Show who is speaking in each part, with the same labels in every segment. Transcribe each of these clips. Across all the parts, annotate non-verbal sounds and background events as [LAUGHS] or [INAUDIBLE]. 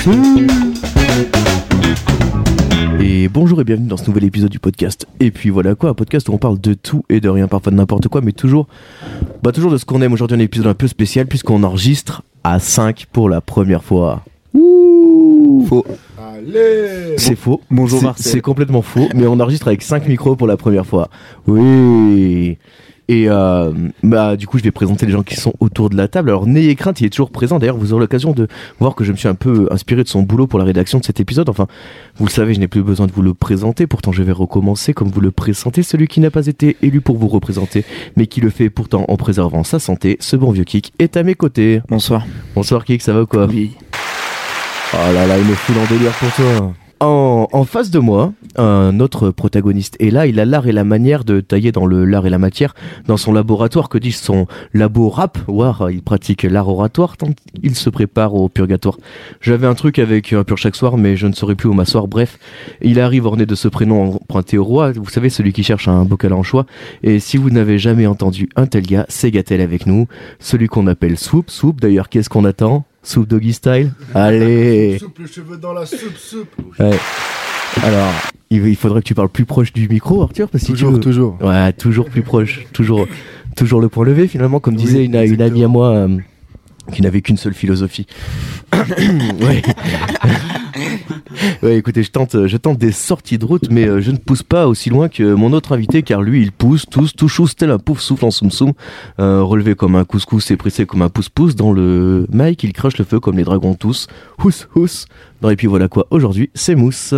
Speaker 1: feu et bonjour et bienvenue dans ce nouvel épisode du podcast. Et puis voilà quoi, un podcast où on parle de tout et de rien, parfois de n'importe quoi, mais toujours, bah toujours de ce qu'on aime. Aujourd'hui, un épisode un peu spécial puisqu'on enregistre à 5 pour la première fois. Faux.
Speaker 2: Allez
Speaker 1: C'est faux.
Speaker 3: Bonjour
Speaker 1: C'est-
Speaker 3: Marcel.
Speaker 1: C'est complètement faux, mais on enregistre avec 5 micros pour la première fois. Oui. Et euh, bah du coup je vais présenter les gens qui sont autour de la table. Alors n'ayez crainte, il est toujours présent. D'ailleurs vous aurez l'occasion de voir que je me suis un peu inspiré de son boulot pour la rédaction de cet épisode. Enfin vous le savez, je n'ai plus besoin de vous le présenter. Pourtant je vais recommencer comme vous le pressentez. Celui qui n'a pas été élu pour vous représenter, mais qui le fait pourtant en préservant sa santé. Ce bon vieux Kik est à mes côtés.
Speaker 3: Bonsoir.
Speaker 1: Bonsoir Kik, ça va ou quoi
Speaker 3: Oui.
Speaker 1: Oh là là, il me fout en délire pour toi. En, en face de moi, un autre protagoniste est là. Il a l'art et la manière de tailler dans le l'art et la matière dans son laboratoire. Que dis-je son labo rap Ouah, il pratique l'art oratoire tant il se prépare au purgatoire. J'avais un truc avec un pur chaque soir, mais je ne saurais plus où m'asseoir. Bref, il arrive orné de ce prénom emprunté au roi. Vous savez, celui qui cherche un bocal en choix. Et si vous n'avez jamais entendu un tel gars, c'est Gatel avec nous. Celui qu'on appelle Swoop. Swoop, d'ailleurs, qu'est-ce qu'on attend Swoop Doggy Style Allez
Speaker 2: Soupe les cheveux dans la soupe, soupe.
Speaker 1: alors, il il faudrait que tu parles plus proche du micro, Arthur, parce que si tu veux-
Speaker 2: toujours.
Speaker 1: Ouais, toujours plus proche, toujours, toujours le point levé finalement, comme
Speaker 2: Oui,
Speaker 1: disait une, une amie
Speaker 2: exactement.
Speaker 1: à moi euh, qui n'avait qu'une seule philosophie. [COUGHS] ouais. Ouais, écoutez, je tente, je tente des sorties de route, mais euh, je ne pousse pas aussi loin que mon autre invité, car lui, il pousse, tous, touchous, tel un pouf souffle en soum soum, euh, relevé comme un couscous et pressé comme un pouce-pouce dans le mic, il crache le feu comme les dragons tous, housse housse. Non, et puis voilà quoi, aujourd'hui, c'est Mousse.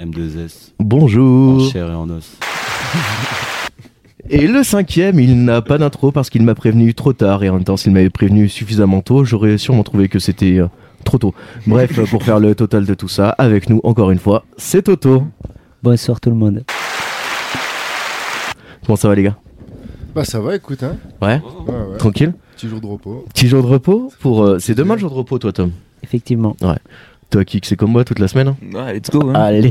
Speaker 4: M2S, en
Speaker 1: Bonjour.
Speaker 4: chair et en os.
Speaker 1: Et le cinquième, il n'a pas d'intro parce qu'il m'a prévenu trop tard et en même temps s'il m'avait prévenu suffisamment tôt, j'aurais sûrement trouvé que c'était euh, trop tôt. Bref, euh, pour faire le total de tout ça, avec nous encore une fois, c'est Toto.
Speaker 5: Bonsoir tout le monde.
Speaker 1: Comment ça va les gars
Speaker 2: Bah ça va, écoute, hein.
Speaker 1: Ouais
Speaker 2: Ouais, ouais.
Speaker 1: Tranquille
Speaker 2: Petit jour de repos.
Speaker 1: Petit jour de repos pour... euh, c'est demain le jour de repos toi Tom
Speaker 5: Effectivement.
Speaker 1: Toi qui c'est comme moi toute la semaine hein
Speaker 3: Ouais, let's go. hein.
Speaker 1: Allez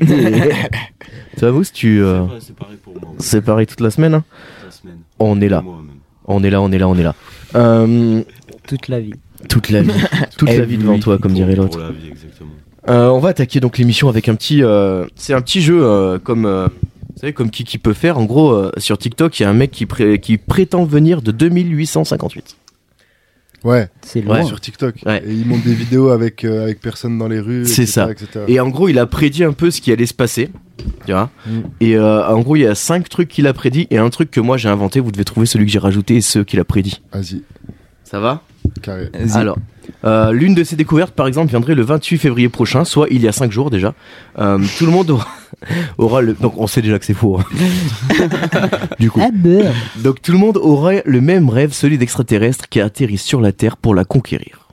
Speaker 1: Toi Mousse, tu... euh,
Speaker 4: C'est pareil pour moi,
Speaker 1: c'est pareil toute la semaine hein
Speaker 4: la semaine.
Speaker 1: On est là,
Speaker 4: Moi, même.
Speaker 1: on est là, on est là, on est là. Euh,
Speaker 5: [LAUGHS] Toute la vie.
Speaker 1: toute la vie, toute la vie devant toi comme dirait l'autre.
Speaker 4: Pour la vie, exactement.
Speaker 1: Euh, on va attaquer donc l'émission avec un petit. euh, c'est un petit jeu euh, comme. euh, vous savez, comme qui, qui peut faire. En gros, euh, sur TikTok, il y a un mec qui, pré- qui prétend venir de 2858.
Speaker 2: Ouais,
Speaker 5: C'est
Speaker 1: Ouais.
Speaker 5: loin.
Speaker 2: sur TikTok.
Speaker 1: Ouais.
Speaker 2: Et ils montent des vidéos avec, euh, avec personne dans les rues.
Speaker 1: C'est
Speaker 2: etc.,
Speaker 1: ça.
Speaker 2: etc.
Speaker 1: Et en gros, il a prédit un peu ce qui allait se passer. Tu vois
Speaker 2: Mm.
Speaker 1: Et euh, en gros, il y a cinq trucs qu'il a prédit et un truc que moi j'ai inventé. Vous devez trouver celui que j'ai rajouté et ceux qu'il a prédit.
Speaker 2: Vas-y,
Speaker 1: Ça va
Speaker 2: carré.
Speaker 3: Vas-y.
Speaker 1: Alors, euh, l'une de ces découvertes, par exemple, viendrait le 28 février prochain, soit il y a 5 jours déjà. Euh, tout le monde aura, [LAUGHS] aura le. Donc, on sait déjà que c'est faux. hein. du coup.
Speaker 5: Ah beurre.
Speaker 1: Donc tout le monde aurait le même rêve, celui d'extraterrestres qui atterrissent sur la Terre pour la conquérir.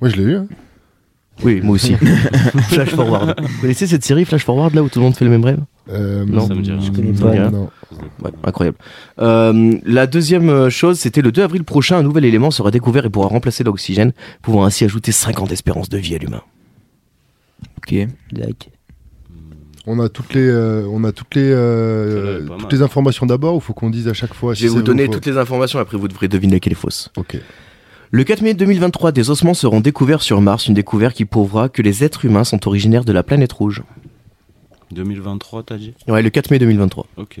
Speaker 2: Ouais, je l'ai eu. Hein.
Speaker 1: Oui, moi [LAUGHS] aussi. Flash Forward. Vous connaissez cette série Flash Forward là où tout le monde fait le même rêve
Speaker 2: Euh,
Speaker 1: Non.
Speaker 4: Ça me dit rien.
Speaker 5: Je connais
Speaker 2: non,
Speaker 5: pas.
Speaker 2: non.
Speaker 1: Ouais, incroyable. Euh, la deuxième euh, chose, c'était le 2 avril prochain, un nouvel élément sera découvert et pourra remplacer l'oxygène, pouvant ainsi ajouter 5 ans d'espérance de vie à l'humain.
Speaker 3: Ok.
Speaker 5: Like.
Speaker 2: On a toutes les, euh, on a toutes les, euh,
Speaker 4: Celle-là, elle est pas
Speaker 2: toutes
Speaker 4: mal.
Speaker 2: les informations d'abord ou faut qu'on dise à chaque fois
Speaker 1: Je vais vous donner toutes les informations, après vous devrez deviner qu'elle est fausse.
Speaker 2: Ok.
Speaker 1: Le 4 mai 2023, des ossements seront découverts sur Mars, une découverte qui prouvera que les êtres humains sont originaires de la planète rouge.
Speaker 4: 2023, t'as dit
Speaker 1: Ouais, le 4 mai 2023.
Speaker 4: Ok.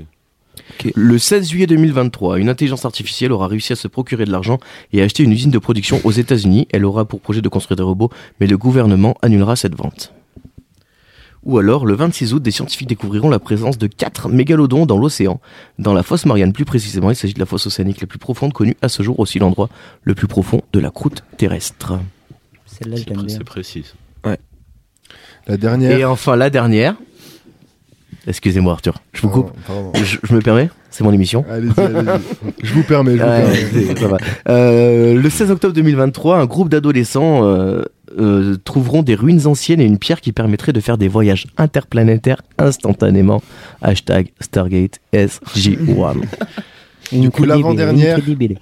Speaker 1: Le 16 juillet 2023, une intelligence artificielle aura réussi à se procurer de l'argent et à acheter une usine de production aux États-Unis. Elle aura pour projet de construire des robots, mais le gouvernement annulera cette vente. Ou alors, le 26 août, des scientifiques découvriront la présence de 4 mégalodons dans l'océan, dans la fosse Marianne plus précisément. Il s'agit de la fosse océanique la plus profonde connue à ce jour, aussi l'endroit le plus profond de la croûte terrestre.
Speaker 5: Celle-là, je
Speaker 4: C'est
Speaker 5: l'aime
Speaker 4: pré-
Speaker 5: bien.
Speaker 4: c'est précis. ça.
Speaker 2: La dernière.
Speaker 1: Et euh, enfin, la dernière. Excusez-moi, Arthur. Je vous coupe.
Speaker 2: Pardon, pardon.
Speaker 1: Je, je me permets. C'est mon émission. [LAUGHS]
Speaker 2: Allez-y, allez-y. je vous permets. Je vous
Speaker 1: Ouais,
Speaker 2: permets.
Speaker 1: c'est- [LAUGHS] ça va. Euh, le 16 octobre 2023, un groupe d'adolescents euh, euh, trouveront des ruines anciennes et une pierre qui permettrait de faire des voyages interplanétaires instantanément. Hashtag Stargate SG1.
Speaker 2: Du coup,
Speaker 5: Incredibile,
Speaker 2: l'avant-dernière.
Speaker 5: incredibile.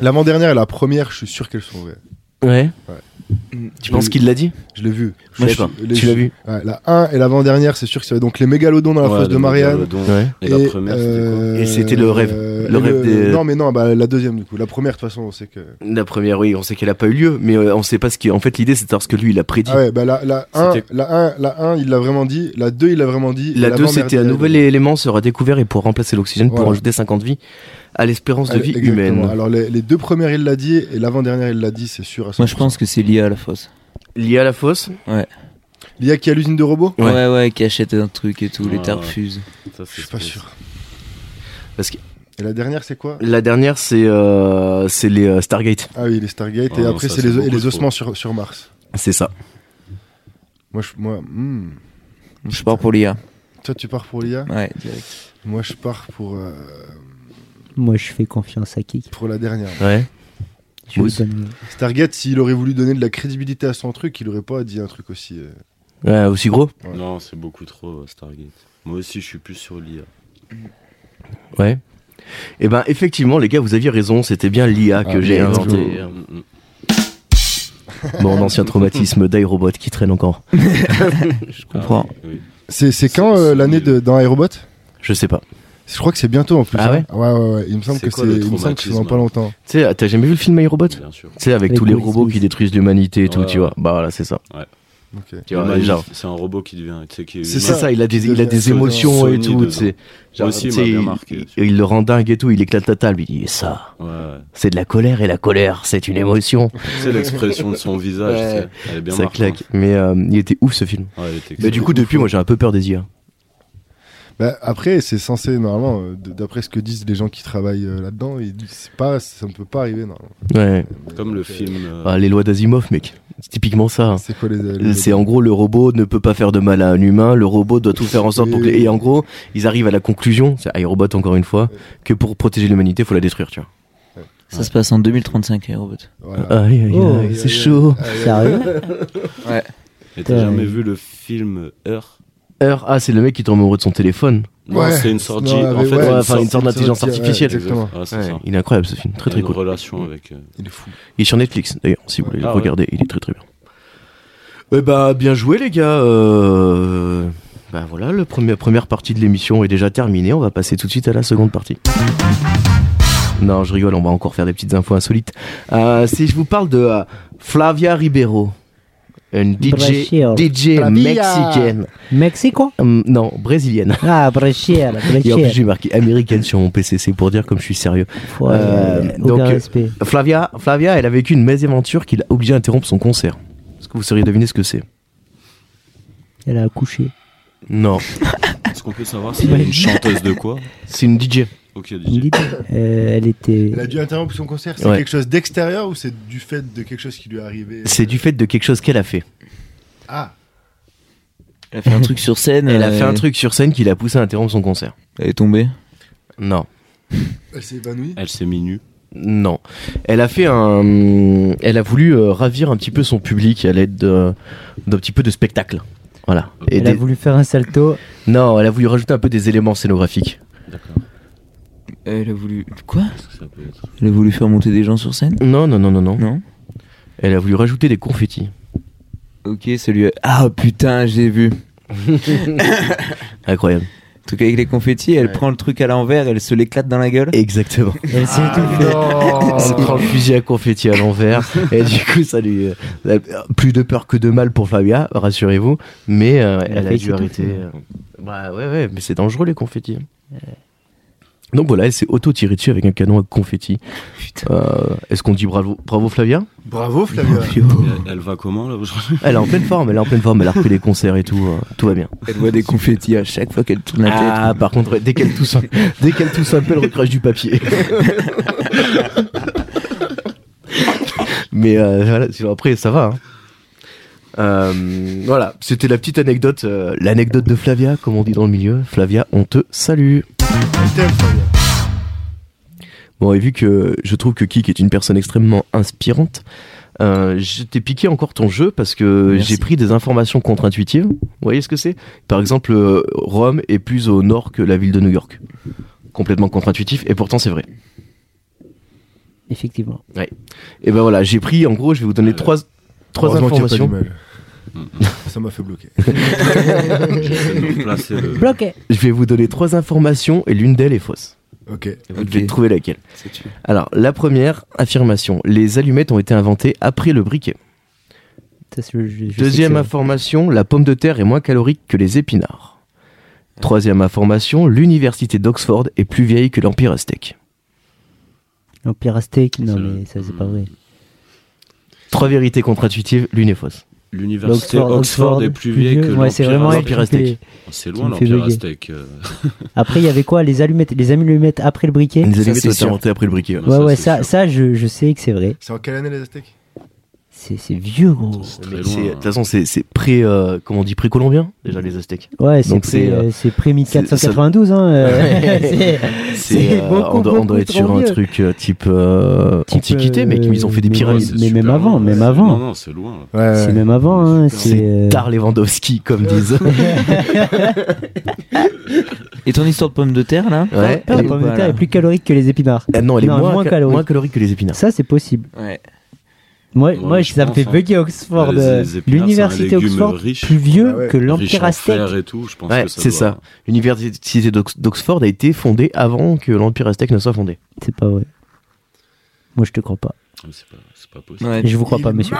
Speaker 2: L'avant-dernière et la première, je suis sûr qu'elles sont vraies.
Speaker 1: Ouais.
Speaker 2: Ouais.
Speaker 1: Tu penses qu'il l'a dit
Speaker 2: Je l'ai vu.
Speaker 1: Moi,
Speaker 2: Je-
Speaker 1: je sais pas.
Speaker 2: les-
Speaker 1: Tu l'as vu
Speaker 2: Ouais, La 1 et l'avant-dernière, c'est sûr que ça va donc les mégalodons dans la fosse Ah, de Marianne.
Speaker 1: Ouais.
Speaker 4: Et, la première, c'était
Speaker 1: Et c'était le rêve.
Speaker 2: euh,
Speaker 1: Le
Speaker 2: et
Speaker 1: rêve des-
Speaker 2: Non, mais non, bah, la deuxième, du coup. La première, de toute façon, on sait que.
Speaker 1: La première, oui, on sait qu'elle a pas eu lieu, mais euh, on sait pas ce qui. En fait, l'idée, c'est de savoir ce que lui, il a prédit.
Speaker 2: Ah ouais, bah la, la, 1,
Speaker 4: C'était-
Speaker 2: la 1, la 1, il l'a vraiment dit. La 2, il l'a vraiment dit.
Speaker 1: La 2, c'était un nouvel
Speaker 2: et
Speaker 1: élément sera découvert et pour remplacer l'oxygène, pour
Speaker 2: Voilà.
Speaker 1: ajouter 50 vies à l'espérance de vie humaine.
Speaker 2: Alors, les, les deux premières, il l'a dit. Et l'avant-dernière, il l'a dit, c'est sûr. à
Speaker 3: Moi, je
Speaker 2: 100%.
Speaker 3: pense que c'est lié à la fosse.
Speaker 1: Lié à la fosse
Speaker 2: L'IA qui a l'usine de robots
Speaker 1: Ouais.
Speaker 3: Ouais, Ah, ouais, qui achète un truc et tout,
Speaker 4: Ouais,
Speaker 3: les
Speaker 4: ouais.
Speaker 3: tarfuses.
Speaker 4: quoi. Ça,
Speaker 2: Je
Speaker 4: c'est
Speaker 2: suis pas
Speaker 4: spécial.
Speaker 2: sûr.
Speaker 1: Parce que-
Speaker 2: Et la dernière, c'est quoi
Speaker 1: La dernière, c'est euh, c'est les euh, Stargate.
Speaker 2: Ah oui, les Stargate.
Speaker 4: Ah
Speaker 2: et
Speaker 4: non,
Speaker 2: après,
Speaker 4: ça,
Speaker 2: c'est
Speaker 4: c'est
Speaker 2: les, et
Speaker 4: beaucoup
Speaker 2: les
Speaker 4: trop.
Speaker 2: ossements sur, sur Mars.
Speaker 1: C'est ça.
Speaker 2: Moi, je, moi hmm.
Speaker 3: Je pars pour l'IA.
Speaker 2: toi, tu pars pour l'IA
Speaker 3: Ouais, direct.
Speaker 2: Moi, je pars pour, euh,
Speaker 5: Moi, je fais confiance à Kik.
Speaker 2: pour la dernière.
Speaker 1: Ouais.
Speaker 5: Je
Speaker 1: Moi
Speaker 5: lui donne-
Speaker 2: Stargate, s'il aurait voulu donner de la crédibilité à son truc, il aurait pas dit un truc aussi. euh.
Speaker 1: Ouais, aussi gros
Speaker 4: Non, c'est beaucoup trop euh, Stargate. Moi aussi, je suis plus sur l'IA.
Speaker 1: Ouais. Et ben, effectivement, les gars, vous aviez raison, c'était bien l'IA que
Speaker 2: Ah,
Speaker 1: j'ai
Speaker 2: bien
Speaker 1: inventé. hein.
Speaker 4: Mm, mm.
Speaker 1: Mon ancien traumatisme d'iRobot qui traîne encore.
Speaker 3: Je comprends.
Speaker 4: Ah, oui.
Speaker 2: C'est c'est quand
Speaker 4: C'est-
Speaker 2: euh,
Speaker 4: c'est
Speaker 2: l'année
Speaker 4: nul.
Speaker 2: de- dans Aerobot
Speaker 1: Je sais pas.
Speaker 2: Je crois que c'est bientôt en plus.
Speaker 1: Ah
Speaker 2: hein.
Speaker 1: ouais
Speaker 2: ouais, ouais, ouais. Il me semble
Speaker 4: C'est
Speaker 2: que c'est
Speaker 4: quoi le
Speaker 2: il me semble que c'est dans
Speaker 4: traumatisme
Speaker 2: pas longtemps.
Speaker 1: Tu sais, t'as jamais vu le film iRobot Tu
Speaker 4: Bien sûr.
Speaker 1: sais, avec
Speaker 5: Avec
Speaker 1: tous les
Speaker 5: Will
Speaker 1: robots qui
Speaker 5: Smith.
Speaker 1: détruisent l'humanité et tout,
Speaker 4: Ouais,
Speaker 1: tu vois. Bah voilà, c'est ça.
Speaker 2: Ok.
Speaker 1: Tu vois,
Speaker 4: Humaniste,
Speaker 1: genre-
Speaker 4: C'est un robot qui devient. tu sais, qui est
Speaker 2: C'est
Speaker 1: C'est
Speaker 4: humain.
Speaker 1: ça, il a des, il a des
Speaker 4: Sony-
Speaker 1: émotions et
Speaker 4: Sony
Speaker 1: tout.
Speaker 4: dedans.
Speaker 1: tu sais. Genre,
Speaker 4: aussi, il
Speaker 1: tu sais,
Speaker 4: m'a bien
Speaker 1: il-
Speaker 4: marqué.
Speaker 1: il, il le rend dingue et tout, il éclate la table. Il dit ça,
Speaker 4: Ouais, ouais.
Speaker 1: c'est de la colère et la colère, c'est une émotion.
Speaker 4: Tu sais, l'expression de son visage,
Speaker 1: Ouais.
Speaker 4: tu sais, elle est bien
Speaker 1: ça
Speaker 4: marquante.
Speaker 1: claque. Mais euh, il était ouf ce film.
Speaker 4: Ouais, elle était
Speaker 1: Mais du
Speaker 4: excellente.
Speaker 1: coup, depuis, moi j'ai un peu peur des IA.
Speaker 2: Bah, après, c'est censé normalement, euh, d- d'après ce que disent les gens qui travaillent euh, là-dedans, ils disent, c'est pas, ça ne peut pas arriver normalement.
Speaker 1: Ouais.
Speaker 4: Comme le film. euh,
Speaker 1: Ah, les lois d'Asimov, mec. C'est typiquement ça. hein.
Speaker 2: C'est quoi les, les-
Speaker 1: C'est en gros le robot ne peut pas faire de mal à un humain, le robot doit tout faire en sorte pour que... Et en gros, ils arrivent à la conclusion, c'est iRobot encore une fois, que pour protéger l'humanité, faut la détruire, tu vois.
Speaker 3: Ça se passe en 2035, les robots.
Speaker 2: Voilà.
Speaker 1: Aïe, aïe,
Speaker 5: Oh,
Speaker 1: aïe,
Speaker 2: aïe,
Speaker 1: Ah. c'est
Speaker 2: aïe. Ah,
Speaker 1: chaud.
Speaker 5: Sérieux
Speaker 3: Ouais.
Speaker 4: Et t'as
Speaker 5: Ouais.
Speaker 4: jamais vu le film Heur
Speaker 1: Heure Ah, c'est le mec qui tombe amoureux de son téléphone.
Speaker 4: Non,
Speaker 2: Ouais.
Speaker 4: c'est une sorte.
Speaker 2: Non,
Speaker 4: d'I- en
Speaker 2: avec-
Speaker 4: fait,
Speaker 2: ouais,
Speaker 1: ouais,
Speaker 4: c'est
Speaker 1: enfin, une sorte
Speaker 2: sortie-
Speaker 1: d'intelligence
Speaker 2: sortie- ouais,
Speaker 1: artificielle.
Speaker 2: exactement.
Speaker 4: Ouais, Ah, c'est
Speaker 1: Ouais,
Speaker 4: ça.
Speaker 1: il est incroyable ce film, très
Speaker 4: Il
Speaker 2: Ah,
Speaker 4: y a
Speaker 1: très
Speaker 4: une
Speaker 1: cool.
Speaker 4: relation avec. euh,
Speaker 2: Il est fou.
Speaker 1: Il est sur Netflix d'ailleurs, si vous voulez
Speaker 4: Ah
Speaker 1: le
Speaker 4: ouais.
Speaker 1: regarder, il est très très bien. Eh bah bien joué les gars. euh, Bah voilà, la première, première partie de l'émission est déjà terminée, on va passer tout de suite à la seconde partie. Non, je rigole, on va encore faire des petites infos insolites. Euh, si je vous parle de euh, Flavia Ribeiro, une DJ,
Speaker 5: Brachière.
Speaker 1: DJ
Speaker 2: Flavia.
Speaker 1: mexicaine,
Speaker 5: Mexico
Speaker 1: Hum, non, brésilienne.
Speaker 5: Ah, Brachière,
Speaker 1: Et en plus,
Speaker 5: Brachière.
Speaker 1: j'ai marqué américaine sur mon PC, c'est pour dire comme je suis sérieux.
Speaker 5: Ouais,
Speaker 1: Euh,
Speaker 5: aucun
Speaker 1: donc, euh,
Speaker 5: respect.
Speaker 1: Flavia, Flavia, elle a vécu une mésaventure qui l'a obligée à interrompre son concert. Est-ce que vous sauriez deviner ce que c'est
Speaker 5: Elle a accouché.
Speaker 1: Non.
Speaker 4: [LAUGHS] Est-ce qu'on peut savoir s'il y a une chanteuse de quoi
Speaker 1: C'est une DJ.
Speaker 4: [LAUGHS] Ok,
Speaker 5: Vous me
Speaker 4: DJ.
Speaker 5: dites Euh, Elle était.
Speaker 2: Elle a dû interrompre son concert. C'est
Speaker 1: Ouais.
Speaker 2: quelque chose d'extérieur ou c'est du fait de quelque chose qui lui est arrivé euh,
Speaker 1: C'est du fait de quelque chose qu'elle a fait.
Speaker 2: Ah,
Speaker 3: Elle a fait un truc sur scène.
Speaker 1: Elle a
Speaker 3: euh,
Speaker 1: fait un truc sur scène qui l'a poussée à interrompre son concert.
Speaker 3: Elle est tombée.
Speaker 1: Non.
Speaker 2: elle s'est évanouie.
Speaker 4: Elle s'est mise nue.
Speaker 1: Non. Elle a fait un. Elle a voulu euh, ravir un petit peu son public à l'aide de- d'un petit peu de spectacle. Voilà. Et
Speaker 5: Elle a
Speaker 1: des-
Speaker 5: voulu faire un salto.
Speaker 1: Non, elle a voulu rajouter un peu des éléments scénographiques.
Speaker 4: D'accord.
Speaker 3: Euh, Elle a voulu. Quoi
Speaker 4: Qu'est-ce que ça peut être
Speaker 3: Elle a voulu faire monter des gens sur scène
Speaker 1: Non, non, non, non, non.
Speaker 3: Non
Speaker 1: Elle a voulu rajouter des confettis.
Speaker 3: Ok, celui. Ah putain, j'ai vu.
Speaker 1: Incroyable.
Speaker 3: Le truc avec les confettis, elle prend le truc à l'envers, elle se l'éclate dans la gueule.
Speaker 1: [LAUGHS] Exactement.
Speaker 5: Elle s'est étouffée.
Speaker 1: [LAUGHS]
Speaker 2: Oh.
Speaker 1: Elle prend Oh, le fusil à confetti à l'envers et du coup ça lui euh, plus de peur que de mal pour Fabia rassurez-vous mais euh,
Speaker 5: Elle a
Speaker 1: elle a
Speaker 5: fait
Speaker 1: dû
Speaker 5: tout
Speaker 1: arrêter
Speaker 5: faire.
Speaker 1: euh, bah ouais ouais mais c'est dangereux les confettis hein. donc voilà elle s'est auto tirée dessus avec un canon à confetti
Speaker 3: Putain.
Speaker 1: Euh, est-ce qu'on dit bravo bravo Flavia
Speaker 2: Bravo Flavia.
Speaker 5: Oh.
Speaker 4: Et elle- Elle va comment là [LAUGHS] aujourd'hui
Speaker 1: elle est en pleine forme elle est en pleine forme elle a repris les concerts et tout euh, tout va bien
Speaker 3: Elle voit des confettis à chaque fois qu'elle tourne la tête.
Speaker 1: ah par contre ouais, dès qu'elle tousse un- dès qu'elle tousse un peu elle recrache du papier mais euh, voilà sinon, après ça va hein. Euh, voilà c'était la petite anecdote euh, l'anecdote de Flavia comme on dit dans le milieu Flavia on te salue
Speaker 2: Je t'aime, Flavia.
Speaker 1: bon et vu que je trouve que Kik est une personne extrêmement inspirante euh, je t'ai piqué encore ton jeu parce que
Speaker 3: Merci.
Speaker 1: j'ai pris des informations contre-intuitives. Vous voyez ce que c'est Par exemple, euh, Rome est plus au nord que la ville de New York. Complètement contre-intuitif, et pourtant c'est vrai.
Speaker 5: Effectivement.
Speaker 1: Et ben voilà, j'ai pris, en gros, je vais vous donner
Speaker 4: Ouais.
Speaker 1: trois, Trois
Speaker 2: Heureusement qu'il y a pas
Speaker 1: informations.
Speaker 2: d'image. Ça m'a fait bloquer.
Speaker 4: J'essaie de me placer euh, le-
Speaker 5: Bloqué.
Speaker 1: Je vais vous donner trois informations et l'une d'elles est fausse.
Speaker 2: Ok.
Speaker 1: Vous devez
Speaker 3: Ok.
Speaker 1: trouver laquelle.
Speaker 3: C'est tu.
Speaker 1: Alors, la première affirmation les allumettes ont été inventées après le briquet.
Speaker 5: Ça, c'est- je- je sais que
Speaker 1: Deuxième
Speaker 5: c'est-
Speaker 1: information, la pomme de terre est moins calorique que les épinards. Troisième information, l'université d'Oxford est plus vieille que l'Empire aztèque.
Speaker 5: L'Empire aztèque, non
Speaker 4: C'est le-
Speaker 5: mais ça c'est pas vrai.
Speaker 1: Trois vérités contre-intuitives, l'une est fausse.
Speaker 4: L'université
Speaker 5: L'Oxford-
Speaker 4: Oxford,
Speaker 5: Oxford
Speaker 4: est plus vieille que
Speaker 5: ouais, c'est
Speaker 4: l'Empire
Speaker 5: vraiment
Speaker 1: Empire
Speaker 4: Aztèque.
Speaker 1: aztèque.
Speaker 4: C'est
Speaker 5: qui
Speaker 4: loin
Speaker 5: me fait
Speaker 4: l'Empire
Speaker 5: bugger.
Speaker 4: Aztèque. euh,
Speaker 5: Après, il y avait quoi Les allumettes, les allumettes après le briquet.
Speaker 1: Les allumettes
Speaker 3: c'est
Speaker 1: ont été
Speaker 3: sûr.
Speaker 1: inventées après le briquet. ouais.
Speaker 4: Non,
Speaker 5: Ouais,
Speaker 4: ça,
Speaker 5: ouais,
Speaker 4: c'est
Speaker 5: ça,
Speaker 4: sûr.
Speaker 5: ça, je, je sais que c'est vrai.
Speaker 2: C'est en quelle année les Aztèques
Speaker 5: C'est c'est vieux, gros.
Speaker 4: C'est
Speaker 1: Mais
Speaker 4: très
Speaker 1: c'est- De
Speaker 4: loin.
Speaker 1: toute façon, c'est c'est pré, euh, comment on dit, pré-colombien déjà les aztèques.
Speaker 5: Ouais, c'est
Speaker 1: Donc c'est,
Speaker 5: pré-
Speaker 1: euh,
Speaker 5: euh, c'est pré
Speaker 1: c'est-
Speaker 5: 1492. Hein. euh, [LAUGHS] c'est-
Speaker 1: C'est, euh,
Speaker 5: beaucoup,
Speaker 1: on, doit, on doit
Speaker 5: beaucoup
Speaker 1: être sur
Speaker 5: trop
Speaker 1: un
Speaker 5: vieux.
Speaker 1: truc euh, type, euh,
Speaker 5: Type,
Speaker 1: antiquité,
Speaker 5: euh,
Speaker 1: mais qu'ils- ils ont fait des
Speaker 5: mais-
Speaker 1: pyramides.
Speaker 4: Ouais,
Speaker 5: mais
Speaker 4: c'est
Speaker 5: même
Speaker 4: super
Speaker 5: avant,
Speaker 4: loin,
Speaker 5: même
Speaker 4: c'est-
Speaker 5: avant.
Speaker 4: Non, non, c'est loin.
Speaker 2: Ouais.
Speaker 5: C'est même avant. Hein. C'est
Speaker 1: C'est
Speaker 5: euh,
Speaker 1: tard Lewandowski, comme
Speaker 5: [LAUGHS]
Speaker 1: disent.
Speaker 3: Et ton histoire de pomme de terre là Ah,
Speaker 1: Ouais.
Speaker 5: la pomme de terre est plus calorique que les épinards.
Speaker 1: Ah non, elle est
Speaker 5: Non,
Speaker 1: moins,
Speaker 5: moins
Speaker 1: ca-
Speaker 5: calorique.
Speaker 1: moins calorique que les épinards.
Speaker 5: Ça, c'est possible.
Speaker 3: Ouais.
Speaker 5: Moi,
Speaker 4: Ouais,
Speaker 5: moi
Speaker 4: mais je
Speaker 5: ça me fait
Speaker 4: pense, hein.
Speaker 5: bugger Oxford.
Speaker 4: Les- les
Speaker 5: euh,
Speaker 4: épinards, c'est un
Speaker 5: L'université
Speaker 4: légume
Speaker 5: Oxford,
Speaker 4: riche.
Speaker 5: plus vieux
Speaker 2: Ah ouais.
Speaker 5: que
Speaker 4: Riche
Speaker 5: l'Empire
Speaker 4: en
Speaker 5: aztèque.
Speaker 4: fer et tout, je pense
Speaker 1: Ouais,
Speaker 4: que ça
Speaker 1: c'est
Speaker 4: doit-
Speaker 1: ça. L'université d'Ox- d'Oxford a été fondée avant que l'Empire aztèque ne soit fondé.
Speaker 5: C'est pas vrai. Moi, je te crois pas.
Speaker 4: Ouais, C'est pas, c'est pas possible.
Speaker 3: Ouais.
Speaker 5: Et je vous crois pas, monsieur.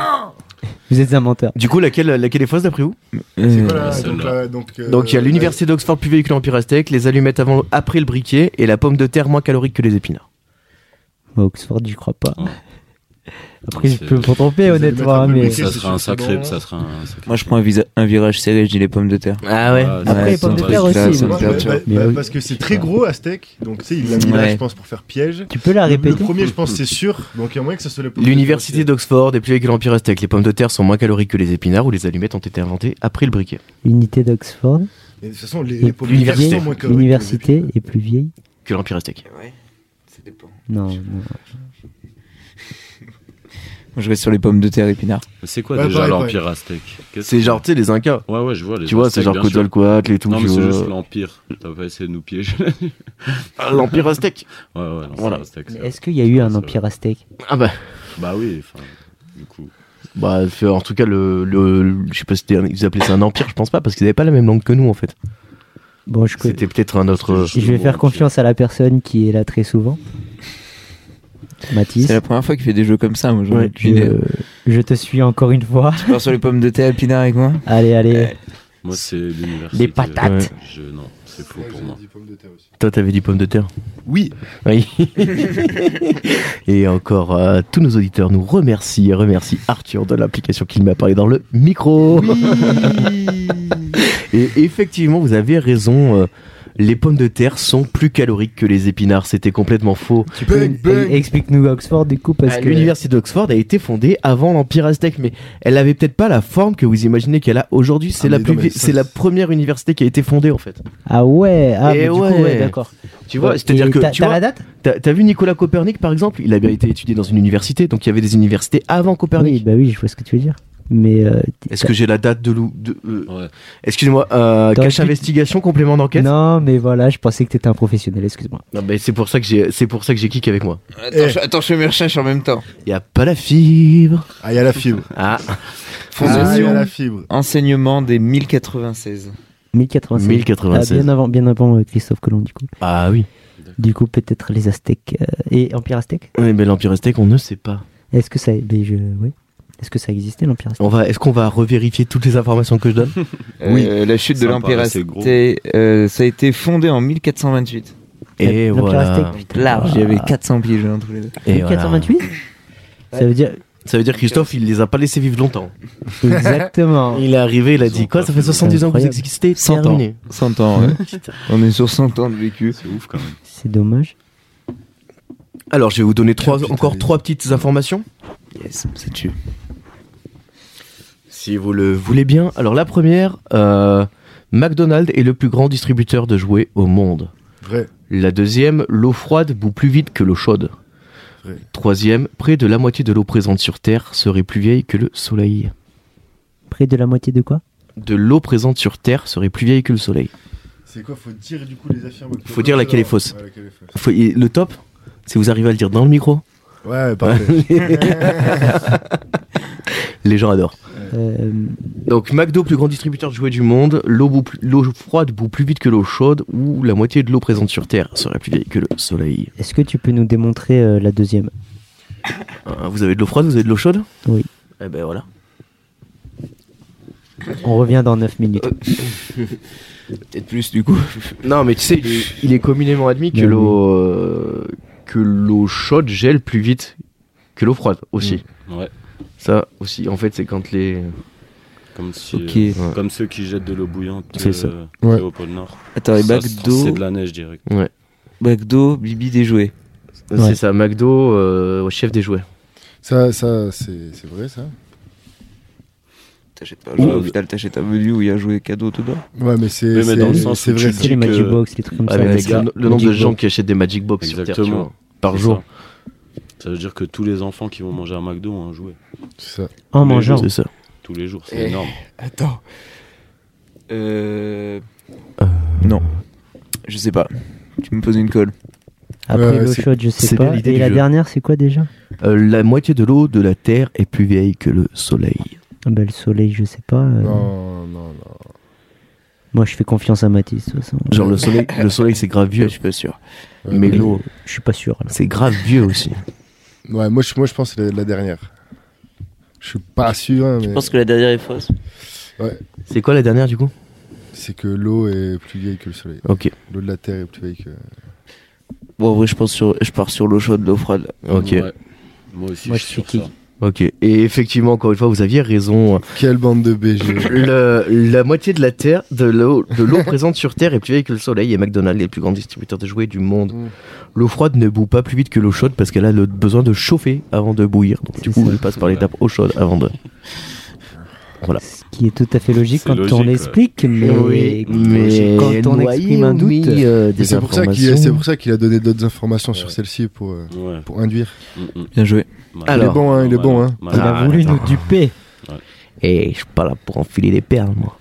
Speaker 5: Vous êtes un menteur.
Speaker 1: Du coup, laquelle, laquelle est fausse d'après vous
Speaker 2: C'est quoi
Speaker 3: Euh,
Speaker 2: la-
Speaker 4: celle-là.
Speaker 2: donc, la- donc, euh,
Speaker 1: Donc il y a l'université d'Oxford plus vieille que l'Empire aztèque, les allumettes avant, après le briquet et la pomme de terre moins calorique que les épinards.
Speaker 5: Moi, Bah, Oxford, j'y crois pas.
Speaker 4: Ouais.
Speaker 5: [LAUGHS] Après,
Speaker 4: Non,
Speaker 5: je
Speaker 4: c'est-
Speaker 5: peux me tromper,
Speaker 2: c'est-
Speaker 5: honnêtement. hein,
Speaker 2: c'est-
Speaker 5: mais...
Speaker 2: c'est-
Speaker 4: Ça
Speaker 2: c'est
Speaker 4: sera un
Speaker 2: sûr, c'est hein.
Speaker 4: sacré.
Speaker 2: bon.
Speaker 4: Ça sera un sacré.
Speaker 3: Moi je prends un, visa- un virage serré, je dis les pommes de terre.
Speaker 1: Ah ouais.
Speaker 4: Ah,
Speaker 5: Après,
Speaker 3: Ouais,
Speaker 5: les pommes
Speaker 4: c'est
Speaker 5: de
Speaker 4: vrai
Speaker 5: terre
Speaker 4: que
Speaker 5: aussi.
Speaker 4: ça,
Speaker 5: mais-
Speaker 4: ça me
Speaker 2: Ouais,
Speaker 3: perd,
Speaker 2: bah-
Speaker 3: tu vois.
Speaker 2: bah-
Speaker 5: Mais oui.
Speaker 2: parce que c'est très gros aztèque, donc tu sais il l'a mis là
Speaker 3: Ouais.
Speaker 2: je pense pour faire piège.
Speaker 5: Tu peux la
Speaker 2: Le
Speaker 5: répéter
Speaker 2: premier je pense c'est sûr, donc il y a moyen que ce soit le premier.
Speaker 1: L'université d'Oxford est plus vieille que l'Empire aztèque, les pommes de terre sont moins caloriques que les épinards ou les allumettes ont été inventées après le briquet.
Speaker 5: L'unité d'Oxford.
Speaker 2: Mais De toute façon les,
Speaker 5: est
Speaker 2: les
Speaker 5: plus
Speaker 2: pommes de terre
Speaker 5: vieille-
Speaker 2: sont moins correctes que les
Speaker 5: L'université
Speaker 2: épinards.
Speaker 5: est plus vieille.
Speaker 1: Que l'Empire aztèque.
Speaker 3: Ça dépend.
Speaker 5: Non, non.
Speaker 3: Moi je reste sur les pommes de terre épinards.
Speaker 4: C'est quoi
Speaker 2: Ouais,
Speaker 4: déjà
Speaker 2: pareil, pareil.
Speaker 4: l'Empire aztèque Qu'est-ce
Speaker 1: C'est
Speaker 4: que-
Speaker 1: genre, tu sais, les Incas.
Speaker 4: Ouais, ouais, je vois. Les
Speaker 1: Tu vois, c'est
Speaker 4: Aztèques,
Speaker 1: genre
Speaker 4: bien sûr.
Speaker 1: Coatzacoatl et tout.
Speaker 4: Non, mais
Speaker 1: tu
Speaker 4: c'est
Speaker 1: vois.
Speaker 4: juste l'Empire. T'as pas essayé de nous piéger. [LAUGHS] ouais,
Speaker 1: Ah, L'Empire aztèque.
Speaker 4: ouais, non, c'est
Speaker 1: Voilà.
Speaker 4: l'Aztèque,
Speaker 5: Mais
Speaker 4: c'est
Speaker 5: Est-ce qu'il y a eu un
Speaker 4: C'est
Speaker 5: empire aztèque
Speaker 1: Ah bah,
Speaker 4: vrai. Bah oui, enfin, du coup.
Speaker 1: bah c'est- en tout cas, le, le- je sais pas si c'était un- ils appelaient ça un empire, je pense pas, parce qu'ils avaient pas la même langue que nous en fait.
Speaker 5: Bon, je,
Speaker 1: C'était peut-être un autre.
Speaker 5: je vais faire confiance à la personne qui est là très souvent. Mathis,
Speaker 3: C'est la première fois qu'il fait des jeux comme ça, moi j'en ai
Speaker 1: Ouais,
Speaker 3: aucune idée.
Speaker 5: je, je te suis encore une fois. [LAUGHS]
Speaker 3: Tu euh, pars sur les pommes de terre épinards avec moi
Speaker 5: Allez, allez.
Speaker 4: Moi, c'est l'université.
Speaker 5: Les patates.
Speaker 4: euh, je- Non, c'est faux
Speaker 2: Ouais,
Speaker 4: pour
Speaker 2: j'ai
Speaker 4: moi.
Speaker 2: dit pommes de terre aussi.
Speaker 1: Toi, t'avais dit pomme de terre.
Speaker 2: Oui,
Speaker 1: Oui. [LAUGHS] et encore, euh, tous nos auditeurs nous remercient et remercient Arthur de l'application qu'il m'a parlé dans le micro. [LAUGHS] et effectivement, vous avez raison. euh, les pommes de terre sont plus caloriques que les épinards. C'était complètement faux.
Speaker 5: Tu peux-
Speaker 2: Bang, bang.
Speaker 5: Explique-nous Oxford du coup parce
Speaker 1: Ah,
Speaker 5: que
Speaker 1: L'université d'Oxford a été fondée avant l'Empire aztèque, mais elle avait peut-être pas la forme que vous imaginez qu'elle a aujourd'hui. C'est
Speaker 2: Ah,
Speaker 1: la
Speaker 2: mais
Speaker 1: plus
Speaker 2: non, mais
Speaker 1: vie-
Speaker 2: ça,
Speaker 1: c'est la
Speaker 2: c'est-
Speaker 1: première université qui a été fondée en fait.
Speaker 5: ah ouais ah
Speaker 1: Eh
Speaker 5: mais du coup,
Speaker 1: ouais.
Speaker 5: ouais, d'accord
Speaker 1: Tu vois, c'est-à-dire
Speaker 5: Et
Speaker 1: que
Speaker 5: t'as
Speaker 1: tu
Speaker 5: t'as
Speaker 1: vois,
Speaker 5: la date
Speaker 1: T'as t'as vu Nicolas Copernic par exemple Il avait été étudié dans une université, donc il y avait des universités avant
Speaker 5: oui
Speaker 1: Copernic.
Speaker 5: bah oui je vois ce que tu veux dire mais euh, t-
Speaker 1: Est-ce que j'ai la date de Lou de- euh,
Speaker 4: Ouais.
Speaker 1: Excusez-moi, euh,
Speaker 5: T'aurais
Speaker 1: cache
Speaker 5: pu-
Speaker 1: investigation, complément d'enquête
Speaker 5: non mais voilà je pensais que t'étais un professionnel excuse-moi
Speaker 1: Non, mais c'est pour ça que j'ai c'est pour ça que j'ai kick avec moi.
Speaker 3: Attends, je, attends, je fais mes recherches en même temps.
Speaker 1: Y a pas la fibre.
Speaker 2: ah il y a
Speaker 1: [LAUGHS]
Speaker 2: la fibre.
Speaker 1: Ah,
Speaker 2: Ah, il y
Speaker 3: Fondation
Speaker 2: a la fibre.
Speaker 3: Enseignement des 1096.
Speaker 5: 1096 Ah,
Speaker 1: 1096.
Speaker 5: bien avant bien avant euh, Christophe Colomb du coup
Speaker 1: Ah oui.
Speaker 5: du coup peut-être les aztèques euh, et empire aztèque
Speaker 1: Oui, mais l'empire aztèque, on ne sait pas.
Speaker 5: est-ce que ça mais je oui est-ce que ça existait l'empire aztèque
Speaker 1: On va est-ce qu'on va revérifier toutes les informations que je [LAUGHS] donne
Speaker 3: Oui. Euh, la chute
Speaker 4: Ça
Speaker 3: de
Speaker 4: me
Speaker 3: l'Empire
Speaker 4: paraissait gros.
Speaker 3: aztèque, euh, ça a été fondé en 1428.
Speaker 1: Et
Speaker 5: L'Empire
Speaker 1: voilà.
Speaker 5: aztèque, putain.
Speaker 3: Large, il y avait 400 piges hein, entre les deux.
Speaker 1: Et voilà.
Speaker 5: 1428 ça veut dire
Speaker 1: Ça veut dire que Christophe, il les a pas laissés vivre longtemps. [LAUGHS]
Speaker 5: exactement
Speaker 1: Il est arrivé, il a
Speaker 4: Ils ont
Speaker 1: dit quoi
Speaker 4: pas
Speaker 1: Ça
Speaker 4: fait
Speaker 1: fait 70 ans que vous
Speaker 5: Incroyable.
Speaker 1: existez,
Speaker 3: 100 ans.
Speaker 1: terminé.
Speaker 3: 100 ans, ouais. On est sur 100 ans de vécu.
Speaker 4: C'est ouf quand même.
Speaker 5: c'est dommage
Speaker 1: Alors, je vais vous donner trois,
Speaker 2: putain,
Speaker 1: encore
Speaker 2: les-
Speaker 1: trois petites informations.
Speaker 3: Yes, ça tue.
Speaker 1: Si vous le voulez bien. Alors, la première, euh, McDonald's est le plus grand distributeur de jouets au monde.
Speaker 2: Vrai.
Speaker 1: La deuxième, l'eau froide bout plus vite que l'eau chaude.
Speaker 2: Vrai.
Speaker 1: Troisième, près de la moitié de l'eau présente sur Terre serait plus vieille que le Soleil.
Speaker 5: près de la moitié de quoi
Speaker 1: De l'eau présente sur Terre serait plus vieille que le Soleil.
Speaker 2: C'est quoi Faut dire du coup les affirmes.
Speaker 1: Faut dire laquelle est fausse.
Speaker 2: Ouais, laquelle est fausse.
Speaker 1: Faut- et le top, si vous arrivez à le dire dans le micro.
Speaker 2: Ouais, parfait.
Speaker 1: Les gens adorent.
Speaker 5: Euh,
Speaker 1: Donc McDo, plus grand distributeur de jouets du monde, l'eau bout- l'eau froide bout plus vite que l'eau chaude, ou la moitié de l'eau présente sur Terre serait plus vieille que le soleil.
Speaker 5: Est-ce que tu peux nous démontrer euh, la deuxième
Speaker 1: Euh, vous avez de l'eau froide, vous avez de l'eau chaude
Speaker 5: Oui.
Speaker 1: Eh ben voilà.
Speaker 5: On revient dans 9
Speaker 1: Euh,
Speaker 5: minutes.
Speaker 3: Peut-être plus du coup.
Speaker 1: [LAUGHS] Non, mais tu sais, il est, il est communément admis que
Speaker 5: Oui.
Speaker 1: l'eau euh, que l'eau chaude gèle plus vite que l'eau froide aussi.
Speaker 4: Ouais.
Speaker 1: Ça aussi, en fait, c'est quand les
Speaker 4: Comme, si,
Speaker 3: Ok.
Speaker 4: euh, comme ceux qui jettent de l'eau bouillante
Speaker 1: C'est ça.
Speaker 4: euh,
Speaker 2: Ouais.
Speaker 4: au pôle Nord.
Speaker 3: Attends, et
Speaker 4: Ça, c'est c'est
Speaker 3: McDo,
Speaker 4: de la neige direct.
Speaker 3: McDo, Bibi des jouets.
Speaker 5: Ouais.
Speaker 1: c'est ça, McDo, euh, chef des jouets.
Speaker 2: Ça, ça c'est c'est vrai, ça
Speaker 3: T'achètes pas un jouet, au final t'achètes un menu où il y a un jouet cadeau dedans.
Speaker 2: Ouais, mais c'est
Speaker 4: Oui, mais
Speaker 2: c'est-
Speaker 4: dans le sens
Speaker 2: c'est
Speaker 4: où
Speaker 2: vrai,
Speaker 4: tu
Speaker 2: ça.
Speaker 5: C'est les
Speaker 4: que-
Speaker 5: Magic Box, les trucs comme
Speaker 1: Ah,
Speaker 5: ça.
Speaker 1: mais
Speaker 5: là,
Speaker 1: les
Speaker 5: c'est-
Speaker 1: gars, le nombre
Speaker 5: Magic
Speaker 1: de gens
Speaker 5: Box.
Speaker 1: qui achètent des Magic Box sur Terre, tu
Speaker 4: Exactement.
Speaker 1: vois, par
Speaker 4: C'est
Speaker 1: jour.
Speaker 4: Ça. Ça veut dire que tous les enfants qui vont manger à McDo ont un jouet.
Speaker 2: C'est ça.
Speaker 5: En
Speaker 4: les
Speaker 5: mangeant.
Speaker 1: C'est ça.
Speaker 4: Tous les jours, c'est
Speaker 3: Eh.
Speaker 4: énorme.
Speaker 3: Attends. Euh...
Speaker 1: Euh.
Speaker 3: Non. Je sais pas. Tu me poses une colle.
Speaker 5: Après
Speaker 2: Ouais,
Speaker 5: l'eau
Speaker 2: c'est-
Speaker 5: chaude, je
Speaker 1: c'est
Speaker 5: sais
Speaker 1: bien
Speaker 5: pas.
Speaker 1: l'idée
Speaker 5: Et
Speaker 1: du
Speaker 5: la
Speaker 1: jeu.
Speaker 5: dernière, c'est quoi déjà
Speaker 1: Euh, la moitié de l'eau de la Terre est plus vieille que le Soleil.
Speaker 5: Ah bah, Le soleil, je sais pas. euh,
Speaker 2: Non, non, non.
Speaker 5: Moi, je fais confiance à Mathis, de toute façon.
Speaker 1: Genre le Soleil, le Soleil c'est grave vieux,
Speaker 3: suis pas sûr.
Speaker 2: Ouais,
Speaker 1: mais l'eau
Speaker 5: Je suis pas sûr. là.
Speaker 1: c'est grave vieux aussi.
Speaker 2: Ouais, moi, je, moi, je pense que c'est la, la dernière. Je suis pas sûr, hein, mais
Speaker 3: que la dernière est fausse.
Speaker 1: C'est quoi la dernière du coup
Speaker 2: c'est que l'eau est plus vieille que le soleil.
Speaker 1: Ok,
Speaker 2: L'eau de la Terre est plus vieille que.
Speaker 3: Bon, en vrai, je, pense sur... je pars sur l'eau chaude, l'eau froide.
Speaker 1: ok,
Speaker 4: Ouais. Moi aussi,
Speaker 5: Moi,
Speaker 4: je suis
Speaker 5: je
Speaker 4: sur
Speaker 5: suis
Speaker 4: ça.
Speaker 1: ok. Et effectivement, encore une fois, vous aviez raison.
Speaker 2: Quelle bande
Speaker 1: [COUGHS]
Speaker 2: de BG
Speaker 1: Le- la moitié de la Terre, de l'eau, de l'eau présente sur Terre est plus vieille que le Soleil. Et McDonald's est le plus grand distributeur de jouets du monde.
Speaker 2: Mm.
Speaker 1: L'eau froide ne bout pas plus vite que l'eau chaude parce qu'elle a le besoin de chauffer avant de bouillir. Donc du
Speaker 5: C'est
Speaker 1: coup,
Speaker 5: ça.
Speaker 1: elle passe par l'étape eau chaude avant de. Voilà.
Speaker 5: Ce qui est tout à fait logique
Speaker 4: C'est
Speaker 5: quand
Speaker 4: logique,
Speaker 5: on
Speaker 4: ouais.
Speaker 5: l'explique, mais, quand on exprime un doute.
Speaker 1: euh,
Speaker 2: Mais C'est pour ça qu'il c'est pour ça qu'il a donné d'autres informations sur celle-ci pour, euh,
Speaker 4: Ouais.
Speaker 2: pour induire.
Speaker 4: Mm, mm.
Speaker 3: Bien joué.
Speaker 4: Mal-
Speaker 1: Alors.
Speaker 2: il est bon, hein, il est
Speaker 4: mal-
Speaker 2: bon. Hein.
Speaker 4: mal-
Speaker 5: Il
Speaker 1: Ah,
Speaker 5: a voulu
Speaker 1: attends.
Speaker 5: nous duper.
Speaker 1: Et je suis pas là pour enfiler des perles, moi.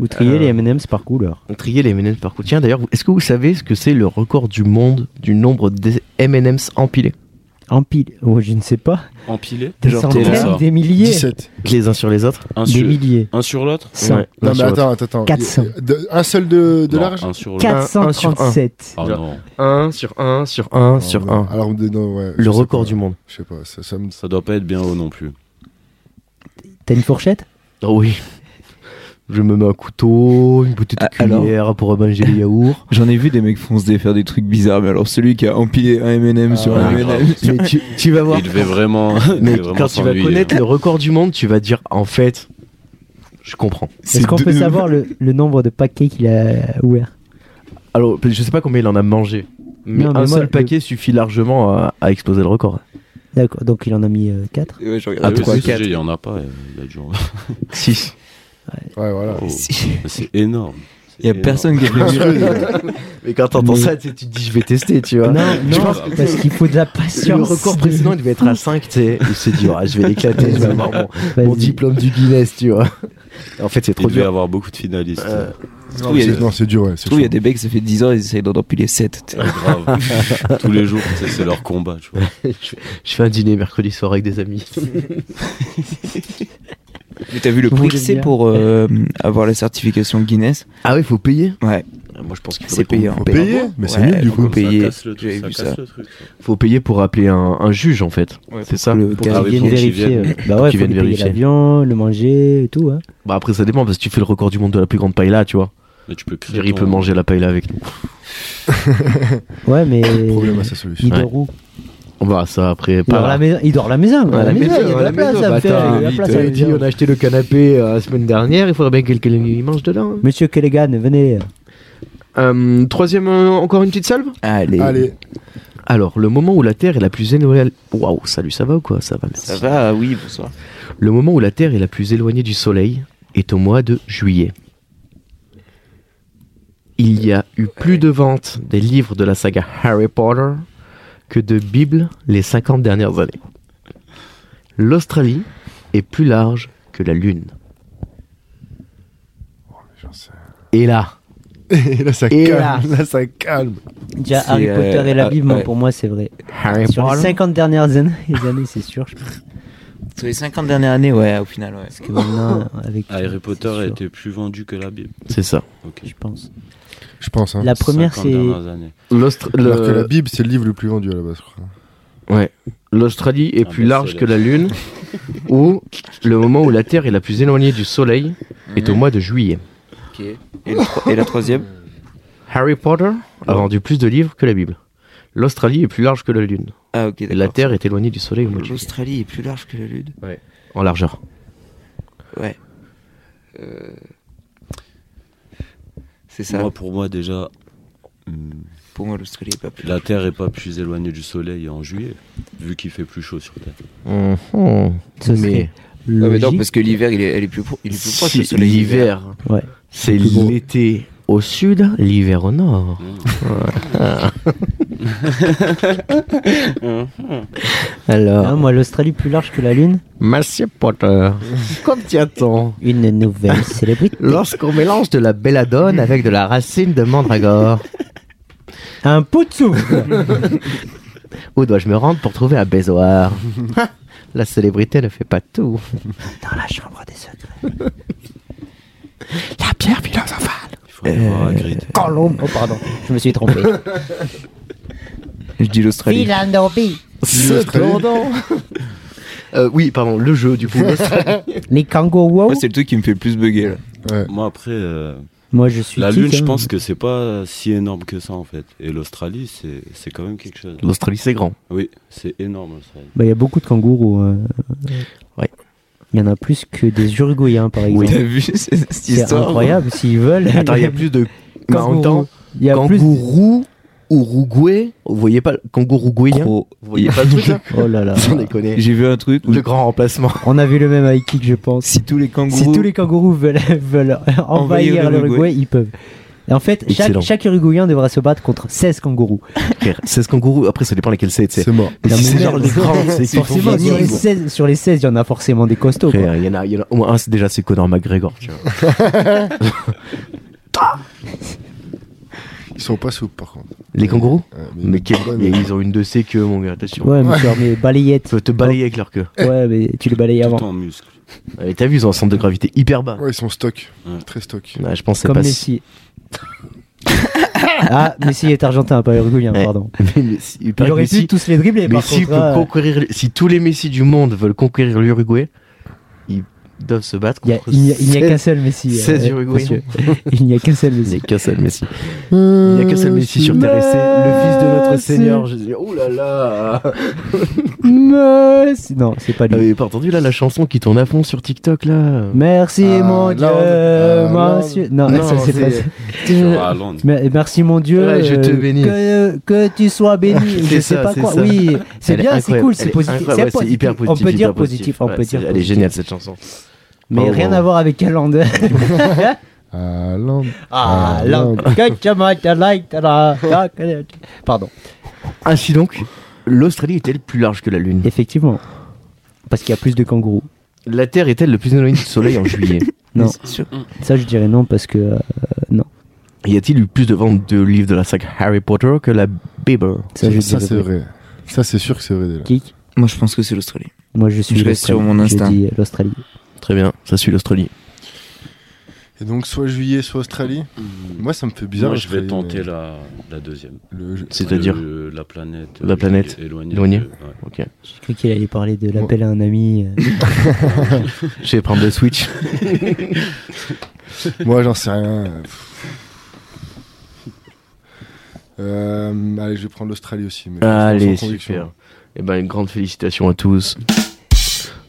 Speaker 5: Ou trier
Speaker 1: Euh,
Speaker 5: les M&M's par couleur.
Speaker 1: Trier les M&M's par contre. Tiens, d'ailleurs, vous- est-ce que vous savez ce que c'est le record du monde du nombre de M&M's empilés
Speaker 5: En pile. Oh, je ne sais pas.
Speaker 4: Empilé
Speaker 5: Des
Speaker 3: Genre, t'es là,
Speaker 5: centaines,
Speaker 4: ça.
Speaker 5: des milliers.
Speaker 2: 17.
Speaker 1: Les uns sur les autres
Speaker 4: Un
Speaker 5: Des
Speaker 4: sur,
Speaker 5: milliers.
Speaker 4: un sur l'autre
Speaker 5: Cent.
Speaker 1: Ouais,
Speaker 2: Non,
Speaker 1: l'un
Speaker 2: mais
Speaker 1: sur l'autre.
Speaker 2: attends, attends, attends.
Speaker 5: 400.
Speaker 2: Il y a- de- un seul de, de
Speaker 4: Non,
Speaker 2: large
Speaker 4: Un sur l'autre.
Speaker 5: 437.
Speaker 4: Ah non,
Speaker 1: Un sur un sur un
Speaker 2: Ah,
Speaker 1: sur
Speaker 2: non.
Speaker 1: un.
Speaker 2: Alors, de- non, ouais, je sais
Speaker 1: Le record
Speaker 2: pas.
Speaker 1: du monde.
Speaker 2: Je sais pas, ça, ça me.
Speaker 4: ça doit pas être bien haut non plus.
Speaker 5: T'as une fourchette
Speaker 1: Oh oui. Je me mets un couteau, une bouteille de
Speaker 3: Ah, alors
Speaker 1: cuillère pour manger les yaourts.
Speaker 3: J'en ai vu des mecs foncer faire des trucs bizarres, mais alors celui qui a empilé un MM sur
Speaker 2: Ah,
Speaker 3: un MM.
Speaker 1: Mais tu, tu vas voir.
Speaker 4: Il devait vraiment. [LAUGHS] il devait
Speaker 1: Mais
Speaker 4: vraiment
Speaker 1: quand tu vas
Speaker 4: s'ennuyer.
Speaker 1: connaître le record du monde, tu vas dire en fait, je comprends.
Speaker 3: [LAUGHS] C'est
Speaker 5: Est-ce qu'on
Speaker 3: de [LAUGHS]
Speaker 5: peut
Speaker 3: ouf.
Speaker 5: savoir le, le nombre de paquets qu'il a ouvert
Speaker 1: Alors, je sais pas combien il en a mangé, mais
Speaker 5: Non, mais
Speaker 1: un
Speaker 5: moi,
Speaker 1: seul
Speaker 5: le-
Speaker 1: paquet suffit largement à, à exploser le record.
Speaker 5: D'accord, donc il en a mis euh, 4.
Speaker 3: Ouais, je regarde.
Speaker 1: Ah,
Speaker 4: Ah, oui,
Speaker 1: trois,
Speaker 4: ce sujet,
Speaker 1: quatre.
Speaker 4: Il y en a pas. Il a dû en-
Speaker 1: 6.
Speaker 2: Ouais, voilà.
Speaker 4: Oh.
Speaker 3: Si.
Speaker 4: Mais C'est énorme.
Speaker 3: Il y a
Speaker 4: C'est
Speaker 3: personne qui a fait mieux.
Speaker 1: Mais quand t'entends
Speaker 5: Mais-
Speaker 1: ça, tu sais, tu te dis je vais tester, tu vois.
Speaker 5: Non, non,
Speaker 4: pense que-
Speaker 5: parce qu'il faut de la
Speaker 1: Sur
Speaker 5: patience.
Speaker 1: le record précédent, il devait être à 5, tu sais. Il s'est dit, Ah, je vais l'éclater, je vais avoir mon,
Speaker 5: [LAUGHS] Vas-y.
Speaker 1: mon diplôme du Guinness, tu vois. En fait, c'est
Speaker 4: Il
Speaker 1: trop
Speaker 4: devait
Speaker 1: dur. [LAUGHS]
Speaker 4: avoir beaucoup de finalistes.
Speaker 1: Euh,
Speaker 2: Non,
Speaker 3: trouve, il y a
Speaker 2: [LAUGHS] c'est-
Speaker 3: des-
Speaker 2: non, c'est dur, ouais. c'est
Speaker 3: Je trouve, il y a
Speaker 2: chaud.
Speaker 3: des mecs, ça fait 10 ans, ils essayent d'en empiler 7.
Speaker 4: Ah, grave. Tous les jours, tu sais, c'est leur combat. Tu vois.
Speaker 1: Je fais un dîner mercredi soir avec des amis.
Speaker 3: Mais t'as vu le
Speaker 5: Vous
Speaker 3: prix que
Speaker 5: voulez
Speaker 3: c'est
Speaker 5: bien
Speaker 3: pour euh, avoir la certification Guinness
Speaker 1: Ah ouais, faut payer
Speaker 3: Ouais,
Speaker 1: Euh, Moi, je pense qu'il
Speaker 3: c'est payant.
Speaker 2: Faut payer Mais c'est
Speaker 3: Ouais,
Speaker 2: nul, du
Speaker 3: faut
Speaker 2: coup.
Speaker 3: payer.
Speaker 4: Ça casse le truc.
Speaker 3: J'avais
Speaker 4: Ça
Speaker 3: vu
Speaker 4: casse
Speaker 3: ça.
Speaker 4: le truc. ça.
Speaker 1: Faut payer pour appeler un, un juge, en fait. c'est ça
Speaker 3: Le
Speaker 5: Pour qu'ils
Speaker 4: Ah oui,
Speaker 5: viennent
Speaker 4: pour qu'ils
Speaker 5: vérifier.
Speaker 4: viennent.
Speaker 5: euh, Bah ouais,
Speaker 1: qu'ils
Speaker 5: faut
Speaker 1: viennent
Speaker 5: payer
Speaker 1: vérifier.
Speaker 5: l'avion, le manger et tout. Hein.
Speaker 1: Bah après, ça dépend, parce que tu fais le record du monde de la plus grande paella, tu vois.
Speaker 4: Mais tu peux créer.
Speaker 1: Jerry
Speaker 4: ton-
Speaker 1: peut manger la paella avec nous.
Speaker 5: Ouais, mais.
Speaker 2: Problème hein. à sa
Speaker 5: Il
Speaker 2: solution.
Speaker 5: dort où
Speaker 1: On va ça après.
Speaker 5: Il dort à la maison. Il dort à la maison.
Speaker 1: À la maison,
Speaker 5: il y a de
Speaker 1: à la
Speaker 5: la place
Speaker 1: maison,
Speaker 5: à
Speaker 1: bah,
Speaker 5: faire. Il y a de
Speaker 1: attends,
Speaker 5: la
Speaker 3: vite,
Speaker 5: place à
Speaker 1: J'avais dit, on
Speaker 5: faire.
Speaker 1: a acheté le canapé euh, la semaine dernière, il faudrait bien que quelqu'un y mange dedans.
Speaker 5: Monsieur Kellegan, venez.
Speaker 1: Euh, troisième, euh, encore une petite salve
Speaker 3: Allez.
Speaker 2: Allez, [LAUGHS]
Speaker 1: Alors, le moment où la Terre est la plus éloignée... Waouh, salut, ça va ou quoi Ça va, merci.
Speaker 3: Ça va, oui, bonsoir.
Speaker 1: Le moment où la Terre est la plus éloignée du Soleil est au mois de juillet. Il y a eu plus de ventes des livres de la saga Harry Potter que de Bibles les 50 dernières années. L'Australie est plus large que la Lune.
Speaker 2: j'en sais.
Speaker 1: Et là,
Speaker 2: Et là, ça
Speaker 1: Et
Speaker 2: [LAUGHS]
Speaker 1: là.
Speaker 2: calme. Là, ça calme.
Speaker 5: Déjà,
Speaker 3: C'est,
Speaker 5: Harry
Speaker 3: euh,
Speaker 5: Potter et la
Speaker 3: ah,
Speaker 5: Bible, moi,
Speaker 3: ouais.
Speaker 5: pour moi, c'est vrai.
Speaker 1: Harry
Speaker 5: Sur [LAUGHS] les
Speaker 1: Potter
Speaker 5: 50 dernières années, les années, c'est sûr. je pense.
Speaker 3: Sur les 50 dernières années, ouais, au final, ouais.
Speaker 5: Parce que maintenant, avec
Speaker 4: Ah, Harry Potter a
Speaker 5: c'est sûr,
Speaker 4: été plus vendu que la Bible.
Speaker 1: C'est ça.
Speaker 4: Ok.
Speaker 5: je pense.
Speaker 2: Je pense. Hein.
Speaker 5: La première,
Speaker 4: 50
Speaker 5: c'est
Speaker 4: dernières années.
Speaker 1: L'Aust- le-
Speaker 2: Alors que la Bible, c'est le livre le plus vendu à la base, je crois.
Speaker 1: L'Australie est
Speaker 4: Ah,
Speaker 1: plus
Speaker 4: ben,
Speaker 1: large
Speaker 4: c'est
Speaker 1: que la Lune, ou le moment où la Terre est la plus éloignée du Soleil est au mois de juillet.
Speaker 3: Ok. Et, le tro- et la troisième
Speaker 1: Harry Potter a vendu plus de livres que la Bible. L'Australie est plus large que la Lune.
Speaker 3: Ah, ok.
Speaker 1: Et la
Speaker 3: d'accord.
Speaker 1: Terre est éloignée du Soleil au mois de juillet.
Speaker 3: L'Australie est plus large que la Lune.
Speaker 1: En largeur.
Speaker 3: Ouais. Euh, C'est ça.
Speaker 4: Moi, pour moi, déjà, hum,
Speaker 3: Pour moi, l'Australie est pas plus
Speaker 4: la Terre est pas plus éloignée du Soleil en juillet, vu qu'il fait plus chaud sur Terre.
Speaker 5: Ce serait
Speaker 1: Mais
Speaker 3: Non, Ah, mais non,
Speaker 5: logique.
Speaker 3: parce que l'hiver, il est, elle est plus, pro- il est plus proche
Speaker 1: si
Speaker 3: le soleil.
Speaker 1: l'hiver,
Speaker 5: Ouais.
Speaker 1: c'est
Speaker 5: Plus beau.
Speaker 1: l'été au sud, l'hiver au nord. [LAUGHS]
Speaker 5: Ah,
Speaker 1: Alors,
Speaker 5: moi, l'Australie plus large que la Lune,
Speaker 1: Monsieur Potter, comme t'y attends
Speaker 5: une nouvelle célébrité.
Speaker 1: Lorsqu'on mélange de la belladone avec de la racine de mandragore,
Speaker 5: Un pot de souffle
Speaker 1: où dois-je me rendre pour trouver un [LAUGHS] baisoir La célébrité ne fait pas tout.
Speaker 5: dans la chambre des secrets.
Speaker 1: La pierre philosophale.
Speaker 4: Il faut
Speaker 5: Euh,
Speaker 4: aller voir Hagrid.
Speaker 5: Colombe. Oh, pardon, je me suis trompé.
Speaker 3: Je dis l'Australie.
Speaker 1: Cependant. Euh, oui, pardon, le jeu du coup.
Speaker 5: Les kangourous.
Speaker 3: Moi, c'est le truc qui me fait le plus bugger. Là.
Speaker 2: Ouais.
Speaker 4: Moi, après, euh,
Speaker 5: Moi, je suis.
Speaker 4: la
Speaker 5: geek,
Speaker 4: Lune, je
Speaker 5: hein.
Speaker 4: pense que c'est pas si énorme que ça, en fait. Et l'Australie, c'est c'est quand même quelque chose.
Speaker 1: [LAUGHS] L'Australie, c'est grand.
Speaker 4: Oui, c'est énorme, l'Australie.
Speaker 5: Bah, il y a beaucoup de kangourous. euh,
Speaker 1: Ouais.
Speaker 5: Il y en a plus que des Uruguayens, par exemple.
Speaker 3: [LAUGHS] T'as vu cette cette
Speaker 5: C'est
Speaker 3: histoire
Speaker 5: incroyable, s'ils veulent.
Speaker 1: Attends, il y a plus de. Mais en même temps,
Speaker 5: Il y a plus.
Speaker 1: kangourou uruguay. Vous voyez pas le kangourou-guayen
Speaker 3: Gros.
Speaker 1: Vous voyez pas le truc là
Speaker 5: Oh là
Speaker 1: [LAUGHS]
Speaker 5: là.
Speaker 1: Sans déconner.
Speaker 3: J'ai vu un truc où
Speaker 1: Le grand remplacement.
Speaker 5: On a vu le même avec Kik, je pense.
Speaker 3: si tous les kangourous.
Speaker 5: Si tous les kangourous veulent, [LAUGHS] veulent envahir
Speaker 3: Envahir
Speaker 5: l'Uruguay,
Speaker 3: l'Uruguay.
Speaker 5: ils peuvent. Et en fait, chaque,
Speaker 1: Excellent.
Speaker 5: chaque Uruguayen devra se battre contre 16 kangourous.
Speaker 1: Frère, [LAUGHS] C'est ce kangourou. Après, ça dépend lesquels c'est. tu sais.
Speaker 2: C'est mort.
Speaker 5: Non, mais
Speaker 1: C'est genre
Speaker 5: merde.
Speaker 1: les grands. C'est qu'ils font
Speaker 5: Forcément, sur les,
Speaker 1: gagner.
Speaker 5: 16, sur les 16, il y en a forcément des costauds. quoi.
Speaker 1: Frère, il y en a, il y en a au moins un, c'est déjà c'est Conor McGregor. tu vois.
Speaker 2: Ils sont pas souples, par contre.
Speaker 1: Les kangourous
Speaker 2: Ouais,
Speaker 1: Mais quel-
Speaker 2: Ouais,
Speaker 1: mais
Speaker 2: mais-
Speaker 1: ils ont une de ces queues, mon gars, attention.
Speaker 5: Ouais, mais genre, mais balayette.
Speaker 1: Ils peuvent te balayer avec leur queue.
Speaker 5: Ouais, mais tu les balayes
Speaker 4: Tout
Speaker 5: avant.
Speaker 4: en muscle.
Speaker 1: Et t'as vu, ils ont un centre de gravité hyper bas.
Speaker 2: Ouais, ils sont stock.
Speaker 4: Ouais.
Speaker 2: Très stock.
Speaker 1: Ouais, je pense que c'est
Speaker 5: Comme
Speaker 1: pas si-
Speaker 5: Messi. [LAUGHS] ah, Messi est argentin, pas uruguayen,
Speaker 1: Ouais.
Speaker 5: pardon.
Speaker 1: [LAUGHS] Mais Messi- il paraît
Speaker 5: Il
Speaker 1: que
Speaker 5: aurait pu
Speaker 1: Messi,
Speaker 5: tous les dribbler, par
Speaker 1: Messi
Speaker 5: contre.
Speaker 1: peut
Speaker 5: ah,
Speaker 1: conquérir. Si tous les Messi du monde veulent conquérir l'Uruguay, ils doivent se battre
Speaker 5: il y a-
Speaker 1: contre.
Speaker 5: il n'y a, il n'y a
Speaker 1: 16
Speaker 5: qu'un seul
Speaker 1: [LAUGHS]
Speaker 5: Messi. euh,
Speaker 1: 16 Uruguayens.
Speaker 5: monsieur. [LAUGHS] Il n'y a qu'un seul
Speaker 1: Il n'y
Speaker 5: Messi.
Speaker 1: a qu'un seul Messi. Il n'y a qu'un seul Messi sur terre et c'est le fils de notre Seigneur. Jésus. Oh là là
Speaker 5: Messi. Non, c'est pas
Speaker 1: Vous
Speaker 5: lui.
Speaker 1: avez Ah, pas entendu là la chanson qui tourne à fond sur TikTok là
Speaker 5: Merci
Speaker 2: Ah,
Speaker 5: mon Dieu,
Speaker 2: Lord. Ah,
Speaker 5: monsieur. Non, ça c'est pas ça. [LAUGHS] Euh,
Speaker 4: Sur Haaland.
Speaker 5: Mais- Merci mon Dieu.
Speaker 1: Ouais, je te
Speaker 5: euh,
Speaker 1: bénis.
Speaker 5: Que, que tu sois béni.
Speaker 1: [LAUGHS] C'est
Speaker 5: je sais
Speaker 1: ça,
Speaker 5: pas
Speaker 1: c'est
Speaker 5: quoi.
Speaker 1: ça.
Speaker 5: Oui, c'est
Speaker 1: Elle est
Speaker 5: bien, c'est
Speaker 1: incroyable,
Speaker 5: cool,
Speaker 1: elle
Speaker 5: c'est
Speaker 1: est
Speaker 5: positif.
Speaker 1: incroyable, ouais,
Speaker 5: positif.
Speaker 1: hyper positif.
Speaker 5: On peut dire
Speaker 1: hyper
Speaker 5: positif. On
Speaker 1: Ouais,
Speaker 5: peut
Speaker 1: c'est-
Speaker 5: dire
Speaker 1: Elle est
Speaker 5: positif.
Speaker 1: géniale cette chanson.
Speaker 5: Mais
Speaker 1: Oh,
Speaker 5: rien
Speaker 1: oh,
Speaker 5: à
Speaker 1: oh.
Speaker 5: voir avec Haaland.
Speaker 2: Haaland.
Speaker 5: ah, là. Ah, Pardon.
Speaker 1: Ainsi donc, l'Australie est-elle plus large que la Lune
Speaker 5: Effectivement. Parce qu'il y a plus de kangourous.
Speaker 1: La Terre est-elle le plus éloignée du Soleil en juillet
Speaker 5: Non,
Speaker 3: Mais c'est sûr.
Speaker 5: ça je dirais non parce que euh, non.
Speaker 1: [LAUGHS] Y a-t-il eu plus de ventes de livres de la saga Harry Potter que la Bible
Speaker 5: Ça, je
Speaker 2: Ça,
Speaker 5: dirais
Speaker 2: c'est
Speaker 5: oui.
Speaker 2: vrai. Ça, c'est sûr que c'est vrai. déjà.
Speaker 5: Kick.
Speaker 3: Moi, je pense que c'est l'Australie.
Speaker 5: Moi je suis
Speaker 3: Je reste
Speaker 5: l'Australie.
Speaker 3: sur mon instinct.
Speaker 5: Je dis euh, l'Australie.
Speaker 1: Très bien, ça suit l'Australie.
Speaker 2: Et donc, soit juillet, soit Australie. Moi, ça me fait bizarre.
Speaker 4: Moi, je vais
Speaker 2: l'Australie,
Speaker 4: tenter
Speaker 2: mais
Speaker 4: la, la deuxième.
Speaker 2: le jeu-
Speaker 1: C'est-à-dire
Speaker 4: Le- La planète. euh,
Speaker 1: La planète
Speaker 4: Éloignée.
Speaker 1: éloignée.
Speaker 4: de- ouais.
Speaker 1: Ok.
Speaker 5: J'ai cru qu'il allait parler de l'appel à un ami. euh,
Speaker 1: Je vais prendre le Switch.
Speaker 2: Moi, j'en sais rien. Pff. Euh, allez, je vais prendre l'Australie aussi. Mais
Speaker 1: Allez,
Speaker 2: sans conviction.
Speaker 1: super. Eh ben, une grande félicitation à tous.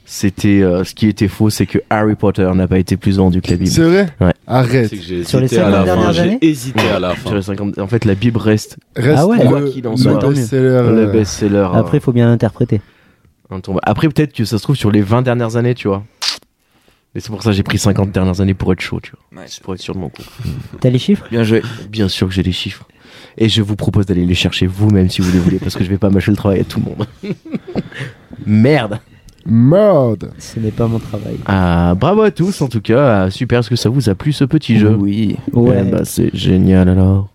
Speaker 1: C'était euh, ce qui était faux, c'est que Harry Potter n'a pas été plus vendu que la Bible.
Speaker 2: C'est vrai
Speaker 1: Ouais.
Speaker 2: Arrête.
Speaker 4: C'est que j'ai
Speaker 5: Sur les
Speaker 4: hésité à la
Speaker 5: 50
Speaker 4: fin.
Speaker 5: dernières
Speaker 4: J'ai
Speaker 5: années
Speaker 4: hésité à la
Speaker 1: Sur
Speaker 4: fin.
Speaker 1: les 50 En fait, la Bible reste
Speaker 2: Reste
Speaker 5: Ah ouais.
Speaker 1: Quoi
Speaker 2: le,
Speaker 1: qu'il en soit,
Speaker 2: le
Speaker 1: tant mieux.
Speaker 2: best-seller.
Speaker 1: le
Speaker 2: euh,
Speaker 1: best-seller.
Speaker 5: Après, il faut bien l'interpréter.
Speaker 1: On tombe. Après, peut-être que ça se trouve sur les 20 dernières années, tu vois. Et c'est pour ça que j'ai pris 50 dernières années pour être chaud, tu vois.
Speaker 3: Ouais,
Speaker 1: C'est pour être sûr de mon coup.
Speaker 5: T'as les chiffres
Speaker 3: Bien joué.
Speaker 1: Bien sûr que j'ai les chiffres. Et je vous propose d'aller les chercher vous-même si vous les voulez, parce que je vais pas mâcher le travail à tout le monde. Merde
Speaker 2: euh, Merde.
Speaker 5: Ce n'est pas mon travail.
Speaker 1: Ah, Bravo à tous, en tout cas. Ah, Super, est-ce que ça vous a plu ce petit jeu
Speaker 3: Oui.
Speaker 5: Ouais.
Speaker 1: Eh bah, c'est génial alors.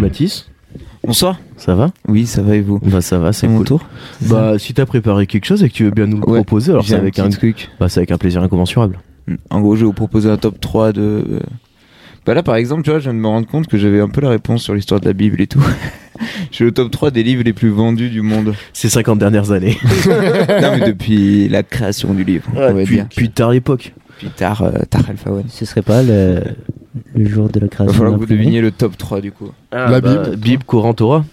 Speaker 1: Mathis
Speaker 3: Bonsoir.
Speaker 1: Ça va
Speaker 3: Oui, ça va et vous
Speaker 1: Bah ça va, c'est
Speaker 3: C'est mon
Speaker 1: cool.
Speaker 3: tour.
Speaker 1: Bah si t'as préparé quelque chose et que tu veux bien nous le
Speaker 3: Ouais,
Speaker 1: proposer, alors
Speaker 3: J'ai
Speaker 1: c'est avec
Speaker 3: petit
Speaker 1: un,
Speaker 3: truc.
Speaker 1: bah, c'est avec un plaisir incommensurable.
Speaker 3: En gros, je vais vous proposer un top 3 de. Bah là, par exemple, tu vois, je viens de me rendre compte que j'avais un peu la réponse sur l'histoire de la Bible et tout. [LAUGHS] je suis au top 3 des livres les plus vendus du [LAUGHS] monde.
Speaker 1: Ces 50 dernières années.
Speaker 3: non, mais depuis la création du livre, on va
Speaker 1: puis,
Speaker 3: dire.
Speaker 1: puis tard l'époque.
Speaker 3: Puis tard, euh, tard Alpha One.
Speaker 5: Ce serait pas le, le jour de la
Speaker 3: Il va
Speaker 5: création
Speaker 3: falloir
Speaker 5: de
Speaker 3: que vous
Speaker 5: l'imprimerie
Speaker 3: deviniez le top 3 du coup.
Speaker 2: La Bible.
Speaker 1: Ah, bah, Bible, Coran, Torah.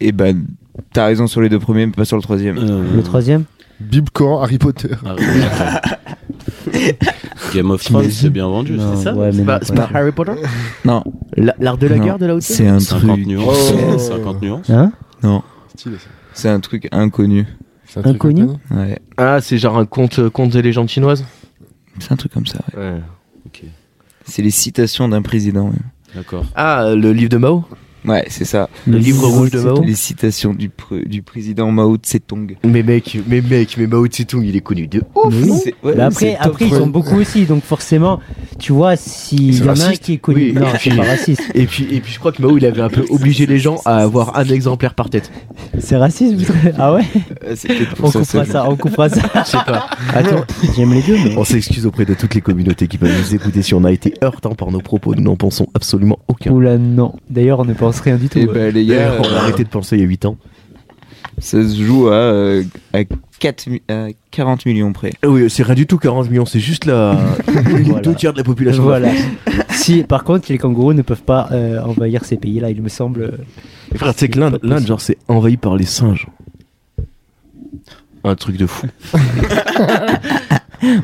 Speaker 3: Et ben, t'as raison sur les deux premiers, mais pas sur le troisième.
Speaker 4: Euh,
Speaker 5: Le troisième
Speaker 2: Bible, Coran, Harry Potter.
Speaker 4: Game of Thrones, c'est bien vendu.
Speaker 5: Non,
Speaker 4: ça.
Speaker 5: ouais, mais
Speaker 1: C'est pas,
Speaker 5: non,
Speaker 1: c'est
Speaker 5: ouais.
Speaker 1: pas Harry Potter
Speaker 3: Non,
Speaker 1: La- L'art de la
Speaker 3: Non.
Speaker 1: guerre de la hauteur
Speaker 3: c'est un
Speaker 4: 50
Speaker 3: truc.
Speaker 4: nuances.
Speaker 2: Oh.
Speaker 4: 50 nuances.
Speaker 5: Hein
Speaker 2: Stylé, ça.
Speaker 3: C'est un truc inconnu.
Speaker 2: C'est un truc
Speaker 5: Inconnu
Speaker 2: inconnu.
Speaker 3: Ouais,
Speaker 1: Ah, c'est genre un conte, euh, conte des légendes chinoises
Speaker 3: c'est un truc comme ça. ouais.
Speaker 4: Ok,
Speaker 3: C'est les citations d'un président. Ouais,
Speaker 4: d'accord.
Speaker 1: Ah, le livre de Mao
Speaker 3: Ouais, c'est ça.
Speaker 1: Le livre
Speaker 5: c'est-
Speaker 1: rouge de
Speaker 5: c'est-
Speaker 1: Mao
Speaker 3: Les citations du, pr- du président Mao Tse-Tung.
Speaker 1: Mais mec, mais mec, mais Mao Tse-Tung, il est connu de ouf
Speaker 5: Mais oui.
Speaker 3: C'est- ouais,
Speaker 5: Mais Ah Bah après,
Speaker 3: c'est top
Speaker 5: après ils
Speaker 3: trois.
Speaker 5: sont beaucoup aussi, donc forcément, tu vois, s'il y
Speaker 2: C'est
Speaker 5: en a un
Speaker 2: raciste.
Speaker 5: qui est connu.
Speaker 1: Oui,
Speaker 5: non,
Speaker 1: et
Speaker 5: c'est
Speaker 1: puis- [LAUGHS]
Speaker 5: pas raciste.
Speaker 1: Et puis, et puis je crois que Mao, il avait un peu obligé les gens à avoir un exemplaire par tête.
Speaker 5: C'est raciste vous trouvez [LAUGHS] Ah ouais
Speaker 3: Euh, c'est peut-être pour
Speaker 5: On
Speaker 3: ça,
Speaker 5: coupera
Speaker 3: je-
Speaker 5: ça, on
Speaker 1: [LAUGHS]
Speaker 5: coupera ça.
Speaker 1: Je sais pas. Attends,
Speaker 5: J'aime les deux, mais.
Speaker 1: on s'excuse auprès de toutes les communautés qui peuvent nous écouter si on a été heurtant par nos propos. Nous n'en pensons absolument aucun.
Speaker 5: Oula, non. D'ailleurs, on ne pense rien du tout.
Speaker 3: Eh ben, les gars,
Speaker 1: D'ailleurs, on a arrêté de penser il y a 8 ans.
Speaker 3: ça se joue à, euh, à, 4 mi- à 40 millions près.
Speaker 1: Eh Oui, c'est rien du tout 40 millions, c'est juste la...
Speaker 5: Voilà.
Speaker 1: deux tiers de la population.
Speaker 3: [LAUGHS]
Speaker 5: Voilà. si, par contre, les kangourous ne peuvent pas euh, envahir ces pays-là, il me semble. euh,
Speaker 1: Frère, c'est que l'Inde, l'Inde, genre, c'est envahi par les singes. Un truc de fou.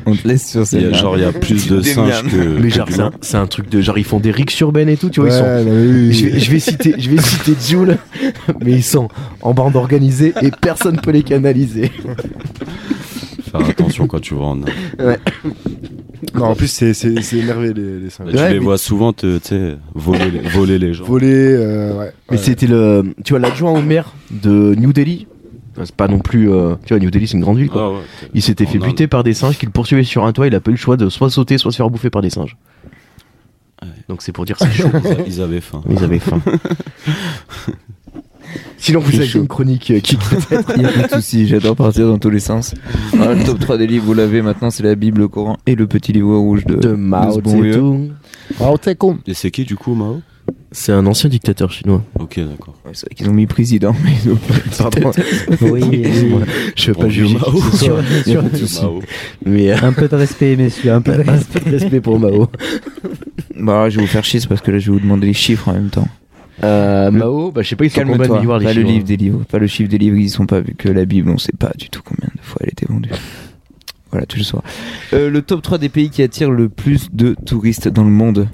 Speaker 3: On te laisse sur
Speaker 4: Il y a-
Speaker 3: celle-là.
Speaker 4: genre, il y a plus
Speaker 3: Tu
Speaker 4: de
Speaker 3: te
Speaker 4: singes
Speaker 3: démerdes.
Speaker 4: que.
Speaker 1: Mais
Speaker 4: que
Speaker 1: genre, c'est
Speaker 4: d'humains.
Speaker 1: un, c'est un truc de. Genre, ils font des rixes urbaines et tout, tu vois. ils sont-
Speaker 2: Ouais, non, mais oui,
Speaker 1: je, vais, je vais citer, je vais citer Jules, [LAUGHS] mais ils sont en bande organisée et personne peut les canaliser.
Speaker 4: Faire attention quand tu vas en Inde.
Speaker 2: [LAUGHS] Non, en plus, c'est c'est- c'est énervé, les, les singes.
Speaker 4: Bah, Tu
Speaker 1: Ouais,
Speaker 4: les
Speaker 1: mais-
Speaker 4: vois souvent, te- tu sais, voler, les- voler les gens.
Speaker 2: Voler, euh, ouais.
Speaker 1: Mais
Speaker 2: ouais.
Speaker 1: c'était le. Tu vois, l'adjoint au maire de New Delhi. Enfin, C'est pas non plus. euh, tu vois, New Delhi, c'est une grande ville, quoi.
Speaker 4: Ah ouais, t'es-
Speaker 1: Il s'était
Speaker 4: en
Speaker 1: fait
Speaker 4: Inde.
Speaker 1: buter par des singes qu'il poursuivait sur un toit. Il a pas eu le choix de soit sauter, soit se faire bouffer par des singes.
Speaker 4: Ouais.
Speaker 1: Donc c'est pour [LAUGHS] dire c'est chaud.
Speaker 4: Ils a- Ils avaient faim.
Speaker 1: Ils avaient faim. [LAUGHS] Sinon, vous
Speaker 3: C'est
Speaker 1: avez
Speaker 3: chaud.
Speaker 1: une chronique euh, qui.
Speaker 3: Il n'y a pas de souci, j'adore partir dans tous les sens. Ah, le top 3 des livres, vous l'avez maintenant, c'est la Bible, le Coran et le petit livre rouge de,
Speaker 1: de Mao
Speaker 3: ce bon vieux.
Speaker 1: Tse-tung.
Speaker 2: Ah, t'es con.
Speaker 4: Et c'est qui du coup, Mao
Speaker 1: C'est un ancien dictateur chinois.
Speaker 4: Ok, [LAUGHS] d'accord.
Speaker 3: Ouais, c'est vrai qu'ils ont mis président, mais ils ont pas dit
Speaker 1: Pardon.
Speaker 5: Oui, oui.
Speaker 1: Je veux pas
Speaker 4: Bon,
Speaker 1: juger
Speaker 4: Mao.
Speaker 1: qui [LAUGHS] que ce soit,
Speaker 5: Sur- sur-
Speaker 4: Mao.
Speaker 1: mais euh, [LAUGHS]
Speaker 5: un peu de respect, messieurs, un peu de respect.
Speaker 1: respect pour Mao.
Speaker 3: Bah alors, je vais vous faire chier c'est parce que là je vais vous demander les chiffres en même temps.
Speaker 1: [LAUGHS] Euh, Mao, bah je sais pas, ils sont combien de
Speaker 3: Calme-toi,
Speaker 1: milliards les
Speaker 3: pas le
Speaker 1: Chinois
Speaker 3: livre des livres, pas le chiffre des livres, ils sont pas vu que la Bible, on sait pas du tout combien de fois elle était vendue. Voilà, tout le soir. Euh, le top 3 des pays qui attirent le plus de touristes dans le monde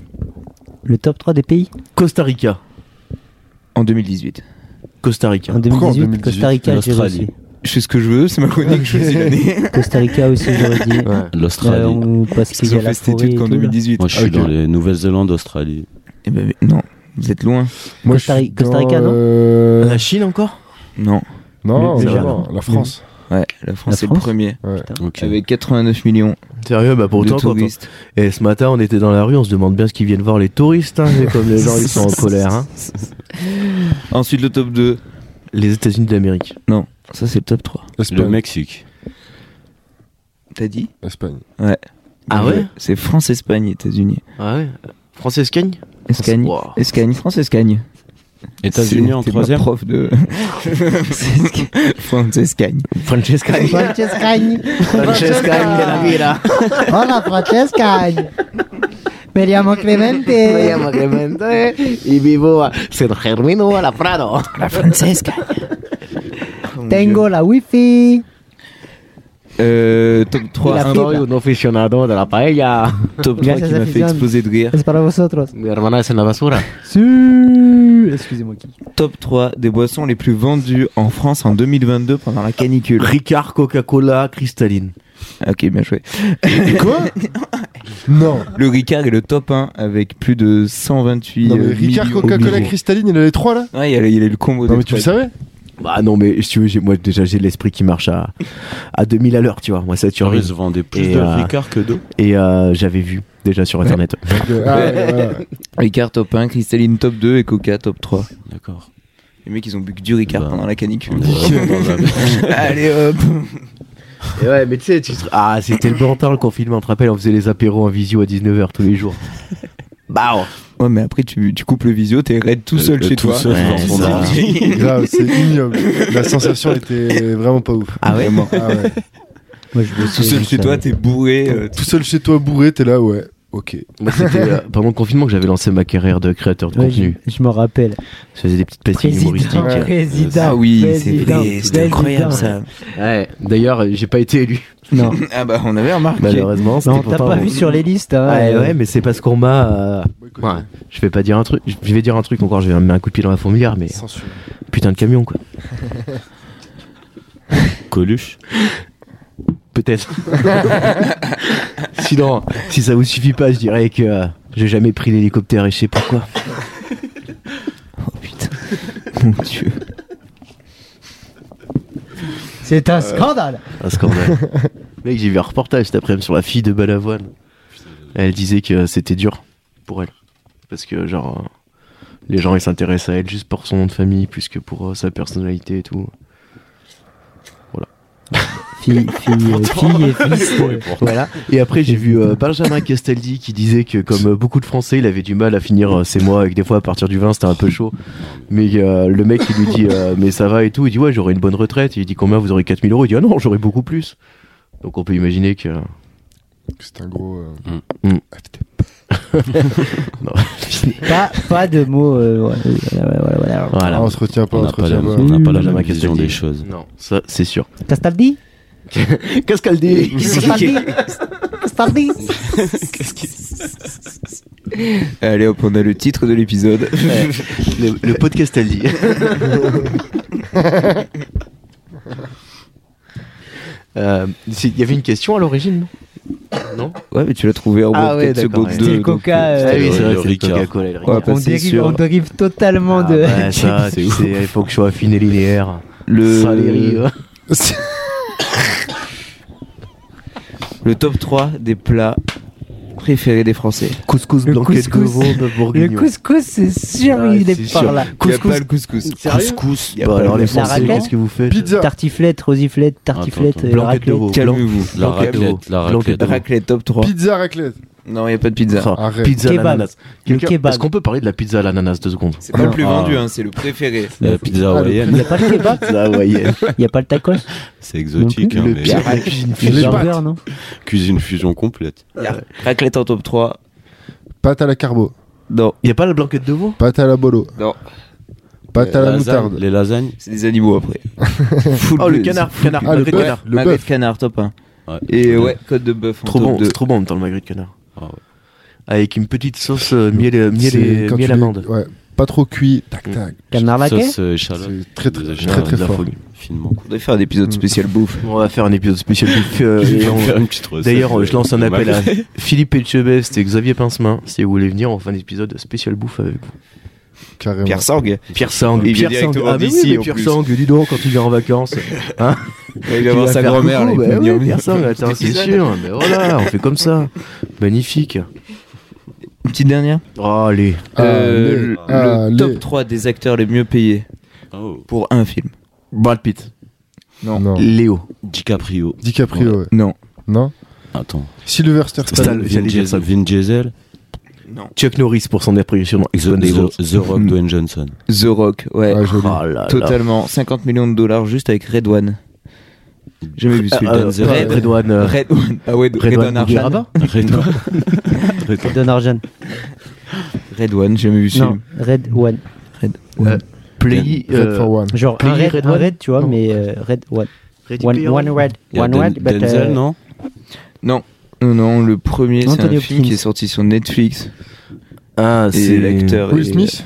Speaker 5: Le top 3 des pays
Speaker 1: Costa Rica.
Speaker 3: en 2018.
Speaker 1: Costa Rica.
Speaker 5: en 2018,
Speaker 2: Pourquoi en 2018,
Speaker 5: Costa Rica, j'ai
Speaker 4: l'Australie.
Speaker 5: aussi.
Speaker 3: Je fais ce que je veux, c'est ma chronique, je
Speaker 5: [LAUGHS]
Speaker 3: choisis l'année.
Speaker 5: Costa Rica aussi, j'aurais dit. Euh,
Speaker 4: L'Australie.
Speaker 5: on- parce qu'il
Speaker 3: Ils
Speaker 5: y a
Speaker 3: ont
Speaker 5: la
Speaker 3: fait cette
Speaker 5: forêt et
Speaker 3: étude
Speaker 5: tout,
Speaker 3: qu'en
Speaker 5: là.
Speaker 3: 2018.
Speaker 4: Moi, je suis
Speaker 2: Ok.
Speaker 4: dans les Nouvelle-Zélande, Australie.
Speaker 3: Eh ben, mais non, vous êtes loin.
Speaker 2: Moi,
Speaker 5: Costa
Speaker 2: je
Speaker 5: Ri-
Speaker 2: suis
Speaker 5: Costa
Speaker 2: dans,
Speaker 5: Rica, non
Speaker 2: euh,
Speaker 1: La Chine encore
Speaker 3: Non.
Speaker 2: Non,
Speaker 5: Le-
Speaker 1: le
Speaker 2: non,
Speaker 1: Japon.
Speaker 2: non, la France.
Speaker 3: Ouais, la France
Speaker 5: La
Speaker 3: est le
Speaker 5: France
Speaker 3: premier.
Speaker 4: Ok.
Speaker 3: Avec 89 millions
Speaker 1: Sérieux, bah
Speaker 3: de
Speaker 1: pourtant quand on-
Speaker 3: touristes.
Speaker 1: Et ce matin, on était dans la rue, on se demande bien ce qu'ils viennent voir les touristes, hein, mais comme les gens ils [LAUGHS] sont en colère. hein.
Speaker 3: Ensuite, le top 2.
Speaker 1: Les États-Unis d'Amérique.
Speaker 3: Ça, c'est le top 3.
Speaker 4: Le
Speaker 2: L'Espagne.
Speaker 4: Mexique.
Speaker 3: T'as dit
Speaker 2: L'Espagne.
Speaker 1: Ah ouais
Speaker 3: C'est France, Espagne, États-Unis.
Speaker 1: Ah ouais France Escagne
Speaker 3: Escagne.
Speaker 1: Wow.
Speaker 3: Escagne, France, Escagne.
Speaker 4: États-Unis
Speaker 3: C'est-
Speaker 4: en
Speaker 3: t'es ma
Speaker 4: troisième.
Speaker 3: prof
Speaker 2: [LAUGHS]
Speaker 3: de. France, Escagne.
Speaker 1: France Escagne
Speaker 5: Francesca
Speaker 1: France Escagne de la vida
Speaker 5: Hola, Francesca Me llamo Clemente
Speaker 1: y vivo a San Germino a la Prado.
Speaker 3: La Francesca.
Speaker 5: Tengo la wifi
Speaker 3: Euh, top 3.
Speaker 5: La
Speaker 3: un-
Speaker 5: Soy
Speaker 1: un aficionado de la paella.
Speaker 3: top 3
Speaker 5: Gracias,
Speaker 3: qui m'a fait
Speaker 5: afición.
Speaker 3: exploser de rire.
Speaker 5: Es para vosotros
Speaker 1: Mi hermana es en la basura.
Speaker 5: Si
Speaker 3: Uh,
Speaker 5: Excusez-moi qui
Speaker 3: Top 3 des boissons les plus vendues en France en 2022 pendant la canicule.
Speaker 1: Ricard, Coca-Cola, cristalline.
Speaker 3: Ok, bien joué. [LAUGHS]
Speaker 2: Quoi Non.
Speaker 3: Le Ricard est le top 1 avec plus de 128
Speaker 2: Non, mais
Speaker 3: euh,
Speaker 2: Ricard,
Speaker 3: millions
Speaker 2: Coca-Cola,
Speaker 3: d'euros.
Speaker 2: Cristalline, il en a les trois là
Speaker 3: Ouais, il y, a le- il y a le combo
Speaker 2: Non,
Speaker 3: des
Speaker 2: mais tu
Speaker 3: trois.
Speaker 2: le savais
Speaker 1: Bah non, mais si tu veux, j'ai- moi déjà j'ai l'esprit qui marche à, à 2000 à l'heure, tu vois. Moi ça
Speaker 4: Tu
Speaker 1: turbine.
Speaker 4: se vendait plus
Speaker 1: Et,
Speaker 4: de
Speaker 1: euh,
Speaker 4: Ricard que d'eau.
Speaker 1: Et euh, j'avais vu déjà sur internet.
Speaker 2: Ah, euh, ouais, ouais, ouais.
Speaker 3: Ricard top 1, Cristalline top 2 et Coca top 3.
Speaker 4: D'accord.
Speaker 3: Les mecs, ils ont bu que du Ricard
Speaker 4: Bah.
Speaker 3: pendant la canicule.
Speaker 4: On
Speaker 3: [LAUGHS]
Speaker 4: est vraiment dans la-
Speaker 3: Allez hop
Speaker 1: [LAUGHS] Et ouais, mais tu sais, tu te- ah, c'était le bon temps le confinement. On te rappelle, on faisait les apéros en visio à 19h tous les jours. Bah,
Speaker 3: Ouais, mais après, tu, tu coupes le visio, t'es raide tout
Speaker 4: Euh,
Speaker 3: seul
Speaker 4: euh,
Speaker 3: chez
Speaker 4: tout
Speaker 3: toi.
Speaker 4: seul
Speaker 1: Ouais,
Speaker 4: dans son
Speaker 1: c'est
Speaker 4: bar.
Speaker 1: ça.
Speaker 2: Grave, c'est ignoble. La sensation était vraiment pas ouf.
Speaker 1: Ah ouais
Speaker 3: Vraiment.
Speaker 2: Ah ouais.
Speaker 5: Moi, je
Speaker 3: [LAUGHS] Tout seul chez toi, t'es bourré. euh,
Speaker 2: Tout seul chez toi bourré, t'es là, ouais. Ok.
Speaker 1: Moi, c'était [LAUGHS] euh, pendant le confinement que j'avais lancé ma carrière de créateur de
Speaker 5: Ouais, je,
Speaker 1: contenu.
Speaker 5: je m'en rappelle.
Speaker 1: Je faisais des petites pastilles humoristiques.
Speaker 5: Président, président.
Speaker 3: Ah oui, c'est
Speaker 5: président,
Speaker 3: vrai, c'était
Speaker 5: président.
Speaker 3: incroyable ça.
Speaker 1: Ouais. D'ailleurs, euh, j'ai pas été élu,
Speaker 5: Non,
Speaker 3: [LAUGHS] Ah bah, on avait remarqué.
Speaker 1: malheureusement.
Speaker 5: non
Speaker 1: c'était
Speaker 5: t'as
Speaker 1: pourtant
Speaker 5: pas
Speaker 1: mon-
Speaker 5: vu sur les listes.
Speaker 3: Ah,
Speaker 5: Hein,
Speaker 1: Ouais,
Speaker 5: euh,
Speaker 1: ouais, mais c'est parce qu'on m'a. euh, Ouais, je vais pas dire un truc. Je je vais dire un truc encore. Je vais mettre un coup de pied dans la fourmilière, mais
Speaker 2: Censure.
Speaker 1: putain de camion quoi.
Speaker 4: Coluche.
Speaker 1: Peut-être. [LAUGHS] Sinon, si ça vous suffit pas, je dirais que euh, j'ai jamais pris l'hélicoptère et je sais pourquoi.
Speaker 3: Oh putain. Mon dieu.
Speaker 5: C'est un scandale.
Speaker 1: Un scandale. [LAUGHS] Mec, j'ai vu un reportage cet après-midi sur la fille de Balavoine. Elle disait que c'était dur pour elle. Parce que, genre, euh, les gens ils s'intéressent à elle juste pour son nom de famille, plus que pour euh, sa personnalité et tout.
Speaker 5: Fille,
Speaker 3: [LAUGHS]
Speaker 5: fille, euh, fille et fils. euh,
Speaker 1: Voilà. Et après, j'ai vu euh, Benjamin Castaldi qui disait que, comme euh, beaucoup de Français, il avait du mal à finir euh, ses mois et que des fois, à partir du 20, c'était un peu chaud. Mais euh, le mec, il lui dit, euh, mais ça va et tout. Il dit, ouais, j'aurai une bonne retraite. Il dit, combien vous aurez 4000 euros Il dit, ah non, j'aurai beaucoup plus. Donc, on peut imaginer que.
Speaker 2: C'est un gros. euh,
Speaker 1: Mm. Mm.
Speaker 2: FT.
Speaker 1: Non.
Speaker 5: Pas, pas de mots. euh, ouais, euh, voilà, voilà, voilà.
Speaker 2: Ah,
Speaker 1: voilà.
Speaker 2: on se retient pas,
Speaker 4: On
Speaker 2: on,
Speaker 4: n'a
Speaker 2: se
Speaker 4: pas la
Speaker 2: retient pas.
Speaker 4: on n'a pas la
Speaker 3: Mmh.
Speaker 1: Benjamin
Speaker 4: même vision
Speaker 1: Castaldi.
Speaker 4: des choses.
Speaker 1: Non, ça, c'est sûr.
Speaker 5: Castaldi
Speaker 3: [LAUGHS]
Speaker 1: Qu'est-ce qu'elle dit
Speaker 5: Castaldi Castaldi
Speaker 3: Allez hop, on a le titre de l'épisode.
Speaker 1: le, le podcast elle [LAUGHS] dit. Euh, c'est- Il y avait une question à l'origine, non Non
Speaker 3: Ouais, mais tu l'as trouvé en
Speaker 1: Ah
Speaker 3: mode
Speaker 1: ouais,
Speaker 3: 4
Speaker 1: d'accord,
Speaker 3: secondes
Speaker 1: ouais.
Speaker 3: 2.
Speaker 5: C'était le coca, euh,
Speaker 1: Ah oui,
Speaker 4: le-
Speaker 1: c'est vrai,
Speaker 4: le
Speaker 1: c'est le
Speaker 4: Ricard.
Speaker 1: Coca-Cola et le
Speaker 3: Ouais,
Speaker 1: Ricard.
Speaker 3: parce-
Speaker 5: on
Speaker 3: c'est
Speaker 5: dérive,
Speaker 3: sûr.
Speaker 5: on dérive totalement
Speaker 1: Ah
Speaker 5: de. [LAUGHS]
Speaker 1: bah, [LAUGHS] ça, tu sais, il faut que je sois fine et linéaire.
Speaker 3: Le...
Speaker 1: Saléri, euh.
Speaker 3: le top 3 des plats préférés des Français.
Speaker 1: Couscous
Speaker 5: Le
Speaker 1: blanquette de
Speaker 5: couscous.
Speaker 1: veau de
Speaker 5: le
Speaker 1: bourguignon.
Speaker 5: couscous, c'est sûr,
Speaker 1: Ah,
Speaker 5: il
Speaker 1: c'est
Speaker 5: est par
Speaker 1: sûr.
Speaker 5: là.
Speaker 3: Il y a
Speaker 1: Couscous.
Speaker 3: pas le couscous.
Speaker 1: Sérieux
Speaker 3: Couscous. y a
Speaker 1: Bah
Speaker 3: pas
Speaker 1: alors
Speaker 3: le
Speaker 1: les
Speaker 3: couscous.
Speaker 1: Français,
Speaker 5: raclette
Speaker 1: qu'est-ce que vous faites
Speaker 2: Pizza.
Speaker 5: Tartiflette, rosiflette, tartiflette,
Speaker 4: Attends,
Speaker 5: euh,
Speaker 1: attends. Blanquette de
Speaker 5: raclette.
Speaker 1: veau.
Speaker 3: Calmez-vous.
Speaker 4: La
Speaker 1: Blanquette de veau.
Speaker 4: raclette, la
Speaker 1: Blanquette
Speaker 4: raclette.
Speaker 1: de veau.
Speaker 3: Raclette top 3.
Speaker 2: Pizza raclette.
Speaker 3: Non, il n'y a pas de pizza.
Speaker 1: Oh,
Speaker 2: Arrête.
Speaker 1: pizza à
Speaker 5: Kebab.
Speaker 1: l'ananas.
Speaker 5: Le
Speaker 1: Quelqu'un-
Speaker 5: kebab.
Speaker 1: Est-ce qu'on peut parler de la pizza à l'ananas deux secondes
Speaker 3: C'est pas le plus
Speaker 4: Ah.
Speaker 3: vendu, hein, c'est le [LAUGHS] préféré.
Speaker 4: La
Speaker 2: Ah,
Speaker 4: pizza
Speaker 5: Il n'y
Speaker 4: hawaïenne,
Speaker 5: a pas le kebab,
Speaker 1: Pizza hawaïenne.
Speaker 5: il n'y a pas le tacos,
Speaker 4: c'est exotique,
Speaker 1: Le
Speaker 4: hein, mais
Speaker 1: pire, la
Speaker 5: le
Speaker 2: Les
Speaker 1: cuisine.
Speaker 5: burger,
Speaker 2: pâtes.
Speaker 5: non
Speaker 4: cuisine fusion complète.
Speaker 3: Y a Raclette en top 3.
Speaker 2: Pâte à la carbo.
Speaker 3: Non.
Speaker 1: [LAUGHS] Il y a pas la blanquette de veau
Speaker 2: Pâte à la bolo.
Speaker 3: Non,
Speaker 2: Pâte à la
Speaker 4: Lasagne,
Speaker 2: moutarde.
Speaker 4: Les lasagnes,
Speaker 3: c'est des animaux [LAUGHS] après. Full
Speaker 1: Oh le
Speaker 3: buzz.
Speaker 1: canard, canard,
Speaker 2: Ah, le
Speaker 1: magret de
Speaker 2: bœuf.
Speaker 1: canard.
Speaker 2: Le
Speaker 3: Magret
Speaker 2: bœuf.
Speaker 3: de canard, top 1.
Speaker 4: Ouais.
Speaker 3: Et ouais, côte de bœuf en
Speaker 1: Trop
Speaker 3: top
Speaker 1: bon,
Speaker 3: 2.
Speaker 1: c'est trop bon en même temps le magret de canard.
Speaker 4: Ah ouais.
Speaker 1: Avec une petite sauce euh, miel, et- miel,
Speaker 2: C'est
Speaker 1: et,
Speaker 2: quand
Speaker 1: miel
Speaker 2: tu les-
Speaker 1: amande. Mm.
Speaker 2: Ouais. Pas trop cuit. Tac tac.
Speaker 5: Canard laquais
Speaker 4: sauce euh, échalote,
Speaker 2: C'est très très
Speaker 4: Des
Speaker 2: très très
Speaker 1: de la
Speaker 2: fort.
Speaker 1: folie.
Speaker 4: finement
Speaker 3: On devrait faire un épisode
Speaker 2: Mm.
Speaker 3: spécial bouffe.
Speaker 1: On va faire un épisode spécial [LAUGHS] bouffe, euh,
Speaker 4: coupé.
Speaker 1: et on-
Speaker 4: Faire une petite recette,
Speaker 1: D'ailleurs, euh, je lance un
Speaker 4: euh,
Speaker 1: appel à
Speaker 4: malgré-
Speaker 1: Philippe Etchebest et Xavier Pincemain. Si vous voulez venir, on fait un épisode spécial bouffe avec vous.
Speaker 2: Carrément.
Speaker 3: Pierre Sorgue.
Speaker 1: Pierre Sang,
Speaker 3: Il vient
Speaker 1: Pierre Sang,
Speaker 3: directement
Speaker 1: ah, mais oui,
Speaker 3: d'ici,
Speaker 1: mais
Speaker 3: en
Speaker 1: Pierre
Speaker 3: plus.
Speaker 1: Sang, dis donc, quand il vient en vacances. Hein
Speaker 3: Il va
Speaker 1: tu
Speaker 3: voir
Speaker 1: vas
Speaker 3: sa
Speaker 1: faire
Speaker 3: grand-mère.
Speaker 1: coucou,
Speaker 3: là, il
Speaker 1: bah
Speaker 3: peut venir.
Speaker 1: oui, Pierre Sang, attends, c'est sûr. [LAUGHS] Mais voilà, on fait comme ça. Magnifique.
Speaker 3: Une petite dernière.
Speaker 1: Oh, allez.
Speaker 3: Euh,
Speaker 2: Ah,
Speaker 3: le- le
Speaker 2: Allez, allez.
Speaker 3: top 3 des acteurs les mieux payés
Speaker 4: Oh,
Speaker 3: pour un film.
Speaker 1: Brad Pitt.
Speaker 2: Non.
Speaker 1: Léo.
Speaker 4: DiCaprio.
Speaker 2: DiCaprio. ouais.
Speaker 3: Non.
Speaker 2: Non.
Speaker 4: Attends.
Speaker 2: Sylvester Stallone.
Speaker 1: Stallone.
Speaker 4: Vin
Speaker 1: j'allais dire ça.
Speaker 4: Diesel, Vin Diesel,
Speaker 1: Chuck Norris pour son appréciation dans
Speaker 4: The,
Speaker 1: Expendables.
Speaker 4: The- The Rock,
Speaker 3: Mm.
Speaker 1: [LAUGHS]
Speaker 4: Dwayne Johnson.
Speaker 3: The Rock, ouais.
Speaker 2: Ah, joli.
Speaker 1: Oh là là.
Speaker 3: Totalement. 50 millions de dollars juste avec Red One. Jamais vu celui-là.
Speaker 1: Euh,
Speaker 4: Denzel.
Speaker 1: Red- Redouane. euh,
Speaker 3: Ah, Red One. Ah ouais, de- Red, One
Speaker 1: Redouane
Speaker 3: Arjan.
Speaker 1: Bougueraba.
Speaker 4: Redouane. Redouane.
Speaker 5: Don Arjan.
Speaker 3: Red One, jamais vu celui-là.
Speaker 5: Non, Red One.
Speaker 1: Play.
Speaker 2: Red for one.
Speaker 5: Genre un
Speaker 1: Peggy,
Speaker 5: red,
Speaker 1: Red
Speaker 5: un
Speaker 1: One
Speaker 5: red, tu vois,
Speaker 2: Non.
Speaker 5: mais euh, Red One.
Speaker 1: Ready
Speaker 5: One,
Speaker 1: Player
Speaker 5: one Red.
Speaker 4: Il y a
Speaker 5: one
Speaker 4: Den-
Speaker 5: Red, but,
Speaker 4: Denzel,
Speaker 5: euh,
Speaker 4: non
Speaker 3: Non, non, le premier, c'est un
Speaker 5: Anthony
Speaker 3: film qui
Speaker 5: Hopkins.
Speaker 3: est sorti sur Netflix.
Speaker 1: Ah,
Speaker 3: Et
Speaker 1: c'est
Speaker 3: l'acteur.
Speaker 2: Will
Speaker 3: est-
Speaker 2: Smith.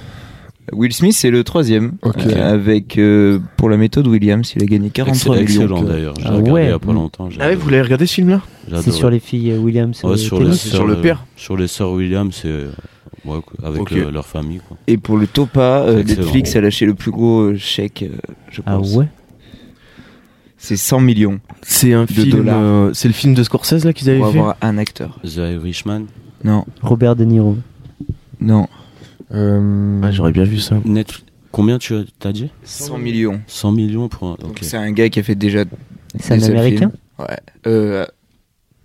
Speaker 3: Will Smith, c'est le troisième.
Speaker 2: Ok.
Speaker 3: Euh, avec, euh, pour la méthode Williams, il a gagné
Speaker 4: Ex-
Speaker 3: 43 millions.
Speaker 4: Excellent d'ailleurs. J'ai
Speaker 5: Ah
Speaker 4: regardé
Speaker 5: ouais.
Speaker 4: il y a pas longtemps. j'ai
Speaker 1: Ah ouais,
Speaker 4: adoré.
Speaker 1: vous l'avez regardé ce film-là
Speaker 4: J'ai
Speaker 5: C'est sur
Speaker 4: adoré.
Speaker 5: les filles euh, Williams.
Speaker 4: Ouais,
Speaker 5: euh,
Speaker 4: sur,
Speaker 5: tennis.
Speaker 4: les
Speaker 1: c'est
Speaker 4: sœurs,
Speaker 1: sur le
Speaker 4: euh,
Speaker 1: père.
Speaker 4: Sur les sœurs Williams, c'est euh, ouais, quoi, avec
Speaker 1: Ok.
Speaker 4: le- leur famille. Quoi.
Speaker 3: Et pour le topa, euh,
Speaker 4: Excellent.
Speaker 3: Netflix a lâché le plus gros euh, chèque, euh, je
Speaker 5: Ah
Speaker 3: pense.
Speaker 5: ouais
Speaker 3: C'est 100 millions
Speaker 1: C'est un
Speaker 3: De
Speaker 1: film.
Speaker 3: dollars.
Speaker 1: euh, c'est le film de Scorsese là qu'ils avaient
Speaker 3: pour
Speaker 1: fait.
Speaker 3: avoir un acteur.
Speaker 4: The Irishman,
Speaker 3: Non,
Speaker 5: Robert De Niro.
Speaker 3: non.
Speaker 2: Euh,
Speaker 1: Ouais, Ah, J'aurais bien vu ça.
Speaker 4: Netflix. Combien tu as- t'as dit
Speaker 3: 100 millions.
Speaker 4: 100 millions pour un.
Speaker 3: Donc
Speaker 4: Ok.
Speaker 3: c'est un gars qui a fait déjà.
Speaker 5: C'est un
Speaker 3: des seuls films.
Speaker 5: américain
Speaker 3: Ouais. Euh,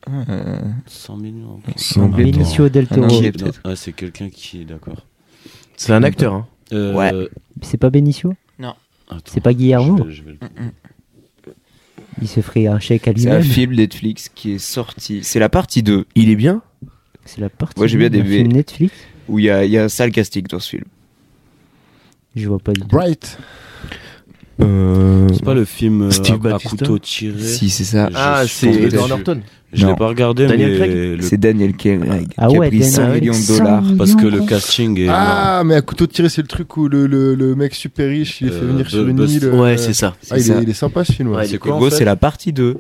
Speaker 3: euh,
Speaker 4: 100 millions.
Speaker 3: Sans
Speaker 1: Ah,
Speaker 3: bêtises.
Speaker 5: Benicio del
Speaker 3: Ah non,
Speaker 5: Toro.
Speaker 3: j'ai-
Speaker 4: Non,
Speaker 3: peut-être.
Speaker 4: ah, c'est quelqu'un qui est d'accord.
Speaker 1: C'est un acteur, hein.
Speaker 4: Euh,
Speaker 3: Ouais.
Speaker 5: C'est pas Benicio
Speaker 4: attends,
Speaker 5: C'est pas Guillermo
Speaker 4: je vais- je vais le-
Speaker 5: Il se ferait un chèque à
Speaker 3: C'est un
Speaker 5: lui-même.
Speaker 3: film Netflix qui est sorti. C'est la partie 2
Speaker 1: Il est bien
Speaker 5: C'est la partie
Speaker 3: Ouais, j'ai bien
Speaker 5: d'un
Speaker 3: des-
Speaker 5: film Netflix.
Speaker 3: où il y a, il y a un sale casting dans ce film.
Speaker 5: Je vois pas du tout.
Speaker 2: Bright.
Speaker 1: euh...
Speaker 4: C'est pas le film euh,
Speaker 1: Steve
Speaker 4: à, à
Speaker 1: Batista
Speaker 4: couteau tiré.
Speaker 3: Si, c'est ça.
Speaker 4: Je
Speaker 1: Ah,
Speaker 4: suis
Speaker 1: c'est
Speaker 4: tombé
Speaker 1: Edward
Speaker 4: dessus.
Speaker 1: Norton.
Speaker 4: Je l'ai
Speaker 3: Non.
Speaker 4: pas regardé,
Speaker 1: Daniel
Speaker 4: mais
Speaker 1: Craig
Speaker 4: le-
Speaker 3: C'est Daniel Craig
Speaker 5: Ah
Speaker 3: qui
Speaker 5: ouais,
Speaker 3: a pris
Speaker 5: Daniel
Speaker 3: 100
Speaker 5: Craig, Ah,
Speaker 3: millions de
Speaker 5: 100
Speaker 3: dollars.
Speaker 5: millions.
Speaker 4: parce que le casting est.
Speaker 2: Ah, mais à couteau tiré, c'est le truc où le, le, le mec super riche, il est fait
Speaker 4: Euh,
Speaker 2: venir sur
Speaker 4: Buzz-
Speaker 2: une
Speaker 4: Buzz-
Speaker 2: île. euh,
Speaker 1: Ouais, c'est ça.
Speaker 2: Ah, il
Speaker 3: ça.
Speaker 2: est, il est sympa ce film. ouais.
Speaker 1: Ouais, il
Speaker 4: c'est
Speaker 1: est
Speaker 4: quoi,
Speaker 1: cool.
Speaker 4: en
Speaker 3: Gros,
Speaker 4: fait
Speaker 3: c'est la partie 2.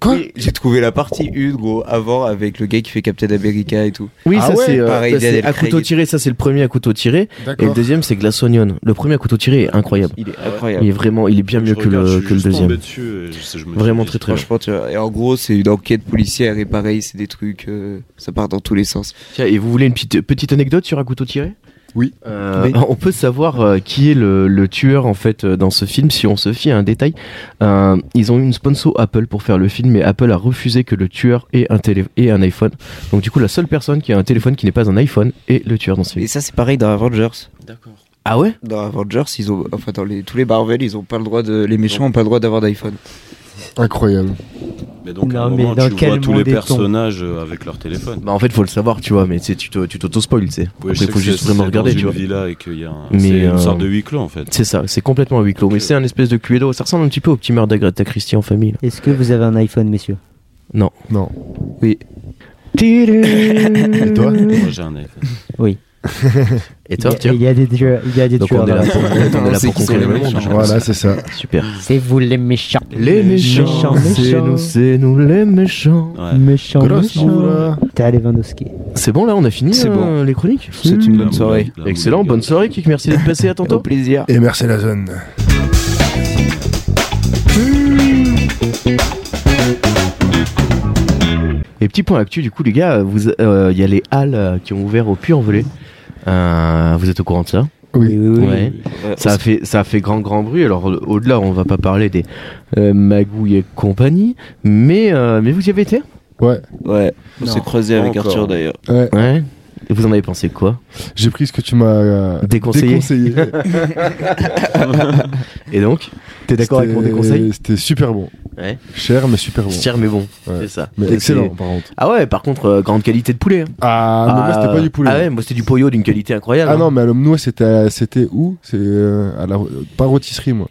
Speaker 2: Quoi
Speaker 3: Oui, J'ai trouvé la partie 1, gros, avant, avec le gars qui fait Captain America et tout.
Speaker 1: Oui,
Speaker 2: Ah
Speaker 1: ça
Speaker 2: ouais,
Speaker 1: c'est euh,
Speaker 3: pareil,
Speaker 1: ça, c'est
Speaker 3: Daniel
Speaker 1: à couteau
Speaker 3: Craig.
Speaker 1: tiré, ça c'est le premier à couteau tiré et le
Speaker 2: D'accord.
Speaker 1: deuxième c'est Glass Onion. Le premier à couteau tiré est incroyable.
Speaker 3: Il est
Speaker 1: Il
Speaker 3: incroyable.
Speaker 1: est vraiment il est bien
Speaker 4: Je
Speaker 1: mieux que
Speaker 4: regarde, je
Speaker 1: le,
Speaker 4: suis
Speaker 1: que le
Speaker 4: juste tombé
Speaker 1: deuxième.
Speaker 4: dessus et je- je me suis
Speaker 1: Vraiment
Speaker 4: dit,
Speaker 1: très très bien.
Speaker 3: Franchement, tu vois, et en gros, c'est une enquête policière et pareil, c'est des trucs, euh, ça part dans tous les sens.
Speaker 1: Tiens, et vous voulez une petite, petite anecdote sur un couteau tiré
Speaker 2: Oui.
Speaker 1: Euh,
Speaker 3: Oui.
Speaker 1: On peut savoir euh, qui est le, le tueur en fait euh, dans ce film si on se fie à un détail. Euh, ils ont eu une sponsor Apple pour faire le film, mais Apple a refusé que le tueur ait un, télé ait un iPhone. Donc du coup, la seule personne qui a un téléphone qui n'est pas un iPhone est le tueur dans ce film.
Speaker 3: Et ça, c'est pareil dans Avengers.
Speaker 4: D'accord.
Speaker 1: Ah ouais
Speaker 3: Dans Avengers, ils ont, enfin, dans les, tous les Marvel, ils ont pas le droit de, les méchants ont pas le droit d'avoir d'iPhone.
Speaker 2: Incroyable.
Speaker 4: Mais donc,
Speaker 5: Non,
Speaker 4: à un
Speaker 5: mais
Speaker 4: moment,
Speaker 5: dans
Speaker 4: tu
Speaker 5: quel
Speaker 4: vois tous
Speaker 5: monde
Speaker 4: les
Speaker 5: est-on
Speaker 4: personnages euh, avec leur téléphone.
Speaker 1: Bah en fait, faut le savoir, tu vois, mais tu sais, tu te- tu t'auto-spoil, tu sais.
Speaker 4: Oui, je
Speaker 1: Après,
Speaker 4: sais
Speaker 1: faut
Speaker 4: que
Speaker 1: juste
Speaker 4: c'est-
Speaker 1: vraiment
Speaker 4: c'est
Speaker 1: regarder,
Speaker 4: dans
Speaker 1: tu
Speaker 4: une
Speaker 1: vois.
Speaker 4: villa et qu'il y a un-
Speaker 1: Mais,
Speaker 4: c'est
Speaker 1: euh,
Speaker 4: une sorte de huis clos
Speaker 1: [LAUGHS]
Speaker 4: en fait.
Speaker 1: C'est ça, c'est complètement à huis clos, mais
Speaker 4: Ok.
Speaker 1: c'est un espèce de cluedo. Ça ressemble un petit peu au petit meurtre d'Agatha Christie en famille. là.
Speaker 5: Est-ce que vous avez un iPhone, messieurs
Speaker 2: Non.
Speaker 1: Et
Speaker 2: Et toi
Speaker 4: Moi j'ai un iPhone.
Speaker 1: toi,
Speaker 5: Il y a- il y a des tueurs. Il y a des
Speaker 1: Donc on
Speaker 5: tueurs.
Speaker 1: est
Speaker 5: dans
Speaker 1: là
Speaker 5: la-
Speaker 1: pour, [LAUGHS] on est là
Speaker 3: C'est
Speaker 1: pour
Speaker 3: qui sont
Speaker 1: conquérir
Speaker 3: les
Speaker 1: le monde.
Speaker 3: méchants.
Speaker 1: je pense.
Speaker 2: Voilà, c'est ça.
Speaker 1: Super.
Speaker 5: C'est vous les méchants.
Speaker 1: Les méchants,
Speaker 5: méchants,
Speaker 1: c'est
Speaker 5: méchants.
Speaker 1: nous, c'est nous les méchants.
Speaker 4: Ouais.
Speaker 5: Méchants,
Speaker 2: Grosse
Speaker 5: méchants.
Speaker 2: bourra.
Speaker 5: T'es allé Lewandowski.
Speaker 1: C'est bon là, on a fini
Speaker 3: C'est
Speaker 1: euh,
Speaker 3: bon.
Speaker 1: les chroniques
Speaker 3: C'est une bonne soirée.
Speaker 1: Excellent, bonne soirée Kik, merci d'être passé, à [LAUGHS]
Speaker 3: Au
Speaker 1: tantôt.
Speaker 3: plaisir.
Speaker 2: Et merci la zone.
Speaker 1: Et petit point actu du coup les gars, vous- euh, il y a les halles euh, qui ont ouvert au Puy-en-Velay. Euh, vous êtes au courant de ça
Speaker 2: Oui.
Speaker 1: Ouais.
Speaker 3: Euh,
Speaker 1: Ça a fait ça a fait grand grand bruit. Alors au- au-delà, on va pas parler des euh, magouilles et compagnie, mais euh, mais vous y avez été
Speaker 2: Ouais.
Speaker 3: Ouais. On s'est croisé
Speaker 4: Pas
Speaker 3: avec
Speaker 4: encore.
Speaker 3: Arthur d'ailleurs.
Speaker 2: ouais.
Speaker 1: Ouais. Et vous en avez pensé quoi
Speaker 2: J'ai pris ce que tu m'as euh,
Speaker 1: Déconseillé.
Speaker 2: déconseillé.
Speaker 1: Et donc, [LAUGHS] t'es d'accord avec mon
Speaker 2: C'était-
Speaker 1: déconseil
Speaker 2: C'était super bon.
Speaker 1: Ouais.
Speaker 2: Cher, mais super bon.
Speaker 1: Cher mais bon,
Speaker 2: Ouais.
Speaker 1: c'est ça.
Speaker 2: Mais
Speaker 1: Et
Speaker 2: excellent,
Speaker 1: c'est-
Speaker 2: par contre.
Speaker 1: Ah ouais, par contre, euh, grande qualité de poulet. hein.
Speaker 2: Ah, mais moi, c'était pas du poulet.
Speaker 1: Ah ouais, moi c'était du pollo d'une qualité incroyable.
Speaker 2: Ah
Speaker 1: hein.
Speaker 2: non, mais à l'homme noix, c'était à- c'était où C'est euh, à la pas rôtisserie moi.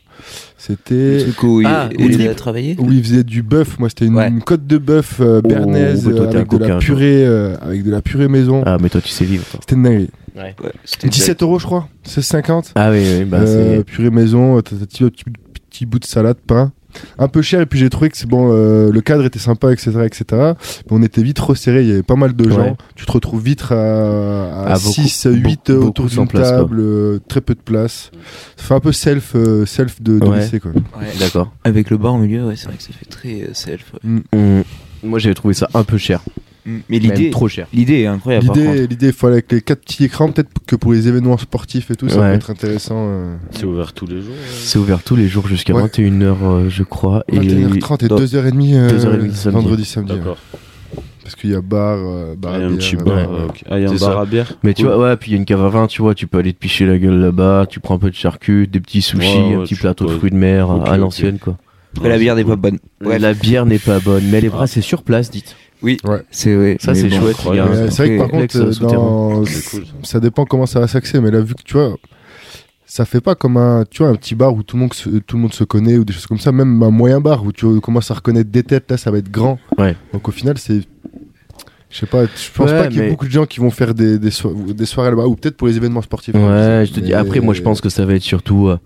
Speaker 3: Le
Speaker 2: C'était
Speaker 3: truc où il,
Speaker 1: Ah,
Speaker 3: où
Speaker 1: au
Speaker 3: il
Speaker 1: trip.
Speaker 3: a travaillé
Speaker 2: où ils faisaient du bœuf. Moi, c'était une,
Speaker 3: Ouais.
Speaker 2: une côte de bœuf euh,
Speaker 1: Oh,
Speaker 2: bernaise
Speaker 1: bah, toi,
Speaker 2: euh,
Speaker 1: t'es un
Speaker 2: avec de
Speaker 1: coquin,
Speaker 2: la
Speaker 1: toi.
Speaker 2: purée euh, avec de la purée maison.
Speaker 1: Ah, mais toi tu sais vivre. toi.
Speaker 2: C'était une dinguerie.
Speaker 3: Ouais, c'était
Speaker 2: 17 euros, je crois. 16,50.
Speaker 1: Ah oui, oui, bah
Speaker 2: Euh, purée maison, euh, t'as- t'as petit, petit, petit bout de salade, pain. Un peu cher, et puis j'ai trouvé que c'est bon, euh, le cadre était sympa, etc. etc. Mais on était vite resserré, il y avait pas mal de gens.
Speaker 1: Ouais.
Speaker 2: Tu te retrouves vite à, à,
Speaker 1: À beaucoup-
Speaker 2: 6, 8
Speaker 1: beaucoup-
Speaker 2: autour
Speaker 1: beaucoup sans
Speaker 2: d'une
Speaker 1: place, quoi.
Speaker 2: table, euh, très peu de place. Ça fait un peu self, euh, self de, de
Speaker 1: Ouais.
Speaker 2: lycée, quoi.
Speaker 3: Ouais.
Speaker 1: c'est. D'accord.
Speaker 3: Avec le bar au milieu, ouais, c'est vrai que ça fait très euh, self. ouais.
Speaker 2: mm.
Speaker 1: Hum, Moi j'avais trouvé ça un peu cher. Même
Speaker 3: Mais l'idée,
Speaker 1: trop cher.
Speaker 3: l'idée est incroyable. par contre.
Speaker 2: L'idée, l'idée, il faut aller avec les quatre petits écrans, peut-être que pour les événements sportifs et tout, ça
Speaker 1: Ouais.
Speaker 2: peut être intéressant. euh.
Speaker 4: C'est ouvert tous les jours.
Speaker 1: C'est ouvert tous les jours jusqu'à
Speaker 2: Ouais.
Speaker 1: 21h, euh, je crois. Et
Speaker 2: 21h30 et
Speaker 1: dans-
Speaker 2: 2h30,
Speaker 1: 2h30 samedi.
Speaker 2: vendredi samedi. ouais.
Speaker 4: D'accord.
Speaker 2: Parce qu'il y a bar, euh, bar
Speaker 4: Ah, il y
Speaker 2: à
Speaker 4: a un
Speaker 2: bière,
Speaker 4: petit
Speaker 2: euh,
Speaker 4: bar.
Speaker 1: ouais.
Speaker 4: euh, ok. Ah, il y a un
Speaker 1: C'est ça.
Speaker 4: bar à bière.
Speaker 1: Mais tu vois, ouais, puis il y a une cave à vin, tu vois, tu peux aller te picher la gueule là-bas, tu prends un peu de charcut, des petits sushis,
Speaker 4: Ouais,
Speaker 1: un
Speaker 4: ouais,
Speaker 1: petit
Speaker 4: tu
Speaker 1: plateau de
Speaker 4: peux-
Speaker 1: fruits de mer
Speaker 4: Ok,
Speaker 1: à
Speaker 4: ok.
Speaker 1: l'ancienne, quoi.
Speaker 3: Mais la bière n'est pas bonne. Bref.
Speaker 1: La bière n'est pas bonne, mais les bras, c'est sur place, dites.
Speaker 3: C'est vrai.
Speaker 1: Ça,
Speaker 3: mais
Speaker 1: c'est chouette, les gars.
Speaker 4: incroyable.
Speaker 2: Mais C'est vrai que par
Speaker 1: Après,
Speaker 2: contre,
Speaker 1: Lex,
Speaker 2: euh,
Speaker 1: souterrain.
Speaker 2: dans-
Speaker 4: C'est cool.
Speaker 2: ça dépend comment ça va s'axer, mais là, vu que tu vois, ça fait pas comme un, tu vois, un petit bar où tout le, monde se, tout le monde se connaît ou des choses comme ça, même un moyen bar où tu commences à reconnaître des têtes, là, ça va être grand.
Speaker 1: Ouais.
Speaker 2: Donc au final, c'est. Je sais pas, je pense
Speaker 1: Ouais,
Speaker 2: pas qu'il y ait
Speaker 1: mais-
Speaker 2: beaucoup de gens qui vont faire des, des, so- ou des soirées là-bas, ou peut-être pour les événements sportifs.
Speaker 1: Ouais,
Speaker 2: hein,
Speaker 1: je te dis.
Speaker 2: mais-
Speaker 1: Après, moi, je pense que ça va être surtout. euh,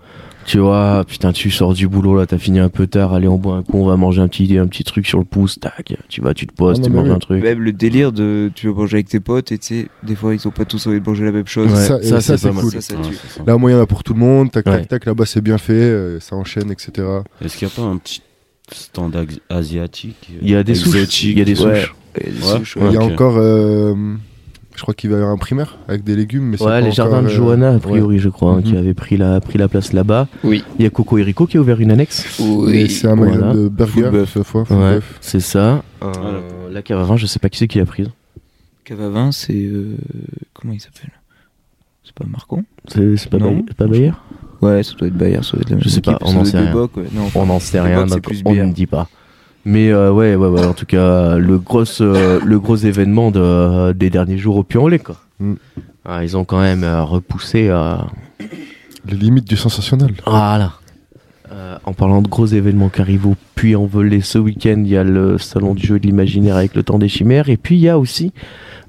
Speaker 1: tu vois, putain, tu sors du boulot là, t'as fini un peu tard. Allez, on boit un coup, on va manger un petit, un petit truc sur le pouce. Tac, tu vas, tu te poses,
Speaker 2: Ah non,
Speaker 1: tu
Speaker 2: mais
Speaker 1: manges
Speaker 2: oui.
Speaker 1: un truc.
Speaker 3: Même le délire de tu veux manger avec tes potes et tu sais, des fois ils ont pas tous envie de manger la même chose.
Speaker 1: Ouais,
Speaker 2: ça, et ça, c'est
Speaker 1: pas mal.
Speaker 2: cool.
Speaker 3: Ça, ça
Speaker 4: Ah,
Speaker 3: tue.
Speaker 4: c'est ça.
Speaker 2: Là, au moyen, là, pour tout le monde, tac,
Speaker 1: Ouais.
Speaker 2: tac, tac, là-bas, c'est bien fait, euh, ça enchaîne, etc.
Speaker 4: Est-ce qu'il n'y a pas un petit stand as- asiatique euh,
Speaker 1: Il y a des souches.
Speaker 4: exotique
Speaker 1: Il y a des
Speaker 4: ouais.
Speaker 1: souches.
Speaker 3: Et
Speaker 4: Ouais.
Speaker 3: c'est chaud.
Speaker 2: Il y a
Speaker 4: Ok.
Speaker 2: encore. euh, Je crois qu'il va y avoir un primaire avec des légumes, mais c'est
Speaker 1: Ouais,
Speaker 2: pas
Speaker 1: les jardins de
Speaker 2: encore, euh,
Speaker 1: Johanna, a priori, je crois, hein,
Speaker 2: Mhm.
Speaker 1: qui avait pris la, pris la place là-bas.
Speaker 3: Oui.
Speaker 1: Il y a Coco Rico qui a ouvert une annexe.
Speaker 2: mais C'est un magasin
Speaker 1: Voilà.
Speaker 2: de
Speaker 3: Full
Speaker 2: burgers
Speaker 3: bœuf.
Speaker 2: cette fois. full
Speaker 1: Ouais,
Speaker 2: bœuf.
Speaker 1: c'est ça. Euh,
Speaker 4: Voilà.
Speaker 1: La cave à vin, je sais pas qui c'est qui l'a prise.
Speaker 3: Cavavin, c'est. euh, Comment il s'appelle C'est pas Marcon
Speaker 1: C'est c'est pas,
Speaker 3: Non.
Speaker 1: Bayer- pas Bayer
Speaker 3: Ouais, ça doit être Bayer, ça doit être la même
Speaker 1: Je sais
Speaker 3: équipe,
Speaker 1: pas, on
Speaker 3: ça
Speaker 1: n'en
Speaker 3: doit
Speaker 1: sait
Speaker 3: être
Speaker 1: rien.
Speaker 3: Bock, ouais. Non,
Speaker 1: On n'en sait
Speaker 3: Je
Speaker 1: rien,
Speaker 3: crois que c'est
Speaker 1: donc
Speaker 3: plus
Speaker 1: on
Speaker 3: bière.
Speaker 1: ne dit pas. Mais euh, ouais, ouais, ouais, en tout cas, le gros, euh, le gros événement de, euh, des derniers jours au Puy-en-Velay, quoi.
Speaker 2: Mm.
Speaker 1: Ah, ils ont quand même euh, repoussé. euh,
Speaker 2: Les limites du sensationnel.
Speaker 1: Voilà. Euh, en parlant de gros événements qui arrivent au Puy-en-Velay ce week-end, il y a le salon du jeu et de l'imaginaire avec le temps des chimères. Et puis il y a aussi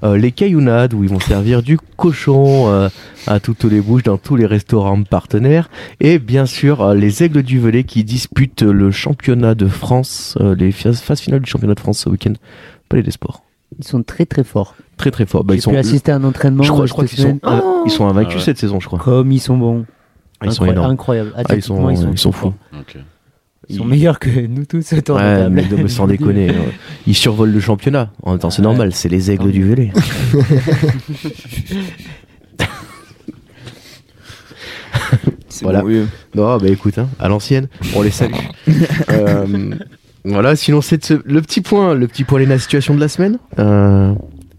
Speaker 1: euh, les caillounades où ils vont servir du cochon euh, à toutes les bouches dans tous les restaurants partenaires. Et bien sûr, euh, les Aigles du Velay qui disputent le championnat de France, euh, les fi- phases finales du championnat de France ce week-end. Palais des Sports.
Speaker 6: Ils sont très très forts.
Speaker 1: Très très fort. Bah,
Speaker 6: J'ai
Speaker 1: ils sont,
Speaker 6: pu assister à un entraînement.
Speaker 1: je crois,
Speaker 6: euh,
Speaker 1: je crois
Speaker 6: cette
Speaker 1: qu'ils sont,
Speaker 6: semaine.
Speaker 1: euh, ils sont invaincus
Speaker 4: Ah ouais.
Speaker 1: cette saison, je crois.
Speaker 5: Comme ils sont bons.
Speaker 1: Ah, ils sont
Speaker 5: Incroy-
Speaker 1: énormes.
Speaker 5: Incroyable.
Speaker 1: Ah, ils, sont,
Speaker 5: Athlétiquement,
Speaker 1: ils sont fous.
Speaker 4: Ok.
Speaker 5: Ils sont meilleurs que nous tous autour de la
Speaker 1: Ouais,
Speaker 5: table.
Speaker 1: mais, non, mais
Speaker 5: [LAUGHS]
Speaker 1: sans
Speaker 5: Je vous le dis.
Speaker 1: déconner, euh, ils survolent le championnat. En même temps, c'est
Speaker 5: Ouais.
Speaker 1: normal, c'est les aigles
Speaker 5: Non,
Speaker 1: du Velay.
Speaker 3: C'est
Speaker 1: Voilà.
Speaker 3: bon, oui.
Speaker 1: Non, bah écoute, hein, à l'ancienne, on les salue. Euh, voilà, sinon, c'est de ce- le petit point, le petit point Léna situation de la semaine. Euh,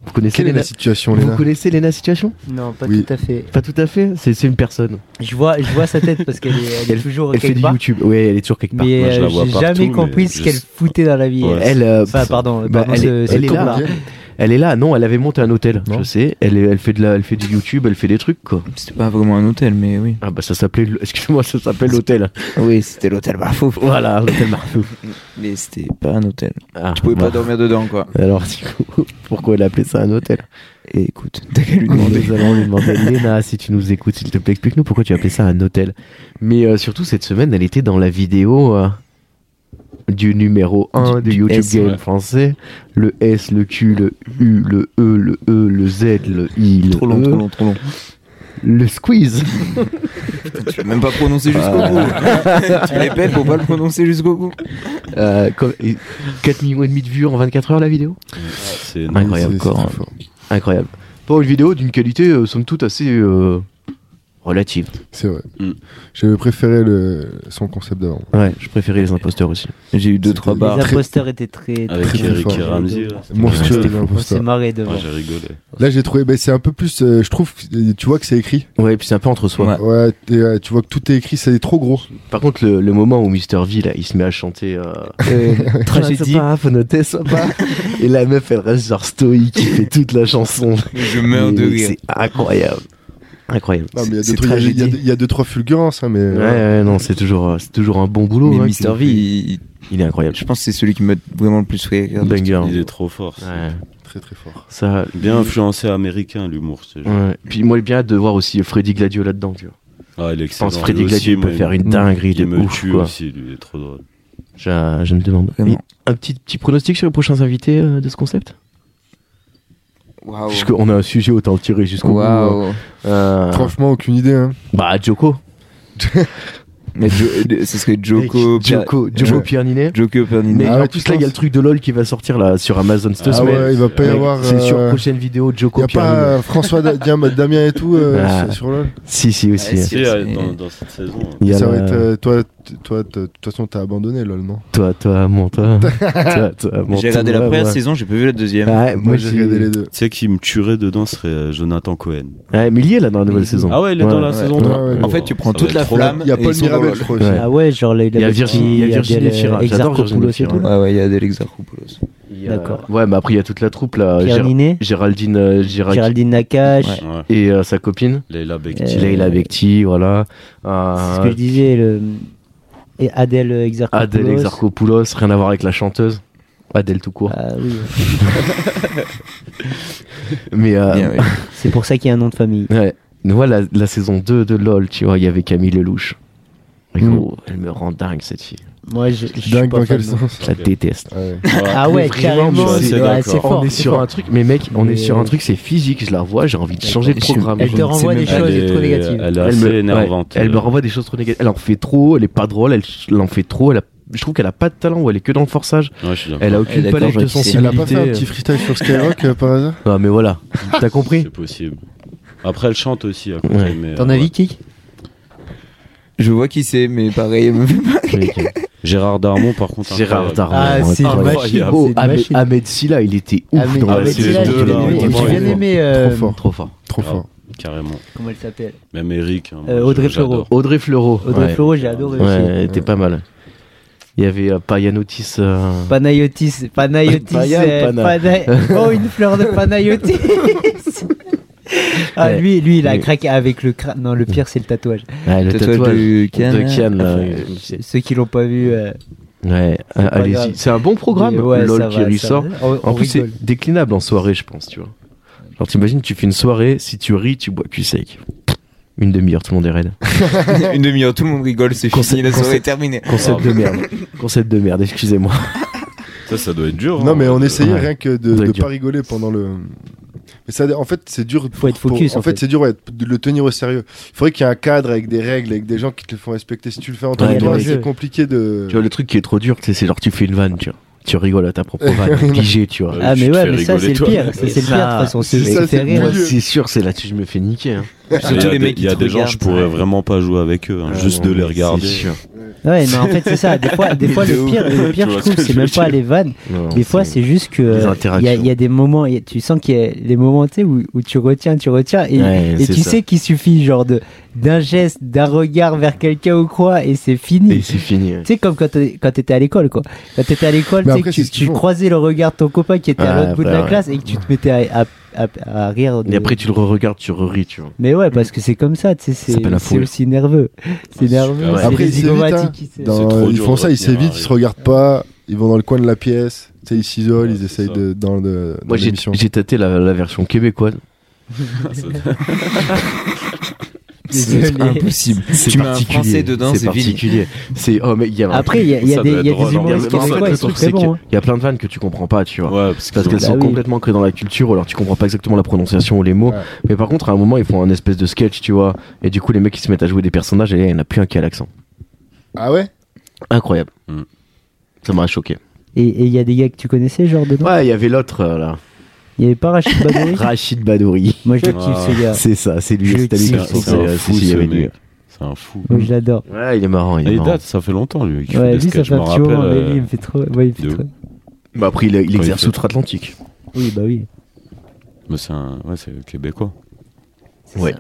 Speaker 1: vous connaissez
Speaker 2: Quelle est
Speaker 1: Léna,
Speaker 2: la situation,
Speaker 1: vous
Speaker 2: Léna
Speaker 1: connaissez Léna situation
Speaker 5: Non, pas
Speaker 2: Oui.
Speaker 5: tout à fait.
Speaker 1: Pas tout à fait, c'est c'est une personne.
Speaker 5: Je vois, je vois sa tête parce qu'elle est, elle est toujours
Speaker 1: Elle fait
Speaker 5: Oh, quelque
Speaker 1: du
Speaker 5: part.
Speaker 1: YouTube, ouais, elle est toujours quelque part.
Speaker 5: Mais
Speaker 4: Moi, je la
Speaker 5: euh,
Speaker 4: vois
Speaker 5: j'ai
Speaker 4: partout,
Speaker 5: jamais
Speaker 4: mais
Speaker 5: compris ce
Speaker 4: je
Speaker 5: qu'elle
Speaker 4: sais.
Speaker 5: foutait dans la vie.
Speaker 4: Ouais.
Speaker 1: Elle, euh,
Speaker 5: Enfin, pardon,
Speaker 1: Bah,
Speaker 5: pardon,
Speaker 1: elle
Speaker 5: ce-
Speaker 1: est-
Speaker 5: ce
Speaker 1: elle est là.
Speaker 5: tour-là.
Speaker 1: elle est là, non, elle avait monté un hôtel,
Speaker 2: Non.
Speaker 1: je sais. Elle, est- elle, fait de la, elle fait du YouTube, elle fait des trucs, quoi.
Speaker 3: C'était pas vraiment un hôtel, mais oui.
Speaker 1: Ah bah ça s'appelait, le- [LAUGHS] excuse-moi, ça s'appelle l'hôtel.
Speaker 3: Oui, c'était l'hôtel Barfouf.
Speaker 1: Voilà, l'hôtel Marfou.
Speaker 3: Mais c'était pas un hôtel.
Speaker 1: Ah,
Speaker 3: Tu pouvais
Speaker 1: bah.
Speaker 3: pas dormir dedans, quoi.
Speaker 1: Alors, du coup, [LAUGHS] pourquoi elle appelait ça un hôtel
Speaker 3: Et écoute, t'as qu'à lui demander.
Speaker 1: Nous allons lui demander, Léna, si tu nous écoutes, s'il te plaît, explique-nous pourquoi tu as appelé ça un hôtel. Mais euh, surtout, cette semaine, elle était dans la vidéo euh, du numéro 1 du,
Speaker 3: du
Speaker 1: YouTube
Speaker 3: S,
Speaker 1: Game
Speaker 4: ouais.
Speaker 1: français. Le S, le Q, le U, le E, le E, le Z, le I, le
Speaker 3: Trop long,
Speaker 1: E,
Speaker 3: trop long, trop long.
Speaker 1: le squeeze.
Speaker 3: Tu l'as même pas prononcé jusqu'au bout. [LAUGHS] tu répètes pour pas le prononcer jusqu'au bout.
Speaker 1: Euh, comme- et 4 millions et demi de vues en 24 heures, la vidéo
Speaker 4: C'est
Speaker 1: Ouais. Incroyable,
Speaker 2: C'est- c'est
Speaker 1: quoi.
Speaker 2: très fort.
Speaker 1: Incroyable. Pour une vidéo d'une qualité, euh, somme toute, assez euh, relative.
Speaker 2: C'est vrai.
Speaker 4: Mm.
Speaker 2: J'avais préféré le... son concept d'avant.
Speaker 1: Ouais, je préférais les imposteurs aussi.
Speaker 3: J'ai eu deux,
Speaker 2: C'était
Speaker 3: trois
Speaker 2: les
Speaker 3: barres.
Speaker 5: Les
Speaker 2: Très-
Speaker 5: imposteurs étaient très.
Speaker 4: avec
Speaker 2: très, très
Speaker 4: Eric
Speaker 2: fort.
Speaker 4: et Ramsey. là.
Speaker 2: Monstrueux,
Speaker 1: c'était
Speaker 2: les
Speaker 5: On s'est
Speaker 2: imposteurs.
Speaker 5: marré devant.
Speaker 4: Moi, j'ai rigolé.
Speaker 2: Là, j'ai trouvé. ben, c'est un peu plus. euh, je trouve. que- Tu vois que c'est écrit.
Speaker 1: Ouais, et puis c'est un peu entre soi.
Speaker 3: Ouais.
Speaker 2: Ouais. t'es- euh, tu vois que tout est écrit. C'est trop gros.
Speaker 1: Par contre, le, le moment où Mister V, là, il se met à chanter euh,
Speaker 3: [LAUGHS] tragédie.
Speaker 1: Sympa, faut noter, sympa. [LAUGHS] Et la meuf, elle reste genre stoïque, qui fait toute la
Speaker 3: [LAUGHS]
Speaker 1: chanson.
Speaker 3: Je meurs de
Speaker 1: Et
Speaker 3: rire.
Speaker 1: C'est incroyable. Incroyable.
Speaker 2: Non, mais il y a
Speaker 3: C'est- c'est
Speaker 2: deux trucs- il y a- il y, a
Speaker 3: tragédie.
Speaker 2: deux- il y a deux trois fulgurances, hein, mais.
Speaker 1: Ouais,
Speaker 2: euh,
Speaker 1: ouais, non, c'est toujours, euh, c'est toujours un bon boulot.
Speaker 3: Mais
Speaker 1: hein,
Speaker 3: Mister
Speaker 1: qu'il-
Speaker 3: V, il- il-
Speaker 1: il est incroyable.
Speaker 3: je pense que c'est celui qui m'a vraiment le plus fait. rire.
Speaker 1: Banger.
Speaker 4: Il est trop fort. c'est-
Speaker 1: Ouais,
Speaker 2: Très très fort.
Speaker 1: ça.
Speaker 4: Bien influencé américain, l'humour. c'est genre.
Speaker 1: ouais. Puis moi, j'ai bien hâte de voir aussi Freddy Gladio là-dedans. Tu vois.
Speaker 4: Ah, il est
Speaker 1: Je
Speaker 4: excellent.
Speaker 1: pense Freddy
Speaker 4: Lui aussi,
Speaker 1: Gladio
Speaker 4: moi,
Speaker 1: peut faire une
Speaker 2: me-
Speaker 1: dinguerie de
Speaker 4: Il me
Speaker 1: ouf.
Speaker 4: tue
Speaker 1: quoi.
Speaker 4: aussi, lui, il est trop drôle.
Speaker 1: Je, je me demande.
Speaker 3: Vraiment.
Speaker 1: Un petit, petit pronostic sur les prochains invités euh, de ce concept
Speaker 3: Waouh.
Speaker 1: On a un sujet, autant le tirer jusqu'au bout.
Speaker 3: Ah Waouh.
Speaker 1: Euh,
Speaker 2: Franchement, aucune idée. Hein.
Speaker 1: bah, Joko.
Speaker 3: Mais Jo- euh, ce serait Joko.
Speaker 1: Mec, Joko, Joko
Speaker 3: Ouais.
Speaker 1: Pierninet.
Speaker 3: Joko
Speaker 1: Mais
Speaker 3: Pernini.
Speaker 2: Ah
Speaker 1: en
Speaker 2: ouais,
Speaker 1: plus
Speaker 2: tu
Speaker 1: là il y a le
Speaker 2: penses
Speaker 1: truc de LOL qui va sortir là sur Amazon cette
Speaker 2: Ah
Speaker 1: semaine.
Speaker 2: ouais, il va pas y
Speaker 1: Mec,
Speaker 2: avoir.
Speaker 1: C'est sur
Speaker 2: euh,
Speaker 1: prochaine vidéo Joko
Speaker 2: Il n'y a pas
Speaker 1: Pierninet.
Speaker 2: euh, François Da- Diam- Damien et tout euh,
Speaker 1: Ah.
Speaker 2: sur- sur LOL
Speaker 1: Si si aussi.
Speaker 3: Ah,
Speaker 4: Si,
Speaker 3: si. C'est-
Speaker 4: euh, dans, dans cette saison. hein.
Speaker 1: Il y a
Speaker 2: Ça
Speaker 1: la-
Speaker 2: va être. euh, toi, t- toi, t- de toute façon, t'as abandonné LOL, non
Speaker 1: toi toi mon
Speaker 2: [LAUGHS]
Speaker 1: toi. toi, toi, mon,
Speaker 3: J'ai regardé
Speaker 1: toi,
Speaker 3: la première
Speaker 1: ouais. Ah,
Speaker 3: saison, j'ai pas vu la deuxième.
Speaker 1: Ouais, Eh, moi
Speaker 2: Moi, j'ai regardé les deux.
Speaker 4: Tu sais qui me tuerait dedans serait euh, Jonathan Cohen.
Speaker 1: Ouais, mais il y est là dans la nouvelle
Speaker 3: Ah
Speaker 1: saison.
Speaker 4: Ah ouais, il est dans la
Speaker 3: Ouais.
Speaker 4: saison
Speaker 2: Ouais,
Speaker 4: 3.
Speaker 2: ouais,
Speaker 3: En fait, tu prends toute la flamme.
Speaker 2: Il y a
Speaker 3: et
Speaker 2: Paul
Speaker 3: ils sont dans
Speaker 2: Mirabel,
Speaker 3: LOL.
Speaker 2: je crois aussi.
Speaker 1: Ouais.
Speaker 5: Ah ouais, genre la-
Speaker 1: Il y a Virginie, il y a Virginie Fira, j'adore Virginie
Speaker 5: Exarchopoulos euh, et
Speaker 1: Fira.
Speaker 5: tout.
Speaker 3: Ouais, ouais, il y a des Exarchopoulos.
Speaker 5: D'accord.
Speaker 1: Ouais, mais après il y a toute la troupe là,
Speaker 5: Pierre
Speaker 1: Gér-
Speaker 5: Ninet,
Speaker 1: Géraldine euh, Girac
Speaker 5: Géraldine Nakache.
Speaker 3: Ouais.
Speaker 4: Ouais.
Speaker 1: et euh, sa copine
Speaker 4: Leila Bekti.
Speaker 5: Euh,
Speaker 1: Leila Bekti, voilà.
Speaker 5: C'est ce que je
Speaker 1: Euh,
Speaker 5: disais. Le... Et Adèle Exarchopoulos.
Speaker 1: Adèle Exarchopoulos, rien à voir avec la chanteuse. Adèle tout court.
Speaker 5: Ah oui,
Speaker 1: Mais euh,
Speaker 3: Bien, ouais.
Speaker 5: c'est pour ça qu'il y a un nom de famille.
Speaker 1: Ouais. Nous voilà la, la saison 2 de LOL, tu vois, il y avait Camille Lelouch. Et
Speaker 2: Mm.
Speaker 1: gros, elle me rend dingue cette fille.
Speaker 5: Moi, je, je suis
Speaker 2: Dingue
Speaker 5: pas
Speaker 2: dans
Speaker 5: fan, hein.
Speaker 2: quel
Speaker 5: non.
Speaker 2: sens
Speaker 1: Je la déteste.
Speaker 2: Ouais.
Speaker 5: Ah ouais,
Speaker 1: Mais vraiment,
Speaker 5: carrément.
Speaker 1: je suis
Speaker 5: c'est-
Speaker 4: assez
Speaker 5: ouais, c'est
Speaker 4: d'accord.
Speaker 5: fort. Ah,
Speaker 1: on est
Speaker 5: c'est
Speaker 1: sur
Speaker 5: fort.
Speaker 1: un truc, mais mec, on est
Speaker 5: Mais-
Speaker 1: sur un truc, c'est physique, je la vois, j'ai envie de changer de
Speaker 3: Je suis-
Speaker 1: programme.
Speaker 5: Elle te
Speaker 1: Je-
Speaker 3: rend-
Speaker 5: renvoie
Speaker 3: sais
Speaker 5: des
Speaker 3: même pas,
Speaker 5: choses
Speaker 4: Elle est,
Speaker 5: trop négatives.
Speaker 4: elle est assez
Speaker 1: me, ouais,
Speaker 4: énervante.
Speaker 1: elle me
Speaker 4: euh.
Speaker 1: renvoie des choses trop négatives. Elle en fait trop, elle est pas drôle, elle, ch- elle en fait trop, elle a je trouve qu'elle a pas de talent ou elle est que dans le forçage.
Speaker 4: Ouais, je suis d'accord.
Speaker 1: Elle a aucune
Speaker 3: d'accord,
Speaker 1: palette
Speaker 3: je
Speaker 1: de
Speaker 3: vois qui c'est.
Speaker 2: Elle
Speaker 1: sensibilité.
Speaker 2: a pas fait un
Speaker 5: euh,
Speaker 2: petit freestyle sur Skyrock euh, par hasard
Speaker 1: Ah, mais voilà, t'as compris
Speaker 4: C'est possible. Après, elle chante aussi à côté.
Speaker 1: Ouais.
Speaker 4: mais,
Speaker 6: T'en
Speaker 4: euh,
Speaker 6: as
Speaker 4: ouais.
Speaker 6: vu qui
Speaker 3: Je vois qui c'est, mais pareil. [LAUGHS] elle me fait pas-
Speaker 4: Gérard Darmon, par contre. euh,
Speaker 1: Gérard
Speaker 4: incroyable.
Speaker 1: Darmon.
Speaker 5: Ah,
Speaker 1: ouais,
Speaker 5: c'est une
Speaker 1: incroyable.
Speaker 5: machine.
Speaker 1: Oh,
Speaker 5: c'est une
Speaker 1: Ahmed,
Speaker 5: machine.
Speaker 1: Ahmed Silla, il était ouf
Speaker 6: Ahmed-
Speaker 1: dans
Speaker 4: Ah,
Speaker 1: la
Speaker 4: ouais,
Speaker 6: Ahmed
Speaker 4: c'est
Speaker 1: série.
Speaker 6: Silla,
Speaker 4: les
Speaker 6: j'ai
Speaker 4: deux,
Speaker 6: bien
Speaker 4: là,
Speaker 6: aimé.
Speaker 4: vraiment,
Speaker 6: J'ai bien
Speaker 4: ils sont
Speaker 6: aimé. euh,
Speaker 5: Trop
Speaker 1: Trop fort.
Speaker 2: Trop
Speaker 4: Ah.
Speaker 2: fort.
Speaker 4: Carrément.
Speaker 6: Comment elle s'appelle
Speaker 4: Même Eric. hein,
Speaker 5: Euh,
Speaker 4: moi,
Speaker 5: Audrey
Speaker 4: je- j'adore.
Speaker 1: Audrey Fleurot.
Speaker 5: Audrey
Speaker 1: ouais.
Speaker 5: Fleurot, j'ai adoré
Speaker 1: Ouais,
Speaker 5: aussi.
Speaker 1: elle était pas mal. Il y avait euh, Payanotis. euh,
Speaker 5: Panayotis, Panayotis,
Speaker 1: Paya ou
Speaker 5: euh,
Speaker 1: Pana [LAUGHS]
Speaker 5: Pana- oh une fleur de Panayotis. ah
Speaker 1: Ouais.
Speaker 5: lui, lui, il a
Speaker 1: Oui.
Speaker 5: craqué avec le crâne. Non, le pire c'est le tatouage.
Speaker 1: ouais, Ah, le
Speaker 3: Tatouage
Speaker 1: tatouage,
Speaker 3: de Kian.
Speaker 1: de Kian. là, euh,
Speaker 5: Ceux qui l'ont pas vu. euh,
Speaker 1: Ouais, euh,
Speaker 5: pas grave.
Speaker 1: allez-y. C'est un bon programme,
Speaker 5: mais ouais,
Speaker 1: LOL
Speaker 5: ça
Speaker 1: qui
Speaker 5: va,
Speaker 1: lui
Speaker 5: ça
Speaker 1: sort.
Speaker 5: va. Oh, On,
Speaker 1: En
Speaker 5: on
Speaker 1: plus, c'est
Speaker 5: rigole.
Speaker 1: déclinable en soirée, je pense, tu vois. Genre, t'imagines, tu fais une soirée, si tu ris, tu bois cul sec. Une demi-heure, tout le monde est raide.
Speaker 3: [LAUGHS] Une demi-heure, tout le monde rigole, c'est fini,
Speaker 1: Concept-
Speaker 3: la soirée est
Speaker 1: concept-
Speaker 3: terminée.
Speaker 1: Concept
Speaker 5: Oh.
Speaker 1: de merde. Concept de merde, excusez-moi.
Speaker 5: [LAUGHS]
Speaker 4: Ça, ça doit être dur. hein,
Speaker 2: Non, mais
Speaker 4: en
Speaker 2: on
Speaker 4: fait.
Speaker 2: essayait
Speaker 1: Ouais.
Speaker 2: rien que de,
Speaker 1: Ça doit
Speaker 2: de
Speaker 1: être dur.
Speaker 2: pas rigoler pendant le. Mais ça, en fait, c'est dur.
Speaker 5: Faut être focus,
Speaker 2: en
Speaker 5: en
Speaker 2: fait,
Speaker 5: fait.
Speaker 2: c'est dur ouais, de le tenir au sérieux. Il faudrait qu'il y ait un cadre avec des règles, avec des gens qui te le font respecter. Si tu le fais entre
Speaker 1: Ouais,
Speaker 2: toi,
Speaker 1: mais
Speaker 2: c'est
Speaker 5: je-
Speaker 2: compliqué de.
Speaker 1: Tu vois, le truc qui est trop dur, tu sais, c'est genre, tu fais une vanne, tu vois. Tu rigoles à ta propre
Speaker 5: [LAUGHS]
Speaker 1: vanne, pigé, tu vois.
Speaker 4: Ouais,
Speaker 5: Ah
Speaker 4: tu
Speaker 5: mais
Speaker 4: te
Speaker 5: ouais,
Speaker 4: fais
Speaker 5: mais ça
Speaker 4: rigoler,
Speaker 5: c'est le
Speaker 4: toi.
Speaker 5: pire. Ça, C'est le pire de toute façon.
Speaker 2: C'est
Speaker 5: C'est
Speaker 2: ça,
Speaker 5: ça
Speaker 2: c'est
Speaker 5: fait rire.
Speaker 1: Moi,
Speaker 2: milieu.
Speaker 1: c'est sûr, c'est là-dessus je me fais niquer. hein.
Speaker 4: Il y
Speaker 3: Surtout
Speaker 4: a
Speaker 3: les
Speaker 4: des-
Speaker 3: mecs
Speaker 4: Il y a
Speaker 3: qui te
Speaker 4: des gens, je
Speaker 3: regardent.
Speaker 4: pourrais vraiment pas jouer avec eux. hein, Juste
Speaker 1: Ah non,
Speaker 4: de les
Speaker 1: mais
Speaker 4: regarder.
Speaker 1: C'est sûr.
Speaker 5: Ouais, mais en fait c'est ça. Des fois, des fois le pire, le pire
Speaker 4: Tu
Speaker 5: je
Speaker 4: vois
Speaker 5: trouve,
Speaker 4: ce que
Speaker 5: c'est
Speaker 4: je
Speaker 5: même
Speaker 4: veux
Speaker 5: pas
Speaker 4: dire.
Speaker 5: les vannes.
Speaker 1: Non,
Speaker 5: Des fois, c'est juste que
Speaker 1: Les
Speaker 5: euh, il y, a-
Speaker 1: interactions.
Speaker 5: il y a des moments, il y a- tu sens qu'il y a les moments tu sais, où, où tu retiens, tu retiens, et,
Speaker 1: Ouais,
Speaker 5: et
Speaker 1: c'est
Speaker 5: tu
Speaker 1: ça.
Speaker 5: sais qu'il suffit genre de d'un geste, d'un regard vers quelqu'un ou quoi, et c'est fini.
Speaker 1: Et c'est fini. ouais.
Speaker 5: Tu sais, comme quand t'es- quand t'étais à l'école, quoi. Quand t'étais à l'école,
Speaker 2: Mais
Speaker 5: tu sais
Speaker 2: après,
Speaker 5: que tu,
Speaker 2: c'est ce qu'ils
Speaker 5: tu
Speaker 2: font.
Speaker 5: croisais le regard de ton copain qui était à
Speaker 1: Ouais,
Speaker 5: l'autre bout de
Speaker 1: après,
Speaker 5: la
Speaker 1: ouais.
Speaker 5: classe et que tu te mettais à, à- à- à rire. de-
Speaker 1: Et après, tu le re-regardes, tu re-ris, tu vois.
Speaker 5: Mais ouais, parce que c'est comme ça, tu sais, c'est
Speaker 1: s'appelle la
Speaker 5: c'est
Speaker 1: foule.
Speaker 5: aussi nerveux. C'est
Speaker 4: super.
Speaker 5: nerveux.
Speaker 4: Ouais.
Speaker 5: c'est
Speaker 2: Après,
Speaker 5: les
Speaker 2: c'est vite,
Speaker 5: zygomatiques
Speaker 2: hein.
Speaker 5: qui se-
Speaker 2: Dans-
Speaker 4: C'est trop
Speaker 2: ils
Speaker 4: dur
Speaker 2: font
Speaker 4: de
Speaker 2: ça, ils
Speaker 4: retenir un
Speaker 2: s'évitent, ils
Speaker 4: rythme.
Speaker 2: se regardent pas, ils vont dans le coin de la pièce, tu sais, ils s'isolent,
Speaker 4: Ouais,
Speaker 2: ils
Speaker 4: c'est
Speaker 2: essayent
Speaker 4: ça.
Speaker 2: de dans le dans
Speaker 1: Moi, j'ai
Speaker 2: l'émission.
Speaker 1: j'ai tâté la, la version québécoise.
Speaker 2: [LAUGHS]
Speaker 3: C'est
Speaker 5: Désolé.
Speaker 3: impossible. Tu mets un français dedans,
Speaker 1: C'est
Speaker 3: c'est fini.
Speaker 1: particulier. C'est oh mais il y a
Speaker 5: Après, il y a, il y a
Speaker 4: Ça
Speaker 5: des,
Speaker 4: doit
Speaker 5: il y a
Speaker 4: être
Speaker 1: il y
Speaker 4: drôle,
Speaker 5: des
Speaker 1: a-
Speaker 5: humoristes
Speaker 4: en fait, le
Speaker 5: québécois, ils
Speaker 1: le
Speaker 5: sont
Speaker 1: truc,
Speaker 5: très
Speaker 1: c'est
Speaker 5: bons.
Speaker 1: qu'il
Speaker 5: hein.
Speaker 1: y a plein de vannes que tu comprends pas, tu vois.
Speaker 4: Ouais, parce
Speaker 1: Parce
Speaker 4: qu'ils ont-
Speaker 1: qu'elles sont
Speaker 5: oui.
Speaker 1: complètement que dans la culture, ou alors tu comprends pas exactement la prononciation ou les mots.
Speaker 2: Ouais.
Speaker 1: Mais par contre, à un moment, ils font un espèce de sketch, tu vois. Et du coup, les mecs, ils se mettent à jouer des personnages et là, il n'y en a plus un qui a l'accent.
Speaker 2: Ah ouais
Speaker 1: Incroyable.
Speaker 4: Mm.
Speaker 1: Ça m'a choqué.
Speaker 5: Et et il y a des gars que tu connaissais, genre dedans
Speaker 1: Ouais, il y avait l'autre, euh, là.
Speaker 5: Il y avait pas Rachid [LAUGHS] Badouri
Speaker 1: Rachid Badouri.
Speaker 5: Moi je le
Speaker 4: Ah.
Speaker 5: kiffe ce gars. [LAUGHS]
Speaker 1: C'est ça, c'est lui.
Speaker 5: Je
Speaker 1: C'est à lui
Speaker 5: kiffe.
Speaker 1: que
Speaker 4: C'est
Speaker 1: je
Speaker 4: un-
Speaker 1: pensais,
Speaker 4: c'est un
Speaker 1: euh,
Speaker 4: fou,
Speaker 1: si, si, il y
Speaker 4: ce
Speaker 1: avait lui.
Speaker 4: mec. C'est un fou.
Speaker 5: Moi je l'adore.
Speaker 1: Ouais, il est marrant, il
Speaker 4: Et
Speaker 1: est
Speaker 4: il
Speaker 1: marrant.
Speaker 4: date, ça fait longtemps lui. qu'il fait
Speaker 5: Ouais,
Speaker 4: des
Speaker 5: lui ça
Speaker 4: sketchs,
Speaker 5: fait
Speaker 4: je
Speaker 5: un
Speaker 4: me
Speaker 5: petit moment,
Speaker 4: rappelle, euh,
Speaker 5: mais lui il me fait trop. Ouais, il me
Speaker 4: de
Speaker 5: fait trop.
Speaker 1: Bah après, il, il
Speaker 4: il
Speaker 1: exerce
Speaker 4: fait-
Speaker 1: outre-Atlantique.
Speaker 5: Oui, bah oui.
Speaker 4: Mais c'est un, ouais, c'est québécois.
Speaker 1: Ouais.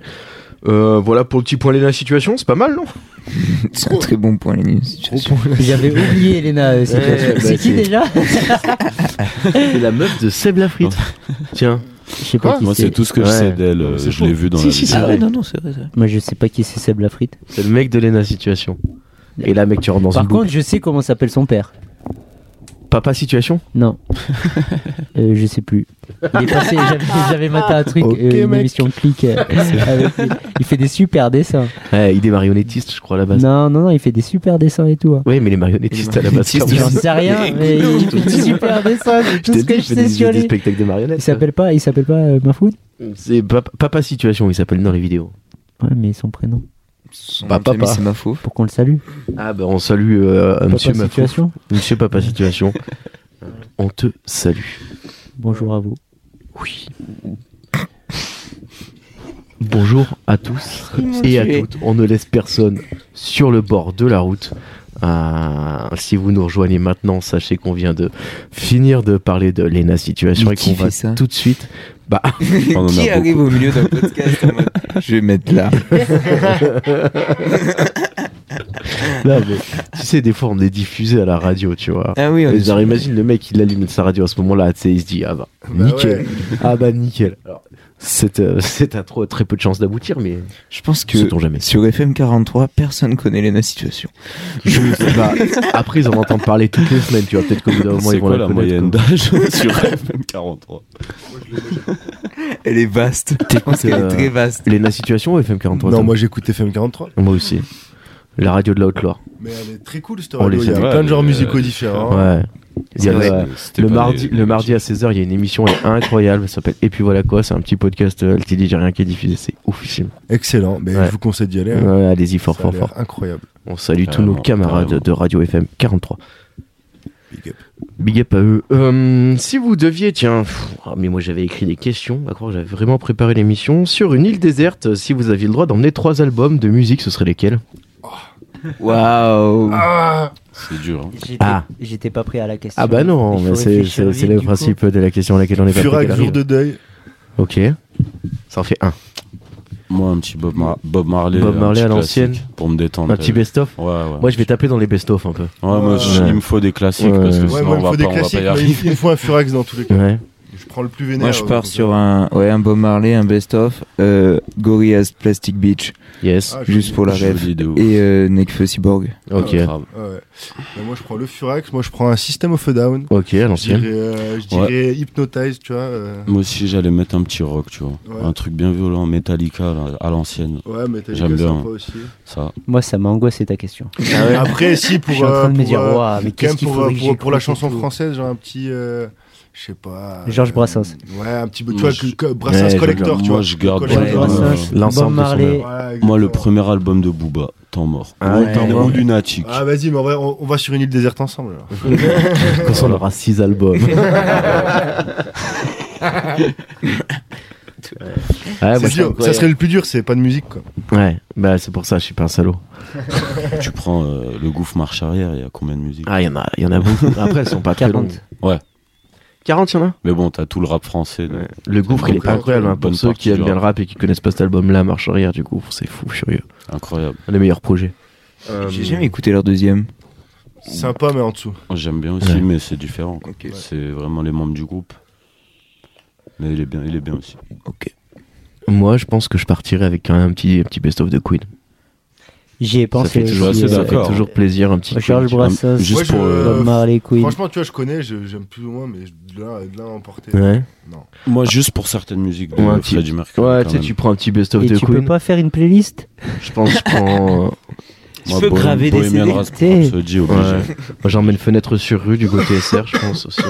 Speaker 1: Euh, voilà pour le petit point de la situation, c'est pas mal, non
Speaker 3: C'est un très bon point, Linus.
Speaker 5: [LAUGHS] J'avais oublié Elena. euh, c'est
Speaker 1: Eh,
Speaker 5: c'est-
Speaker 1: bah,
Speaker 5: c'est qui
Speaker 1: c'est-
Speaker 5: déjà
Speaker 1: [LAUGHS] C'est la meuf de Seb Lafrite. Tiens.
Speaker 5: [LAUGHS] Je sais pas
Speaker 2: Quoi
Speaker 5: qui
Speaker 4: Moi, c'est
Speaker 5: c'est.
Speaker 4: tout ce que
Speaker 1: Ouais.
Speaker 4: je sais d'elle. euh,
Speaker 1: c'est
Speaker 4: Je l'ai vu [LAUGHS] dans
Speaker 1: Si,
Speaker 4: la
Speaker 1: si,
Speaker 4: vidéo.
Speaker 1: c'est vrai.
Speaker 3: Ah non, non, c'est vrai. ça.
Speaker 5: Moi je sais pas qui c'est Seb Lafrite.
Speaker 1: C'est le mec de Lena Situation. Et là, mec, tu rentres dans
Speaker 5: Par
Speaker 1: une boucle.
Speaker 5: contre, je sais comment s'appelle son père.
Speaker 1: Papa Situation
Speaker 4: [LAUGHS]
Speaker 5: Non. Euh, je sais plus. Il est passé, j'avais- j'avais maté un truc,
Speaker 2: Ok,
Speaker 5: euh, une
Speaker 2: mec.
Speaker 5: émission
Speaker 4: [LAUGHS]
Speaker 5: clic. euh, avec lui. Il fait des super dessins.
Speaker 1: Ouais, il est marionnettiste, je crois, à la base.
Speaker 5: Non, non, non, il fait des super dessins et tout. hein.
Speaker 1: Oui, mais les marionnettistes à la base.
Speaker 3: Marionnettiste,
Speaker 1: quand
Speaker 5: J'en
Speaker 1: [LAUGHS] même.
Speaker 5: sais rien, mais il fait des super dessins.
Speaker 1: Je
Speaker 5: C'est tout
Speaker 1: t'ai
Speaker 5: ce que
Speaker 1: dit, je
Speaker 5: je
Speaker 1: fais des,
Speaker 5: sais sur
Speaker 1: des
Speaker 5: lui.
Speaker 1: spectacles de marionnettes.
Speaker 5: Il s'appelle pas, il s'appelle pas euh, Mafoud
Speaker 1: C'est Papa, Papa Situation, il s'appelle dans les vidéos.
Speaker 5: Ouais, mais son prénom.
Speaker 3: Son
Speaker 1: Bah,
Speaker 3: nom de famille,
Speaker 1: papa.
Speaker 3: c'est ma [LAUGHS] faux.
Speaker 5: Pour qu'on le salue.
Speaker 1: Ah bah on salue euh,
Speaker 5: Pas
Speaker 1: Monsieur
Speaker 5: par
Speaker 1: Mafou.
Speaker 5: situation.
Speaker 1: Monsieur Papa Situation. [LAUGHS] on te salue.
Speaker 5: Bonjour à vous.
Speaker 1: Oui. Bonjour à tous et à toutes. On ne laisse personne sur le bord de la route. Euh, si vous nous rejoignez maintenant, sachez qu'on vient de finir de parler de l'ENA situation
Speaker 3: Mais
Speaker 1: et
Speaker 3: qui
Speaker 1: qu'on va
Speaker 3: fait ça
Speaker 1: tout de suite. Bah,
Speaker 4: en a
Speaker 3: Qui arrive au milieu d'un podcast en [LAUGHS] mode, Je vais mettre là.
Speaker 1: là, mais, tu sais, des fois on est diffusé à la radio, tu vois.
Speaker 3: Ah oui, on
Speaker 1: Et
Speaker 3: est
Speaker 1: genre, imagine le mec, il allume sa radio à ce moment-là, tu sais, il se dit, ah bah,
Speaker 2: Bah
Speaker 1: nickel.
Speaker 2: ouais.
Speaker 1: Ah bah, nickel. Alors, c'est euh, c'est à trop, très peu de chances d'aboutir, mais
Speaker 3: Je pense que
Speaker 1: sait-on jamais.
Speaker 3: sur FM43, personne connaît Lena Situation.
Speaker 1: Je sais pas. Après, ils en entendent parler toutes les semaines, tu vois. Peut-être qu'au bout d'un moment,
Speaker 4: C'est
Speaker 1: ils vont
Speaker 4: quoi
Speaker 1: la
Speaker 4: la
Speaker 1: connaître,
Speaker 4: moyenne
Speaker 1: quoi.
Speaker 4: d'âge
Speaker 1: [LAUGHS]
Speaker 4: sur FM43
Speaker 3: Elle est [LAUGHS] vaste. Je pense qu'elle
Speaker 1: euh,
Speaker 3: est très vaste.
Speaker 1: Léna Situation ou FM43
Speaker 2: Non, moi j'écoute FM43.
Speaker 1: Moi aussi. La radio de la Haute-Loire.
Speaker 2: Mais elle est très cool cette
Speaker 1: On les
Speaker 2: radio. Il y a
Speaker 4: aime.
Speaker 2: plein de genres
Speaker 4: Ouais,
Speaker 2: musicaux
Speaker 4: euh,
Speaker 2: différents.
Speaker 1: Ouais. Il y a,
Speaker 3: C'est
Speaker 1: euh, le, mardi, le mardi à 16h, il y a une émission elle est incroyable. Elle s'appelle Et puis voilà quoi. C'est un petit podcast euh, LTD, j'ai rien qui est diffusé. C'est oufissime.
Speaker 2: Excellent. Mais
Speaker 1: Ouais.
Speaker 2: je vous conseille d'y aller. hein.
Speaker 1: Ouais, Allez-y, fort,
Speaker 2: Ça a
Speaker 1: fort,
Speaker 2: l'air
Speaker 1: fort.
Speaker 2: Incroyable.
Speaker 1: On salue tous
Speaker 4: Carrément,
Speaker 1: nos camarades
Speaker 4: carrément.
Speaker 1: de Radio FM 43.
Speaker 4: Big up.
Speaker 1: Big up à eux. Euh, si vous deviez, tiens, pff, ah, mais moi j'avais écrit des questions, à croire que j'avais vraiment préparé l'émission. Sur une île déserte, si vous aviez le droit d'emmener trois albums de musique, ce seraient lesquels
Speaker 3: Waouh
Speaker 2: Ah!
Speaker 4: C'est dur. hein.
Speaker 7: J'étais-
Speaker 1: Ah.
Speaker 7: J'étais pas prêt à la question.
Speaker 1: Ah bah non,
Speaker 7: Il
Speaker 1: mais
Speaker 7: faut
Speaker 1: c'est
Speaker 7: réfléchir
Speaker 1: c'est-
Speaker 7: vite,
Speaker 1: c'est le
Speaker 7: du coup.
Speaker 1: principe de la question à laquelle on est pas prêt
Speaker 2: Furac,
Speaker 1: qu'elle
Speaker 2: jour
Speaker 1: arrive.
Speaker 2: de deuil.
Speaker 1: Ok, ça en fait un.
Speaker 4: Moi, un petit Bob, Mar- Bob Marley.
Speaker 1: Bob
Speaker 4: un
Speaker 1: Marley
Speaker 4: petit
Speaker 1: à l'ancienne.
Speaker 4: classique Pour me détendre.
Speaker 1: Un petit
Speaker 4: Ouais,
Speaker 1: best-of
Speaker 4: ouais.
Speaker 1: Moi je vais taper dans les best-of un peu.
Speaker 4: Ouais, moi, je-
Speaker 1: Ouais.
Speaker 4: il me faut des classiques
Speaker 1: Ouais.
Speaker 4: parce que
Speaker 2: Ouais, moi,
Speaker 4: sinon,
Speaker 2: il
Speaker 4: on,
Speaker 2: me faut
Speaker 4: va
Speaker 2: des
Speaker 4: pas, on va
Speaker 2: classiques,
Speaker 4: pas y
Speaker 2: mais
Speaker 4: arriver.
Speaker 2: il me faut un Furax dans tous les cas.
Speaker 1: Ouais.
Speaker 2: Je prends le plus vénère.
Speaker 3: Moi je
Speaker 2: euh,
Speaker 3: pars
Speaker 2: comme
Speaker 3: sur
Speaker 2: ça.
Speaker 3: un, ouais, un Bob Marley, un best-of, euh, Gorillaz Plastic Beach,
Speaker 1: Yes,
Speaker 2: Ah, je-
Speaker 3: juste pour la
Speaker 4: Je vous
Speaker 3: rêve,
Speaker 4: dis de ouf.
Speaker 3: et euh, Nekfeu Cyborg.
Speaker 1: ok.
Speaker 4: Grave.
Speaker 2: Ah Ouais. Mais moi, je prends le Furax, moi, je prends un System of a Down.
Speaker 1: Ok, à
Speaker 2: Je dirais,
Speaker 1: l'ancienne.
Speaker 2: euh, je
Speaker 4: Ouais.
Speaker 2: dirais Hypnotize, tu vois. euh,
Speaker 4: Moi aussi, j'allais mettre un petit rock, tu vois.
Speaker 2: Ouais.
Speaker 4: Un truc bien violent, Metallica là, à l'ancienne,
Speaker 2: Ouais, mais t'as
Speaker 4: J'aime
Speaker 2: des gars
Speaker 4: bien.
Speaker 2: sympas aussi.
Speaker 4: ça.
Speaker 5: Moi, ça m'a angoissé ta question.
Speaker 2: Après, si,
Speaker 7: Ah Je
Speaker 2: pour.
Speaker 7: suis en train
Speaker 2: euh,
Speaker 7: de me
Speaker 2: pour,
Speaker 7: dire,
Speaker 2: euh,
Speaker 7: waouh, mais
Speaker 2: quand
Speaker 7: qu'est-ce
Speaker 2: même
Speaker 7: qu'il
Speaker 2: pour,
Speaker 7: faudrait
Speaker 2: euh,
Speaker 7: que
Speaker 2: pour, pour la
Speaker 7: j'écoute et
Speaker 2: chanson
Speaker 7: tout.
Speaker 2: française, genre un petit. euh, je sais pas.
Speaker 7: Georges
Speaker 2: euh,
Speaker 7: Brassens.
Speaker 2: Ouais, un petit peu. Tu vois,
Speaker 4: Moi, je-
Speaker 2: que- que Brassens
Speaker 1: Ouais, je
Speaker 2: Collector,
Speaker 4: regarde-
Speaker 2: tu
Speaker 4: moi,
Speaker 2: vois.
Speaker 4: je garde- euh,
Speaker 7: Georges
Speaker 2: Collector.
Speaker 1: Ouais,
Speaker 7: Brassens,
Speaker 1: l'ensemble de son
Speaker 7: Bob Marley.
Speaker 2: Voilà,
Speaker 4: Moi, le
Speaker 2: exactement.
Speaker 4: premier album de Booba, Temps mort.
Speaker 1: Ah ouais,
Speaker 4: Ou-
Speaker 1: Temps mort.
Speaker 4: Ou Lunatic.
Speaker 2: Ah, vas-y, mais en vrai, on, on va sur une île déserte ensemble. alors.
Speaker 1: [LAUGHS] De toute façon, on aura six [LAUGHS] albums. Ouais,
Speaker 7: Ah,
Speaker 1: moi,
Speaker 2: C'est
Speaker 1: je-
Speaker 2: dur. Ça serait le plus dur, c'est pas de musique, quoi.
Speaker 1: ouais, bah c'est pour ça, je suis pas un salaud.
Speaker 4: Tu prends euh, le gouffre marche arrière, il y a combien de musiques
Speaker 1: Ah, il y en a, il y en a [LAUGHS] beaucoup. Après, elles sont pas très
Speaker 5: 40.
Speaker 1: longues.
Speaker 4: Ouais.
Speaker 1: 40, il y en a
Speaker 4: Mais bon, t'as tout le rap français. donc.
Speaker 1: Le gouffre, il est pas incroyable. hein. Pour
Speaker 4: Bonne
Speaker 1: ceux qui
Speaker 4: partie
Speaker 1: aiment
Speaker 4: du
Speaker 1: bien le
Speaker 4: rap.
Speaker 1: rap et qui connaissent pas cet album-là, Marche arrière du gouffre, c'est fou, furieux.
Speaker 4: Incroyable.
Speaker 1: Un des meilleurs projets.
Speaker 2: Euh,
Speaker 3: J'ai jamais écouté leur deuxième.
Speaker 2: Sympa, mais en dessous.
Speaker 4: Oh, J'aime bien aussi,
Speaker 1: Ouais.
Speaker 4: mais c'est différent. quoi.
Speaker 3: Ok.
Speaker 4: C'est vraiment les membres du groupe. Mais il est bien, il est bien aussi.
Speaker 1: Moi, je pense que je partirais avec un, un petit, un petit best-of de Queen.
Speaker 5: J'y
Speaker 4: Ça
Speaker 5: ai
Speaker 4: fait
Speaker 5: pensé
Speaker 4: toujours
Speaker 5: aussi.
Speaker 4: assez
Speaker 1: Ça
Speaker 5: euh,
Speaker 1: fait
Speaker 4: d'accord.
Speaker 1: toujours plaisir, un petit.
Speaker 5: Georges Brassens,
Speaker 4: Ah, Juste
Speaker 2: Moi, je-
Speaker 4: pour. euh,
Speaker 5: Bob Marley, Queen.
Speaker 2: Franchement, tu vois, je connais, je- j'aime plus ou moins, mais je- de l'un de l'un à emporter.
Speaker 1: Ouais.
Speaker 4: Moi, juste pour certaines musiques de
Speaker 1: Ouais, un petit-
Speaker 4: Freddie Mercury.
Speaker 1: Ouais,
Speaker 4: quand
Speaker 1: tu sais,
Speaker 4: même.
Speaker 1: tu prends un petit best-of
Speaker 5: Et
Speaker 1: de
Speaker 5: tu peux
Speaker 1: Queen.
Speaker 5: pas faire une playlist
Speaker 1: Je pense, que je [LAUGHS] prends.
Speaker 4: Moi,
Speaker 5: peux
Speaker 4: Bohem-
Speaker 5: graver des
Speaker 4: Bohemian
Speaker 5: CD.
Speaker 4: Rhapsody, Rhapsody, obligé.
Speaker 1: Ouais. Moi, J'emmène fenêtre sur rue du côté SR, je pense aussi.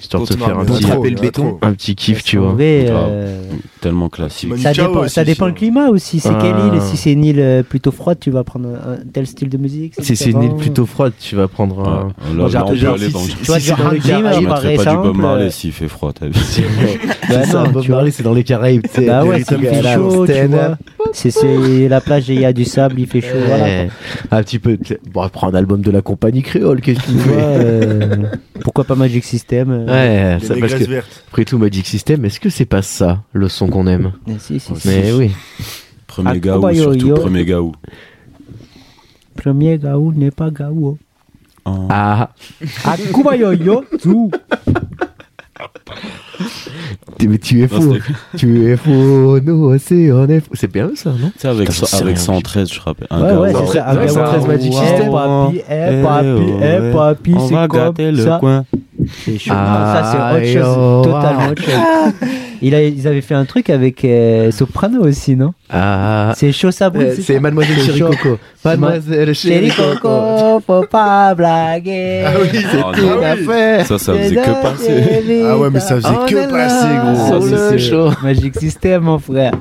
Speaker 1: Histoire de te faire un
Speaker 2: Trop,
Speaker 1: petit,
Speaker 3: attraper le
Speaker 2: trop.
Speaker 3: béton.
Speaker 1: un petit kiff, tu vois.
Speaker 5: Ouais,
Speaker 4: Grave.
Speaker 5: euh,
Speaker 4: Tellement classique.
Speaker 2: Manu
Speaker 5: Ça
Speaker 2: Chao
Speaker 5: dépend,
Speaker 2: aussi,
Speaker 5: ça dépend
Speaker 2: sur-
Speaker 5: le climat aussi. C'est quelle
Speaker 1: Ah.
Speaker 5: île Si c'est une île euh, plutôt froide, tu vas prendre un tel style de musique.
Speaker 1: Si c'est une île
Speaker 5: différent.
Speaker 1: plutôt froide, tu vas prendre.
Speaker 4: Ouais.
Speaker 1: un-
Speaker 4: Là,
Speaker 1: j'ai
Speaker 4: là, on
Speaker 1: appelé-
Speaker 4: peut aller
Speaker 1: si-
Speaker 4: dans
Speaker 1: si-
Speaker 4: le- [LAUGHS]
Speaker 5: Tu vois,
Speaker 1: si c'est
Speaker 5: tu
Speaker 1: dans les Caraïbes,
Speaker 5: rentres, tu
Speaker 4: Je
Speaker 5: par
Speaker 4: mettrais pas du Bob
Speaker 5: exemple,
Speaker 4: Marley
Speaker 5: euh,
Speaker 4: s'il fait froid, t'as vu. [LAUGHS]
Speaker 5: Bah
Speaker 1: C'est ça,
Speaker 5: non,
Speaker 1: Bob
Speaker 5: tu vois.
Speaker 1: Marley, c'est dans les Caraïbes. tu sais,
Speaker 5: Bah ouais,
Speaker 1: des
Speaker 5: c'est
Speaker 1: rythmes
Speaker 5: qu'il
Speaker 1: qui
Speaker 5: fait
Speaker 1: chantent,
Speaker 5: chaud, tu
Speaker 1: stand-up.
Speaker 5: vois. C'est- C'est la plage, il y a du sable, il fait chaud. voilà,
Speaker 1: Ouais. Un petit peu. de- Bon, prends un album de la compagnie créole, qu'est-ce qu'il
Speaker 5: Tu vois,
Speaker 1: fait
Speaker 5: euh, pourquoi pas Magic System euh,
Speaker 1: Ouais,
Speaker 2: Les
Speaker 1: ça, parce
Speaker 2: négresses
Speaker 1: que.
Speaker 2: vertes.
Speaker 1: Après tout, Magic System, est-ce que c'est pas ça le son qu'on aime
Speaker 5: mais si, si, si.
Speaker 1: Mais oui.
Speaker 4: Premier
Speaker 5: Ah,
Speaker 4: gaou,
Speaker 5: Kobayo,
Speaker 4: surtout
Speaker 5: yo.
Speaker 4: premier gaou.
Speaker 5: Premier Gaou n'est pas Gaou.
Speaker 4: Ah.
Speaker 1: Ah,
Speaker 5: Akuba yo yo tout.
Speaker 1: t'es- mais tu es fou.
Speaker 4: Non,
Speaker 1: tu es fou. Nous aussi, on est fou. C'est bien ça, non
Speaker 4: Tu sais, avec,
Speaker 1: Putain, j'en sais
Speaker 4: avec
Speaker 1: rien.
Speaker 4: 113, je rappelle. Un
Speaker 5: Ouais,
Speaker 4: gaou.
Speaker 5: ouais, c'est ça.
Speaker 1: Ouais,
Speaker 5: Gaou,
Speaker 1: ça,
Speaker 5: Gaou,
Speaker 1: Magic
Speaker 5: Gaou,
Speaker 1: System.
Speaker 5: Papi, eh,
Speaker 4: Eh,
Speaker 5: papi, eh,
Speaker 4: ouais.
Speaker 5: papi,
Speaker 4: On va
Speaker 5: c'est
Speaker 4: gâter
Speaker 5: comme
Speaker 4: le
Speaker 5: ça.
Speaker 4: coin.
Speaker 5: C'est chaud.
Speaker 1: Ah,
Speaker 5: ça, c'est autre chose.
Speaker 1: yo,
Speaker 5: Totalement autre chose. Il a- ils avaient fait un truc avec euh, Soprano aussi, non
Speaker 1: Ah.
Speaker 5: C'est chaud, ça brûle.
Speaker 1: Euh,
Speaker 5: c'est Oh,
Speaker 1: C'est
Speaker 5: ça
Speaker 1: Mademoiselle
Speaker 5: C'est chaud.
Speaker 1: Chiricoco. Mademoiselle
Speaker 5: Chéri
Speaker 1: Chiricoco.
Speaker 5: Coco, faut pas blaguer.
Speaker 2: Ah oui, c'est
Speaker 4: Ah,
Speaker 2: tout
Speaker 4: non.
Speaker 2: à fait.
Speaker 4: Ça, ça faisait que passer.
Speaker 2: Ah ouais, mais ça faisait
Speaker 1: On est
Speaker 2: que
Speaker 1: là,
Speaker 2: passer,
Speaker 1: sur
Speaker 2: gros.
Speaker 1: le
Speaker 5: [LAUGHS]
Speaker 1: show.
Speaker 5: Magic System, mon frère.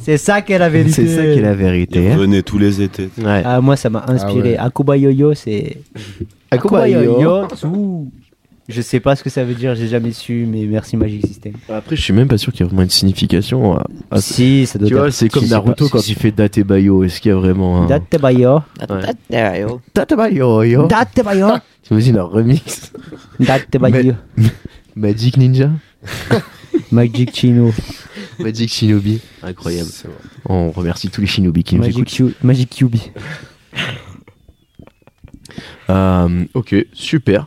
Speaker 5: C'est ça qu'est la vérité.
Speaker 1: C'est ça qui est la
Speaker 4: Il
Speaker 1: vérité. hein.
Speaker 4: revenait tous les étés.
Speaker 1: Ouais.
Speaker 5: Ah, moi, ça m'a inspiré. Akuba yo yo, c'est.
Speaker 1: Ah,
Speaker 5: Akuba yo yo tout. Je sais pas ce que ça veut dire, j'ai jamais su, mais merci Magic System.
Speaker 1: Bah, Après, je suis même pas sûr qu'il y ait vraiment une signification. à- à ce-
Speaker 5: si, ça doit
Speaker 1: Tu
Speaker 5: être-
Speaker 1: vois, c'est
Speaker 5: si,
Speaker 1: comme
Speaker 5: pas-
Speaker 1: Naruto
Speaker 5: si,
Speaker 1: quand
Speaker 5: si.
Speaker 1: il fait Date Bayo. Est-ce qu'il y a vraiment un.
Speaker 5: Date bayo.
Speaker 1: Date Bayo, yo.
Speaker 5: Date
Speaker 1: [LAUGHS]
Speaker 5: bayo.
Speaker 1: T'imagines un remix
Speaker 5: Date bayo.
Speaker 1: Magic Ninja
Speaker 5: Magic Chino.
Speaker 1: Magic Shinobi. Incroyable. On remercie tous les Shinobi qui nous
Speaker 5: Magic,
Speaker 1: écoutent.
Speaker 5: Q- Magic QB.
Speaker 1: Euh, ok, super.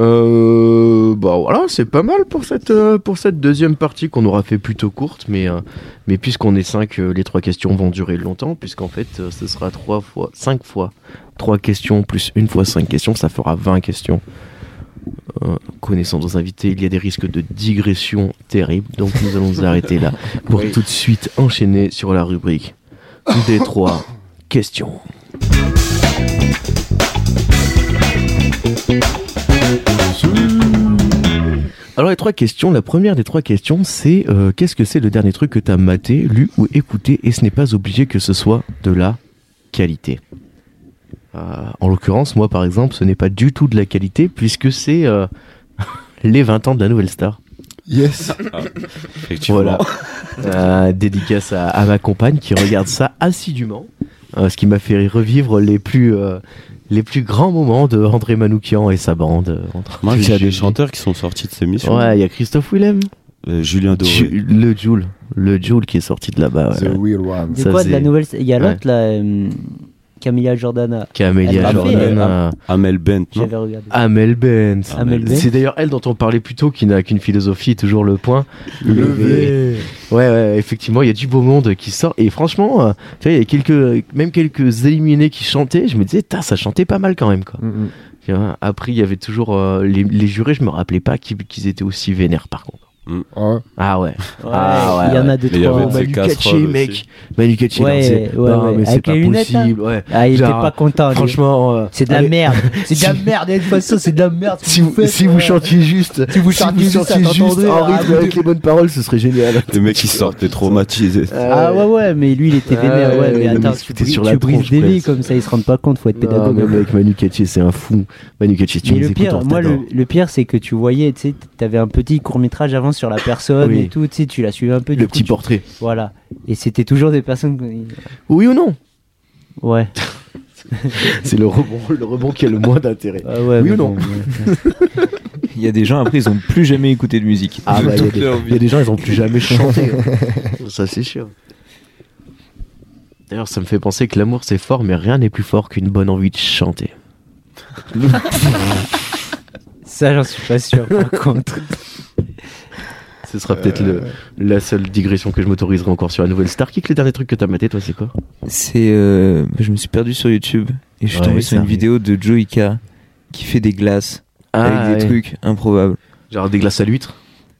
Speaker 1: Euh, bah voilà, c'est pas mal pour cette, euh, pour cette deuxième partie qu'on aura fait plutôt courte, mais, euh, mais puisqu'on est 5, les trois questions vont durer longtemps, puisqu'en fait euh, ce sera trois fois, 5 fois 3 questions plus une fois 5 questions, ça fera 20 questions. Euh, connaissant nos invités, il y a des risques de digression terribles, donc nous allons nous arrêter là pour tout de suite enchaîner sur la rubrique des trois questions. Alors les trois questions, la première des trois questions c'est euh, qu'est-ce que c'est le dernier truc que t'as maté, lu ou écouté et ce n'est pas obligé que ce soit de la qualité. Euh, en l'occurrence, moi par exemple, ce n'est pas du tout de la qualité puisque c'est euh, [LAUGHS] les 20 ans de la nouvelle star.
Speaker 2: Yes.
Speaker 4: Effectivement.
Speaker 1: Voilà. Euh, dédicace à, à ma compagne qui regarde ça assidûment, euh, ce qui m'a fait revivre les plus, euh, les plus grands moments de André Manoukian et sa bande. euh, entre-
Speaker 4: Marc, il y a des
Speaker 1: Jules-
Speaker 4: chanteurs qui sont sortis de ces missions.
Speaker 1: Ouais, il y a Christophe Willem.
Speaker 4: Euh, Julien Doré.
Speaker 1: Ju- le Joule. Le Joule qui est sorti de là-bas.
Speaker 2: The
Speaker 1: voilà.
Speaker 2: real one.
Speaker 5: C'est
Speaker 1: Ça
Speaker 5: quoi de la
Speaker 1: faisait-
Speaker 5: nouvelle Il y a
Speaker 1: Ouais.
Speaker 5: l'autre là, euh, Camilla Jordana. Elle
Speaker 1: Camélia
Speaker 5: l'a fait,
Speaker 1: Jordan.
Speaker 5: elle,
Speaker 1: euh,
Speaker 4: Amel Bent, non
Speaker 5: J'avais regardé.
Speaker 1: Amel Bent.
Speaker 5: Amel Bent.
Speaker 1: Hein Ah, C'est d'ailleurs elle dont on parlait plus tôt qui n'a qu'une philosophie, toujours le point.
Speaker 2: Levé.
Speaker 1: Ouais, ouais, effectivement, il y a du beau monde qui sort. Et franchement, euh, tu vois, il y a quelques, même quelques éliminés qui chantaient. Je me disais, Tain, ça chantait pas mal quand même. Quoi.
Speaker 2: Mm, mm.
Speaker 1: Tu vois, Après, il y avait toujours euh, les, les jurés. Je me rappelais pas qu'ils qu'ils étaient aussi vénères par contre.
Speaker 2: Ah ouais.
Speaker 1: Ah ouais.
Speaker 5: Ouais,
Speaker 1: Ah ouais,
Speaker 5: il y en a deux
Speaker 4: Mais il y
Speaker 5: trois.
Speaker 4: avait-
Speaker 1: Manu
Speaker 4: c'est casserole
Speaker 1: Katché,
Speaker 4: aussi.
Speaker 1: mec. Manu Katché,
Speaker 5: Ouais,
Speaker 1: non, c'est-
Speaker 5: ouais,
Speaker 1: non,
Speaker 5: ouais.
Speaker 1: mais c'est
Speaker 5: Avec
Speaker 1: pas
Speaker 5: les lunettes, là.
Speaker 1: possible. ouais.
Speaker 5: Ah, il était
Speaker 1: Genre,
Speaker 5: pas content. lui.
Speaker 1: Franchement, euh,
Speaker 5: c'est de la
Speaker 1: allez, [LAUGHS]
Speaker 5: merde. C'est de la
Speaker 1: Si-
Speaker 5: merde. De toute façon, c'est de la merde. ce
Speaker 1: Si
Speaker 5: que
Speaker 1: vous,
Speaker 5: faites,
Speaker 1: si vous
Speaker 5: ouais.
Speaker 1: chantiez juste,
Speaker 5: Si vous chantiez juste, ça t'entendrait,
Speaker 1: en
Speaker 5: ah,
Speaker 1: rythme
Speaker 5: vous-
Speaker 1: avec les bonnes paroles, ce serait
Speaker 4: [LAUGHS]
Speaker 1: génial. Euh,
Speaker 4: Les mecs qui sortaient traumatisés.
Speaker 5: Ah ouais ouais mais lui il était
Speaker 1: Ah
Speaker 5: vénère ouais
Speaker 1: ouais,
Speaker 5: mais
Speaker 1: il
Speaker 5: attends
Speaker 1: se
Speaker 5: tu,
Speaker 1: foutait
Speaker 5: bri-
Speaker 1: sur
Speaker 5: tu
Speaker 1: la
Speaker 5: brises
Speaker 1: tronche,
Speaker 5: des vies
Speaker 1: presque.
Speaker 5: comme ça ils se rendent pas compte faut être
Speaker 1: Non,
Speaker 5: pédagogue
Speaker 1: mais mec, Manu Katché, c'est un fou. Manu Katché, tu
Speaker 5: Mais
Speaker 1: nous
Speaker 5: le
Speaker 1: écoutes, hein. on
Speaker 5: pire, moi,
Speaker 1: t'adore.
Speaker 5: le, le pire, c'est que tu voyais, tu sais, t'avais un petit court-métrage avant sur la personne
Speaker 1: Oui.
Speaker 5: et tout, tu sais, tu la suivais un peu.
Speaker 1: le
Speaker 5: du coup,
Speaker 1: petit
Speaker 5: tu-
Speaker 1: portrait.
Speaker 5: Voilà. Et c'était toujours des personnes. que-
Speaker 1: Oui ou
Speaker 5: [LAUGHS]
Speaker 1: non [LAUGHS]
Speaker 5: Ouais.
Speaker 1: C'est le rebond, le rebond qui a le moins d'intérêt.
Speaker 5: Ah ouais
Speaker 1: Oui
Speaker 5: mais
Speaker 1: ou non
Speaker 5: bon, ouais.
Speaker 3: Il y a des gens après, ils ont plus jamais écouté de musique.
Speaker 1: Ah bah, il y, a
Speaker 3: Toute
Speaker 1: des-
Speaker 3: leur
Speaker 1: il y
Speaker 3: vie.
Speaker 1: a des gens, ils ont plus jamais chanté. [LAUGHS] ça, c'est sûr. D'ailleurs, ça me fait penser que l'amour, c'est fort, mais rien n'est plus fort qu'une bonne envie de chanter.
Speaker 5: Ça, j'en suis pas sûr, [LAUGHS] par contre.
Speaker 1: Ce sera peut-être le- la seule digression que je m'autoriserai encore sur la nouvelle Star Kick. Les derniers trucs que t'as maté, toi, c'est quoi
Speaker 3: C'est, euh, je me suis perdu sur YouTube et je suis
Speaker 1: Ouais,
Speaker 3: tombé
Speaker 1: ça
Speaker 3: sur une
Speaker 1: arrive. Ah,
Speaker 3: vidéo de Joika qui fait des glaces avec des
Speaker 1: ouais.
Speaker 3: trucs improbables,
Speaker 1: Genre des glaces à l'huître.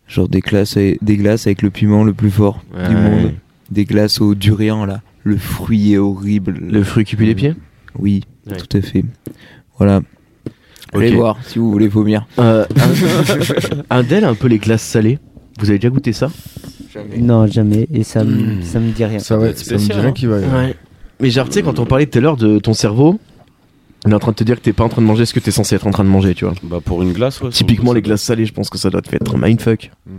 Speaker 3: genre des glaces, des glaces avec le piment le plus fort du
Speaker 1: Ouais.
Speaker 3: monde, des glaces au durian là, le fruit est horrible.
Speaker 1: Le fruit qui pue les pieds
Speaker 3: Oui,
Speaker 1: Ouais.
Speaker 3: tout à fait. Voilà. Allez
Speaker 1: Ok.
Speaker 3: voir si vous voulez vomir.
Speaker 1: Euh, [LAUGHS] un, un d'elles, un peu les glaces salées. Vous avez déjà goûté ça
Speaker 5: Non, jamais. Et ça, me- ça me dit rien.
Speaker 2: Ça,
Speaker 4: doit
Speaker 2: ouais,
Speaker 4: être
Speaker 2: ça me dit
Speaker 4: spécial,
Speaker 2: rien
Speaker 4: hein.
Speaker 2: qui va.
Speaker 1: Ouais. Mais genre, tu sais, quand on parlait tout à l'heure de ton cerveau, on est en train de te dire que t'es pas en train de manger ce que t'es censé être en train de manger, tu vois.
Speaker 4: Bah pour une glace, ouais.
Speaker 1: Typiquement,
Speaker 4: ça-
Speaker 1: les glaces salées, je pense que ça doit te faire être un mindfuck.
Speaker 2: Mm.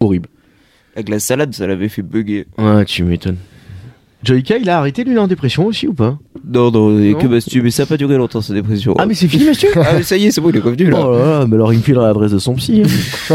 Speaker 1: Horrible.
Speaker 3: La glace salade, ça l'avait fait bugger.
Speaker 1: Ouais, tu m'étonnes. Joyka, il a arrêté, lui, là, en dépression aussi ou pas
Speaker 3: Non, non, il y a
Speaker 1: Non. bah,
Speaker 3: que Bastu, mais ça n'a pas duré longtemps sa dépression.
Speaker 1: [LAUGHS] Ah, mais c'est fini, monsieur
Speaker 3: Ah, mais ça y est, c'est bon, il est revenu là.
Speaker 1: Oh là là, mais alors il me file l'adresse de son psy. hein.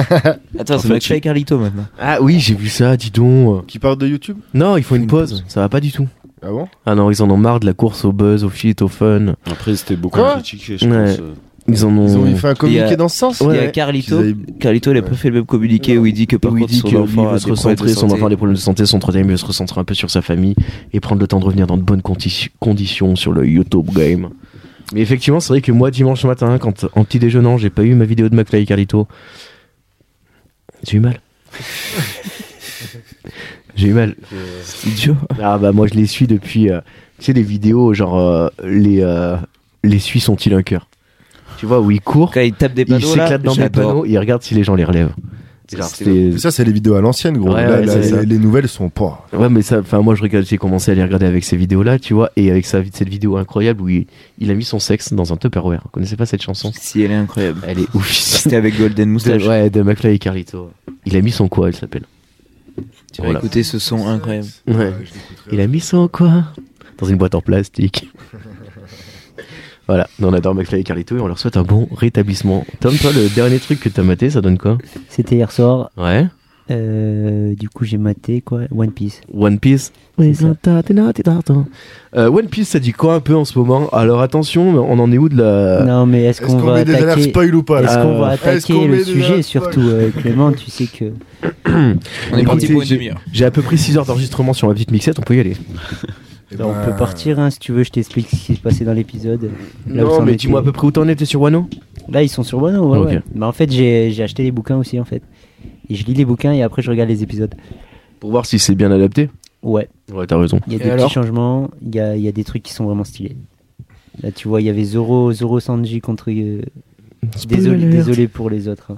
Speaker 3: Attends, c'est
Speaker 1: fait,
Speaker 3: McFly et Carlito maintenant.
Speaker 1: ah oui, j'ai vu ça, dis donc.
Speaker 2: Qui part de YouTube
Speaker 1: Non, il faut une
Speaker 3: Une
Speaker 1: pause,
Speaker 3: pause.
Speaker 1: ça va pas du tout.
Speaker 2: Ah bon
Speaker 1: Ah non, ils en ont marre de la course au buzz, au shit, au fun.
Speaker 4: Après, c'était beaucoup
Speaker 2: Quoi
Speaker 4: critiqué, je
Speaker 1: Ouais.
Speaker 4: pense. euh.
Speaker 1: Ils en ont.
Speaker 2: Ils ont fait un communiqué
Speaker 3: Il y a-
Speaker 2: dans ce sens
Speaker 3: il y
Speaker 1: Ouais.
Speaker 3: a Carlito.
Speaker 2: Qu'ils aient-
Speaker 3: Carlito, il a pas fait le même communiqué où il dit que par
Speaker 1: Où il
Speaker 3: contre
Speaker 1: dit
Speaker 3: son
Speaker 1: qu'il
Speaker 3: enfant
Speaker 1: veut
Speaker 3: a
Speaker 1: se
Speaker 3: des problèmes
Speaker 1: recentrer,
Speaker 3: de
Speaker 1: son
Speaker 3: santé.
Speaker 1: enfant a des problèmes de santé, son troisième il veut se recentrer un peu sur sa famille et prendre le temps de revenir dans de bonnes conti- conditions sur le YouTube game. Mais effectivement, c'est vrai que moi, dimanche matin, quand en petit déjeunant, j'ai pas eu ma vidéo de McFly et Carlito, j'ai eu [LAUGHS] mal. j'ai eu mal.
Speaker 3: C'est idiot.
Speaker 1: Ah bah moi je les suis depuis, euh, tu sais les vidéos genre euh, les euh, les Suisses ont-ils un cœur Tu vois où ils courent,
Speaker 3: Quand il tape des
Speaker 1: ils
Speaker 3: panneaux là,
Speaker 1: s'éclatent dans des
Speaker 3: j'adore.
Speaker 1: panneaux, ils regardent si les gens les relèvent.
Speaker 3: C'est-
Speaker 1: Genre,
Speaker 3: c'est-
Speaker 1: c'est-
Speaker 2: Ça, c'est les vidéos à l'ancienne, gros.
Speaker 1: Ouais,
Speaker 2: Là,
Speaker 1: ouais,
Speaker 2: la-
Speaker 1: c'est ça.
Speaker 2: les, les nouvelles sont. Pouah.
Speaker 1: Ouais mais ça, enfin moi je regarde, j'ai commencé à les regarder avec ces vidéos là, tu vois, et avec sa, cette vidéo incroyable où il, il a mis son sexe dans un Tupperware. Vous connaissez pas cette chanson
Speaker 3: Si elle est incroyable.
Speaker 1: Elle est ouf.
Speaker 3: [LAUGHS] C'était avec Golden Moustache.
Speaker 1: De, ouais de McFly et Carlito. Il a mis son quoi, elle s'appelle.
Speaker 3: Tu vas
Speaker 1: Voilà.
Speaker 3: écouter ce son incroyable.
Speaker 1: Ouais. Il a mis son quoi Dans une boîte en
Speaker 3: [LAUGHS]
Speaker 1: plastique. voilà, nous, on adore McFly et Carlito et on leur souhaite un bon rétablissement. Tom, toi, le dernier truc que t'as maté, ça donne quoi
Speaker 5: C'était hier soir.
Speaker 1: Ouais.
Speaker 5: euh, du coup, j'ai maté, quoi. One Piece.
Speaker 1: One Piece
Speaker 5: C'est ça.
Speaker 1: Euh, One Piece, ça dit quoi un peu en ce moment Alors attention, on en est où de la.
Speaker 5: Non, mais est-ce
Speaker 2: Est-ce
Speaker 5: qu'on
Speaker 2: qu'on
Speaker 5: va
Speaker 2: met des alertes
Speaker 5: attaquer.
Speaker 2: spoil ou pas là
Speaker 5: Est-ce qu'on va
Speaker 1: Euh,
Speaker 2: est-ce qu'on met
Speaker 5: attaquer le
Speaker 2: des
Speaker 5: sujet
Speaker 2: alertes
Speaker 5: surtout, euh, Clément Tu sais que.
Speaker 3: On est
Speaker 1: Écoutez,
Speaker 3: parti pour une
Speaker 1: j'ai-
Speaker 3: demi-heure.
Speaker 1: J'ai à peu près 6 heures d'enregistrement sur ma petite mixette, on peut y aller.
Speaker 2: Eh
Speaker 5: on
Speaker 2: ben,
Speaker 5: peut partir hein, si tu veux, je t'explique ce qui s'est passé dans l'épisode. Là où ça
Speaker 1: non,
Speaker 5: en
Speaker 1: mais
Speaker 5: était.
Speaker 1: dis-moi à peu près où t'en étais sur Wano
Speaker 5: Là, ils sont sur Wano. Ouais,
Speaker 1: Ok.
Speaker 5: ouais. Mais en fait, j'ai j'ai acheté les bouquins aussi, en fait. Et je lis les bouquins et après, je regarde les épisodes.
Speaker 1: Pour voir si c'est bien adapté.
Speaker 5: Ouais,
Speaker 1: Ouais, t'as raison.
Speaker 5: il y a
Speaker 3: Et
Speaker 5: des
Speaker 3: alors
Speaker 5: petits changements, il y a, il y a des trucs qui sont vraiment stylés. Là, tu vois, il y avait Zoro, Zoro Sanji contre. euh, désolé, désolé pour les
Speaker 6: [LAUGHS]
Speaker 5: autres. hein.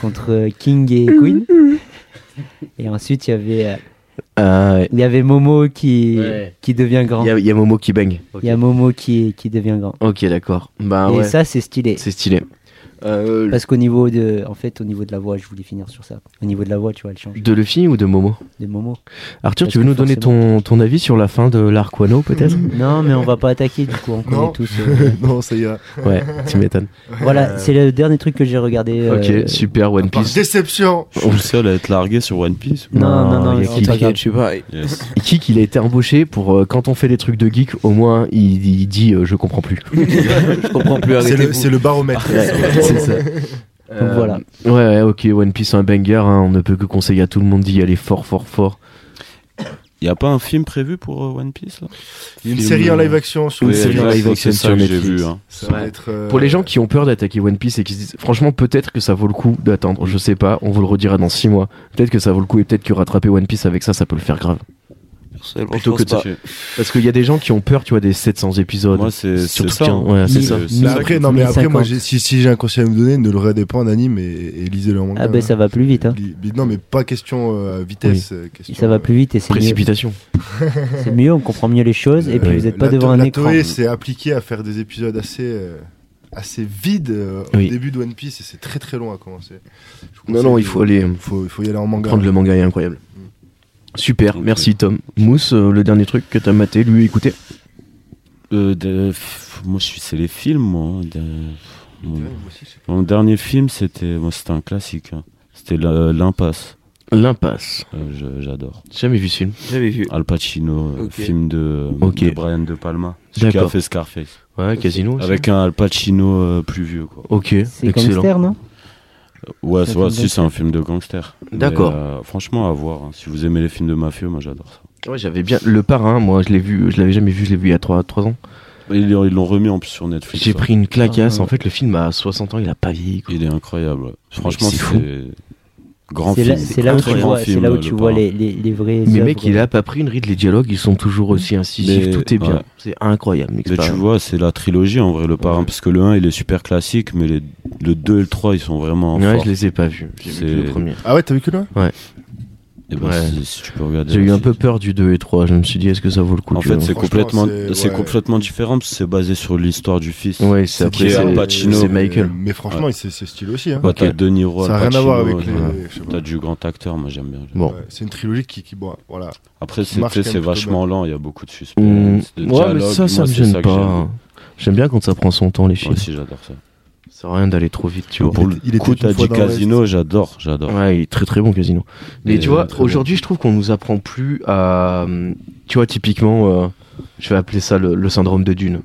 Speaker 5: Contre euh, King et Queen. Et ensuite, il y avait euh,
Speaker 1: Ah, ouais.
Speaker 6: Il y avait Momo qui,
Speaker 1: Ouais.
Speaker 6: qui devient grand.
Speaker 1: Il y, a- il y a Momo qui baigne.
Speaker 6: Il y a Momo qui, qui devient grand.
Speaker 1: Ok, d'accord. Bah
Speaker 6: et
Speaker 1: ouais,
Speaker 6: ça, c'est stylé.
Speaker 1: c'est stylé. Euh,
Speaker 6: Parce qu'au niveau de, en fait, au niveau de la voix, je voulais finir sur ça. Au niveau de la voix, tu vois, elle change
Speaker 1: de Luffy ou de Momo
Speaker 6: de Momo.
Speaker 1: Arthur,
Speaker 6: Parce
Speaker 1: tu veux
Speaker 6: que
Speaker 1: nous donner ton, ton avis sur la fin de l'arc
Speaker 6: [LAUGHS]
Speaker 1: Wano, peut-être
Speaker 6: Non, mais on va pas attaquer, du coup, on
Speaker 2: Non.
Speaker 6: connaît tous. euh,
Speaker 2: [LAUGHS] non, ça ira.
Speaker 1: Ouais, tu m'étonnes.
Speaker 6: voilà, c'est le dernier truc que j'ai regardé. euh,
Speaker 1: Euh. Ok, super, One
Speaker 2: Par
Speaker 1: Piece.
Speaker 2: déception.
Speaker 4: Je suis le seul à être largué sur One Piece.
Speaker 6: Non, non, non,
Speaker 1: il y a
Speaker 6: non,
Speaker 1: qui-
Speaker 6: t'inquiète.
Speaker 3: T'inquiète, je suis pareil.
Speaker 4: Yes.
Speaker 1: Qui qu'il a été embauché pour euh, quand on fait des trucs de geek, au moins il, il dit euh, je comprends [LAUGHS] plus.
Speaker 3: Je comprends plus,
Speaker 2: C'est le,
Speaker 3: arrêtez-vous.
Speaker 2: c'est le baromètre.
Speaker 1: c'est ça.
Speaker 6: Donc voilà.
Speaker 1: Euh, Ouais, ouais, ok, One Piece un banger, hein, on ne peut que conseiller à tout le monde d'y aller fort, fort, fort.
Speaker 4: Y a pas un film prévu pour euh, One Piece là
Speaker 2: Il y a une
Speaker 4: Film,
Speaker 2: série en
Speaker 4: euh,
Speaker 2: live action sur
Speaker 1: Une
Speaker 4: Oui,
Speaker 1: série en
Speaker 4: exact,
Speaker 1: live action
Speaker 4: c'est ça
Speaker 1: sur
Speaker 4: que j'ai
Speaker 1: Netflix.
Speaker 4: vu. hein.
Speaker 2: Ça va
Speaker 1: Ouais.
Speaker 2: être, euh,
Speaker 1: Pour les gens qui ont peur d'attaquer One Piece et qui se disent, franchement, peut-être que ça vaut le coup d'attendre, je sais pas, on vous le redira dans 6 mois. Peut-être que ça vaut le coup et peut-être que rattraper One Piece avec ça, ça peut le faire grave.
Speaker 3: Personnellement,
Speaker 1: Plutôt
Speaker 3: je
Speaker 1: que
Speaker 3: pense pas.
Speaker 1: Parce qu'il y a des gens qui ont peur, tu vois, des 700 épisodes.
Speaker 4: Moi, c'est
Speaker 1: Surtout
Speaker 4: c'est ça.
Speaker 1: qu'un-
Speaker 4: hein.
Speaker 1: ouais, c'est
Speaker 4: Mais
Speaker 1: ça.
Speaker 2: Mais après, non, mais après, moi,
Speaker 6: 1050.
Speaker 2: j'ai- si, si j'ai un conseil à vous donner, ne le regardez pas en anime et, et lisez-le en manga.
Speaker 6: Ah ben ça va plus vite, hein.
Speaker 2: Li- li- Non, mais pas question euh, vitesse. euh, question,
Speaker 6: Ça va
Speaker 2: euh,
Speaker 6: plus vite et c'est mieux.
Speaker 1: Précipitation.
Speaker 6: C'est mieux, on comprend mieux les choses et puis
Speaker 1: Oui.
Speaker 6: vous n'êtes pas
Speaker 2: la
Speaker 6: devant
Speaker 2: to-
Speaker 6: un
Speaker 2: la
Speaker 6: écran.
Speaker 2: Toei s'est appliquée à faire des épisodes assez, euh, assez vides euh,
Speaker 1: Oui.
Speaker 2: au début de One Piece et c'est très très long à commencer. Je vous
Speaker 1: Non, non,
Speaker 2: conseille
Speaker 1: il
Speaker 2: de-
Speaker 1: faut aller euh,
Speaker 2: faut, il faut y aller en manga.
Speaker 1: prendre le manga, il est incroyable. Super,
Speaker 4: Mm. Ok.
Speaker 1: merci Tom. Mousse, euh, le dernier truc que t'as maté, lui, écoutez.
Speaker 4: Euh, de- pff, moi, je suis, c'est les films, moi. hein, de-
Speaker 2: Ouais, moi
Speaker 4: mon,
Speaker 2: aussi, c'est-
Speaker 4: mon dernier film, c'était, moi, c'était un classique. hein. C'était la- l'impasse.
Speaker 1: L'impasse.
Speaker 4: Euh, je- J'adore.
Speaker 1: J'ai Jamais vu ce film.
Speaker 3: J'avais vu.
Speaker 4: Al Pacino, euh,
Speaker 3: Ok.
Speaker 4: film de,
Speaker 1: Ok.
Speaker 4: de Brian De Palma. Celui qui a
Speaker 1: D'accord.
Speaker 4: fait Scarface.
Speaker 1: Ouais, Casino. Avec.
Speaker 4: Avec un Al Pacino euh, plus vieux, quoi.
Speaker 1: Ok,
Speaker 6: C'est gangster,
Speaker 1: excellent.
Speaker 6: non
Speaker 4: Ouais,
Speaker 6: C'est
Speaker 4: c'est
Speaker 6: un
Speaker 4: ouais,
Speaker 6: film
Speaker 4: si, c'est un film de gangster. Mais,
Speaker 1: D'accord.
Speaker 4: euh, franchement, à voir. hein. Si vous aimez les films de mafieux, moi, j'adore ça.
Speaker 1: Ouais, j'avais bien. Le parrain, moi, je l'ai vu, je l'avais jamais vu, je l'ai vu il y a 3, ans.
Speaker 4: Ils l'ont ils l'ont remis en plus sur Netflix.
Speaker 1: J'ai
Speaker 4: ça.
Speaker 1: pris une claquasse.
Speaker 6: Ah,
Speaker 1: En fait, le film à 60 ans, il a pas vieilli. quoi.
Speaker 4: Il est incroyable. ouais. Franchement,
Speaker 1: c'est fou.
Speaker 4: c'est grand
Speaker 6: C'est
Speaker 4: film.
Speaker 6: là, c'est là où tu
Speaker 4: Très grand
Speaker 6: vois, c'est
Speaker 4: film,
Speaker 6: là où
Speaker 4: le
Speaker 6: tu vois
Speaker 4: parrain.
Speaker 6: les, les, les vrais.
Speaker 1: euh, Mais mec,
Speaker 6: œuvres.
Speaker 1: il a pas pris une ride. Les dialogues, ils sont toujours aussi incisifs.
Speaker 4: Mais-
Speaker 1: Tout est bien.
Speaker 4: ouais.
Speaker 1: C'est incroyable.
Speaker 4: Mais tu
Speaker 1: l'expérience.
Speaker 4: vois, c'est la trilogie en vrai, le parrain, parce que le 1 il est super classique, mais les- le 2 et le 3 ils sont vraiment.
Speaker 1: Ouais,
Speaker 4: forts.
Speaker 1: je les ai pas vus. J'ai vu que le
Speaker 4: C'est-
Speaker 1: premier.
Speaker 2: Ah ouais, t'as vu que là
Speaker 4: Et ben,
Speaker 1: Ouais.
Speaker 4: si, si tu peux regarder.
Speaker 1: J'ai eu
Speaker 4: la
Speaker 1: un peu
Speaker 4: suite.
Speaker 1: peur du 2 et 3. Je me suis dit, est-ce que ça vaut le coup
Speaker 4: En
Speaker 1: tu
Speaker 4: fait,
Speaker 1: vois
Speaker 4: c'est
Speaker 2: Franchement,
Speaker 4: complètement,
Speaker 2: c'est-
Speaker 4: c'est
Speaker 2: ouais.
Speaker 4: complètement différent parce que c'est basé sur l'histoire du fils.
Speaker 1: Ouais, c'est après.
Speaker 4: qui est
Speaker 1: c'est-
Speaker 4: Al Pacino.
Speaker 1: C'est Michael.
Speaker 2: Mais franchement, il- c'est c'est stylé aussi. hein.
Speaker 4: Bah, T'as De Niro,
Speaker 2: Ça n'a
Speaker 4: Al
Speaker 2: rien à voir
Speaker 4: Pacino,
Speaker 2: avec les.
Speaker 4: euh,
Speaker 2: je sais pas.
Speaker 4: T'as du grand acteur, moi j'aime bien.
Speaker 1: Bon.
Speaker 2: Ouais, C'est une trilogie qui, qui bon, voilà.
Speaker 4: Après,
Speaker 2: Qui
Speaker 4: c'est
Speaker 2: marche
Speaker 4: tu sais,
Speaker 2: quand
Speaker 4: c'est
Speaker 2: même plutôt
Speaker 4: vachement lent, il y a beaucoup de
Speaker 1: Mmh.
Speaker 4: suspense. Euh, de
Speaker 1: Ouais, mais
Speaker 4: dialogue.
Speaker 1: ça, ça
Speaker 4: Moi,
Speaker 1: me
Speaker 4: c'est
Speaker 1: gêne
Speaker 4: que j'aime.
Speaker 1: pas. J'aime bien quand ça prend son temps, les
Speaker 4: Moi
Speaker 1: films.
Speaker 4: aussi, j'adore ça.
Speaker 1: Ça sert à rien d'aller trop vite, tu vois.
Speaker 4: Pour
Speaker 2: Il
Speaker 4: le
Speaker 2: était- il
Speaker 4: coup,
Speaker 2: était une
Speaker 4: t'as
Speaker 2: fois
Speaker 4: dit
Speaker 2: dans l'Ouest.
Speaker 4: casino, j'adore, j'adore.
Speaker 1: Ouais, il est très très bon casino. Mais
Speaker 4: Et
Speaker 1: tu vois,
Speaker 4: très bon.
Speaker 1: aujourd'hui, je trouve qu'on nous apprend plus à. euh, Tu vois, typiquement, euh, je vais appeler ça le, le syndrome de Dune.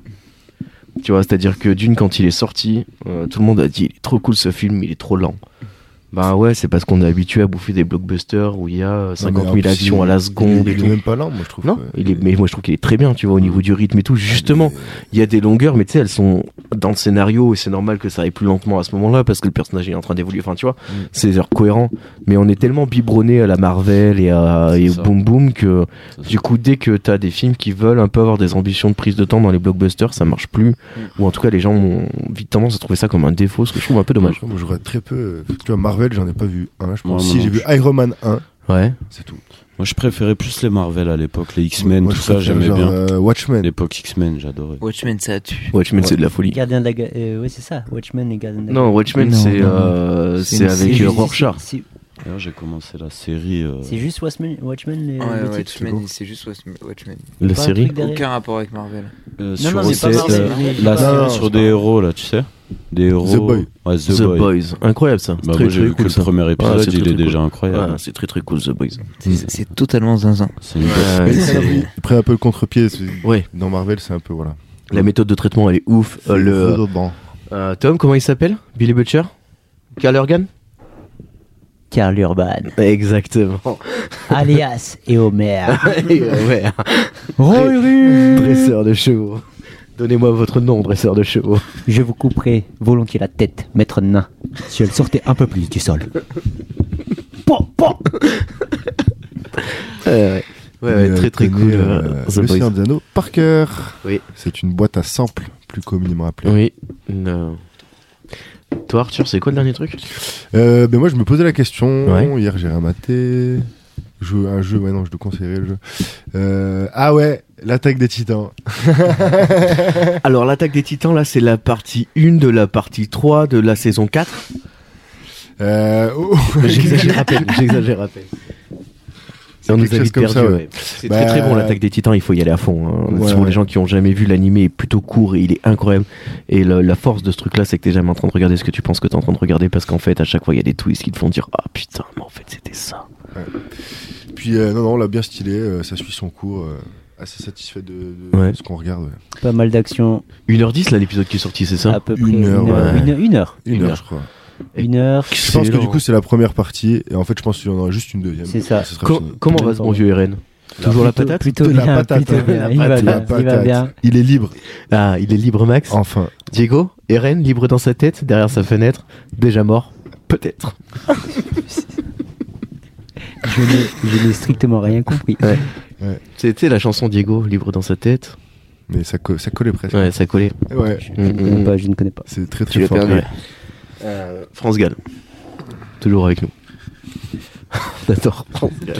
Speaker 1: Tu vois, c'est-à-dire que Dune, quand il est sorti, euh, tout le monde a dit il est trop cool ce film, il est trop lent. Bah ouais, c'est parce qu'on est habitué à bouffer des blockbusters où il y a euh, 50
Speaker 2: en plus,
Speaker 1: 000 actions à la seconde
Speaker 2: il,
Speaker 1: et
Speaker 2: il
Speaker 1: tout.
Speaker 2: est même pas lent, moi je trouve.
Speaker 1: Non,
Speaker 2: Ouais.
Speaker 1: il est, mais moi je trouve qu'il est très bien, tu vois, au niveau du rythme et tout. Justement, il y a des longueurs, mais tu sais, elles sont dans le scénario et c'est normal que ça aille plus lentement à ce moment-là parce que le personnage il est en train d'évoluer. Enfin, tu vois,
Speaker 4: Mm.
Speaker 1: c'est genre cohérent. Mais on est tellement biberonné à la Marvel et, à,
Speaker 4: C'est
Speaker 1: et au
Speaker 4: ça.
Speaker 1: boom boom que
Speaker 4: C'est ça.
Speaker 1: du coup, dès que t'as des films qui veulent un peu avoir des ambitions de prise de temps dans les blockbusters, ça marche plus.
Speaker 4: Mm.
Speaker 1: Ou en tout cas, les gens ont vite tendance à trouver ça comme un défaut, ce que je trouve un peu dommage.
Speaker 2: Franchement, moi, je regarde très peu. euh, Tu vois, Marvel, j'en ai pas vu un, je
Speaker 4: Moi,
Speaker 2: pense.
Speaker 4: moi
Speaker 2: si,
Speaker 4: non
Speaker 2: j'ai vu
Speaker 4: plus.
Speaker 2: Iron Man 1,
Speaker 1: Ouais.
Speaker 2: c'est tout.
Speaker 4: Moi, je préférais plus les Marvel à l'époque, les X-Men,
Speaker 2: Moi,
Speaker 4: tout
Speaker 2: je
Speaker 4: ça,
Speaker 2: préfère
Speaker 4: j'aimais
Speaker 2: genre,
Speaker 4: bien.
Speaker 2: euh, Watchmen.
Speaker 4: L'époque X-Men, j'adorais.
Speaker 3: Watchmen, ça tue.
Speaker 1: Watchmen, c'est de la folie.
Speaker 6: Gardien de la Ga- euh, ouais, c'est ça. Watchmen et Gardien de la
Speaker 1: Non, Watchmen,
Speaker 6: Non,
Speaker 1: c'est
Speaker 6: non,
Speaker 1: euh,
Speaker 6: Galaxie.
Speaker 1: c'est avec
Speaker 6: juste-
Speaker 1: euh, Rorschach.
Speaker 6: C'est
Speaker 4: D'ailleurs, j'ai commencé la série. euh,
Speaker 6: c'est juste Watchmen, Watchmen le,
Speaker 3: Ouais,
Speaker 6: le titre.
Speaker 3: Watchmen, c'est juste Watchmen- Watchmen.
Speaker 1: La
Speaker 6: Pas un
Speaker 1: série.
Speaker 6: truc derrière.
Speaker 3: Aucun rapport avec Marvel.
Speaker 4: euh,
Speaker 6: Non,
Speaker 4: sur
Speaker 6: non, mais pas
Speaker 4: OCS,
Speaker 6: Marvel,
Speaker 4: euh,
Speaker 6: mais-
Speaker 4: La
Speaker 2: Non,
Speaker 4: série
Speaker 2: non,
Speaker 4: sur
Speaker 2: c'est
Speaker 4: des héros, là, tu sais Des héros.
Speaker 2: Boy.
Speaker 4: Ouais, The,
Speaker 1: The
Speaker 4: Boy.
Speaker 1: Boys, incroyable ça.
Speaker 4: Bah,
Speaker 1: très
Speaker 4: moi, j'ai
Speaker 1: très
Speaker 4: vu que
Speaker 1: cool
Speaker 4: le
Speaker 1: ça.
Speaker 4: premier épisode,
Speaker 1: Ouais, c'est
Speaker 4: il est
Speaker 1: très, très
Speaker 4: déjà
Speaker 1: Ouais,
Speaker 4: incroyable.
Speaker 1: c'est très très cool The Boys.
Speaker 3: C'est c'est totalement zinzin.
Speaker 4: C'est une-
Speaker 2: Mais
Speaker 1: Ouais, [LAUGHS]
Speaker 2: ils
Speaker 1: c'est-
Speaker 2: prennent- ils prennent un peu le contre-pied. c'est-
Speaker 1: Ouais.
Speaker 2: Dans Marvel, c'est un peu voilà.
Speaker 1: La méthode de traitement elle est ouf. Euh,
Speaker 2: C'est
Speaker 1: le,
Speaker 2: dedans.
Speaker 1: euh, Tom, comment il s'appelle Billy Butcher Carl Urban
Speaker 6: Karl Urban,
Speaker 1: Exactement.
Speaker 6: alias et Homer.
Speaker 1: Et, euh, [LAUGHS] ouais,
Speaker 6: Rohirrim.
Speaker 1: dresseur de chevaux. Donnez-moi votre nom, dresseur de chevaux.
Speaker 6: Je vous couperai volontiers la tête, maître nain, si elle sortait un peu plus du sol. Pom, pom.
Speaker 1: Euh, ouais, ouais, ouais,
Speaker 2: Et, euh,
Speaker 1: très très
Speaker 2: tenez,
Speaker 1: cool.
Speaker 2: euh,
Speaker 1: euh, The
Speaker 2: Le
Speaker 1: Boys.
Speaker 2: Seigneur des Anneaux, par cœur.
Speaker 1: Oui.
Speaker 2: C'est une boîte à samples, plus communément appelée.
Speaker 1: Oui. non. Toi Arthur, c'est quoi le dernier truc
Speaker 2: Euh, ben moi, je me posais la question.
Speaker 1: Ouais.
Speaker 2: Hier, j'ai ramaté. Jeu- un jeu, ouais, non, je te conseillerais le jeu. Euh, ah ouais, l'attaque des titans.
Speaker 1: Alors, l'attaque des titans, là, c'est la partie 1 de la partie 3 de la saison 4.
Speaker 2: Euh, oh,
Speaker 1: J'exagère à [LAUGHS] peine, j'exagère à peine. Et on nous
Speaker 2: quelque
Speaker 1: avait
Speaker 2: chose comme
Speaker 1: perdu.
Speaker 2: ça, ouais.
Speaker 1: ouais. C'est
Speaker 2: Bah,
Speaker 1: très très bon l'attaque des titans, il faut y aller à fond. hein.
Speaker 2: Ouais,
Speaker 1: Pour
Speaker 2: ouais.
Speaker 1: les gens qui ont jamais vu l'animé est plutôt court et il est incroyable. Et le- la force de ce truc là, c'est que t'es jamais en train de regarder ce que tu penses que t'es en train de regarder parce qu'en fait, à chaque fois, il y a des twists qui te font dire Ah putain, mais en fait, c'était ça.
Speaker 2: Puis euh, non, non, là, bien stylé, euh, ça suit son cours. euh, assez satisfait de, de
Speaker 1: Ouais.
Speaker 2: ce qu'on regarde. ouais.
Speaker 6: Pas mal d'actions,
Speaker 1: 1h10 là, l'épisode qui est sorti, c'est ça
Speaker 6: à peu
Speaker 2: Une
Speaker 6: près.
Speaker 2: heure,
Speaker 1: ouais.
Speaker 6: une, heure, une heure.
Speaker 2: Une,
Speaker 1: Une
Speaker 2: heure,
Speaker 1: heure.
Speaker 2: je crois.
Speaker 6: Une heure.
Speaker 2: Je pense que
Speaker 1: Excellent.
Speaker 2: du coup, c'est la première partie. Et en fait, je pense qu'il y en aura juste une deuxième.
Speaker 6: C'est ça.
Speaker 2: Ce sera
Speaker 1: Co-
Speaker 2: fini.
Speaker 1: Comment va ce bon vieux Eren Toujours la
Speaker 6: Plutôt-
Speaker 1: patate
Speaker 6: Plutôt
Speaker 2: De la
Speaker 6: bien,
Speaker 2: patate,
Speaker 6: plutôt
Speaker 2: hein.
Speaker 6: bien.
Speaker 2: La
Speaker 6: Il va
Speaker 2: patate, la
Speaker 6: bien, il va
Speaker 2: patate.
Speaker 6: bien.
Speaker 2: Il est libre,
Speaker 1: Ah, il est libre, Max.
Speaker 2: enfin.
Speaker 1: Diego, Eren, libre dans sa tête, derrière sa fenêtre, déjà mort. Peut-être.
Speaker 6: Je n'ai- Je n'ai strictement rien compris.
Speaker 1: C'était la chanson Diego, libre dans sa tête.
Speaker 2: Mais ça, co- ça collait presque.
Speaker 1: Ouais, ça collait.
Speaker 2: Ouais.
Speaker 6: Je je ne
Speaker 1: Mm,
Speaker 6: connais pas, je ne connais pas.
Speaker 2: C'est très très
Speaker 3: Tu l'as
Speaker 2: fort.
Speaker 3: perdu.
Speaker 1: Ouais. Euh, France Gall. Toujours [LAUGHS] avec nous. D'accord, France Gall.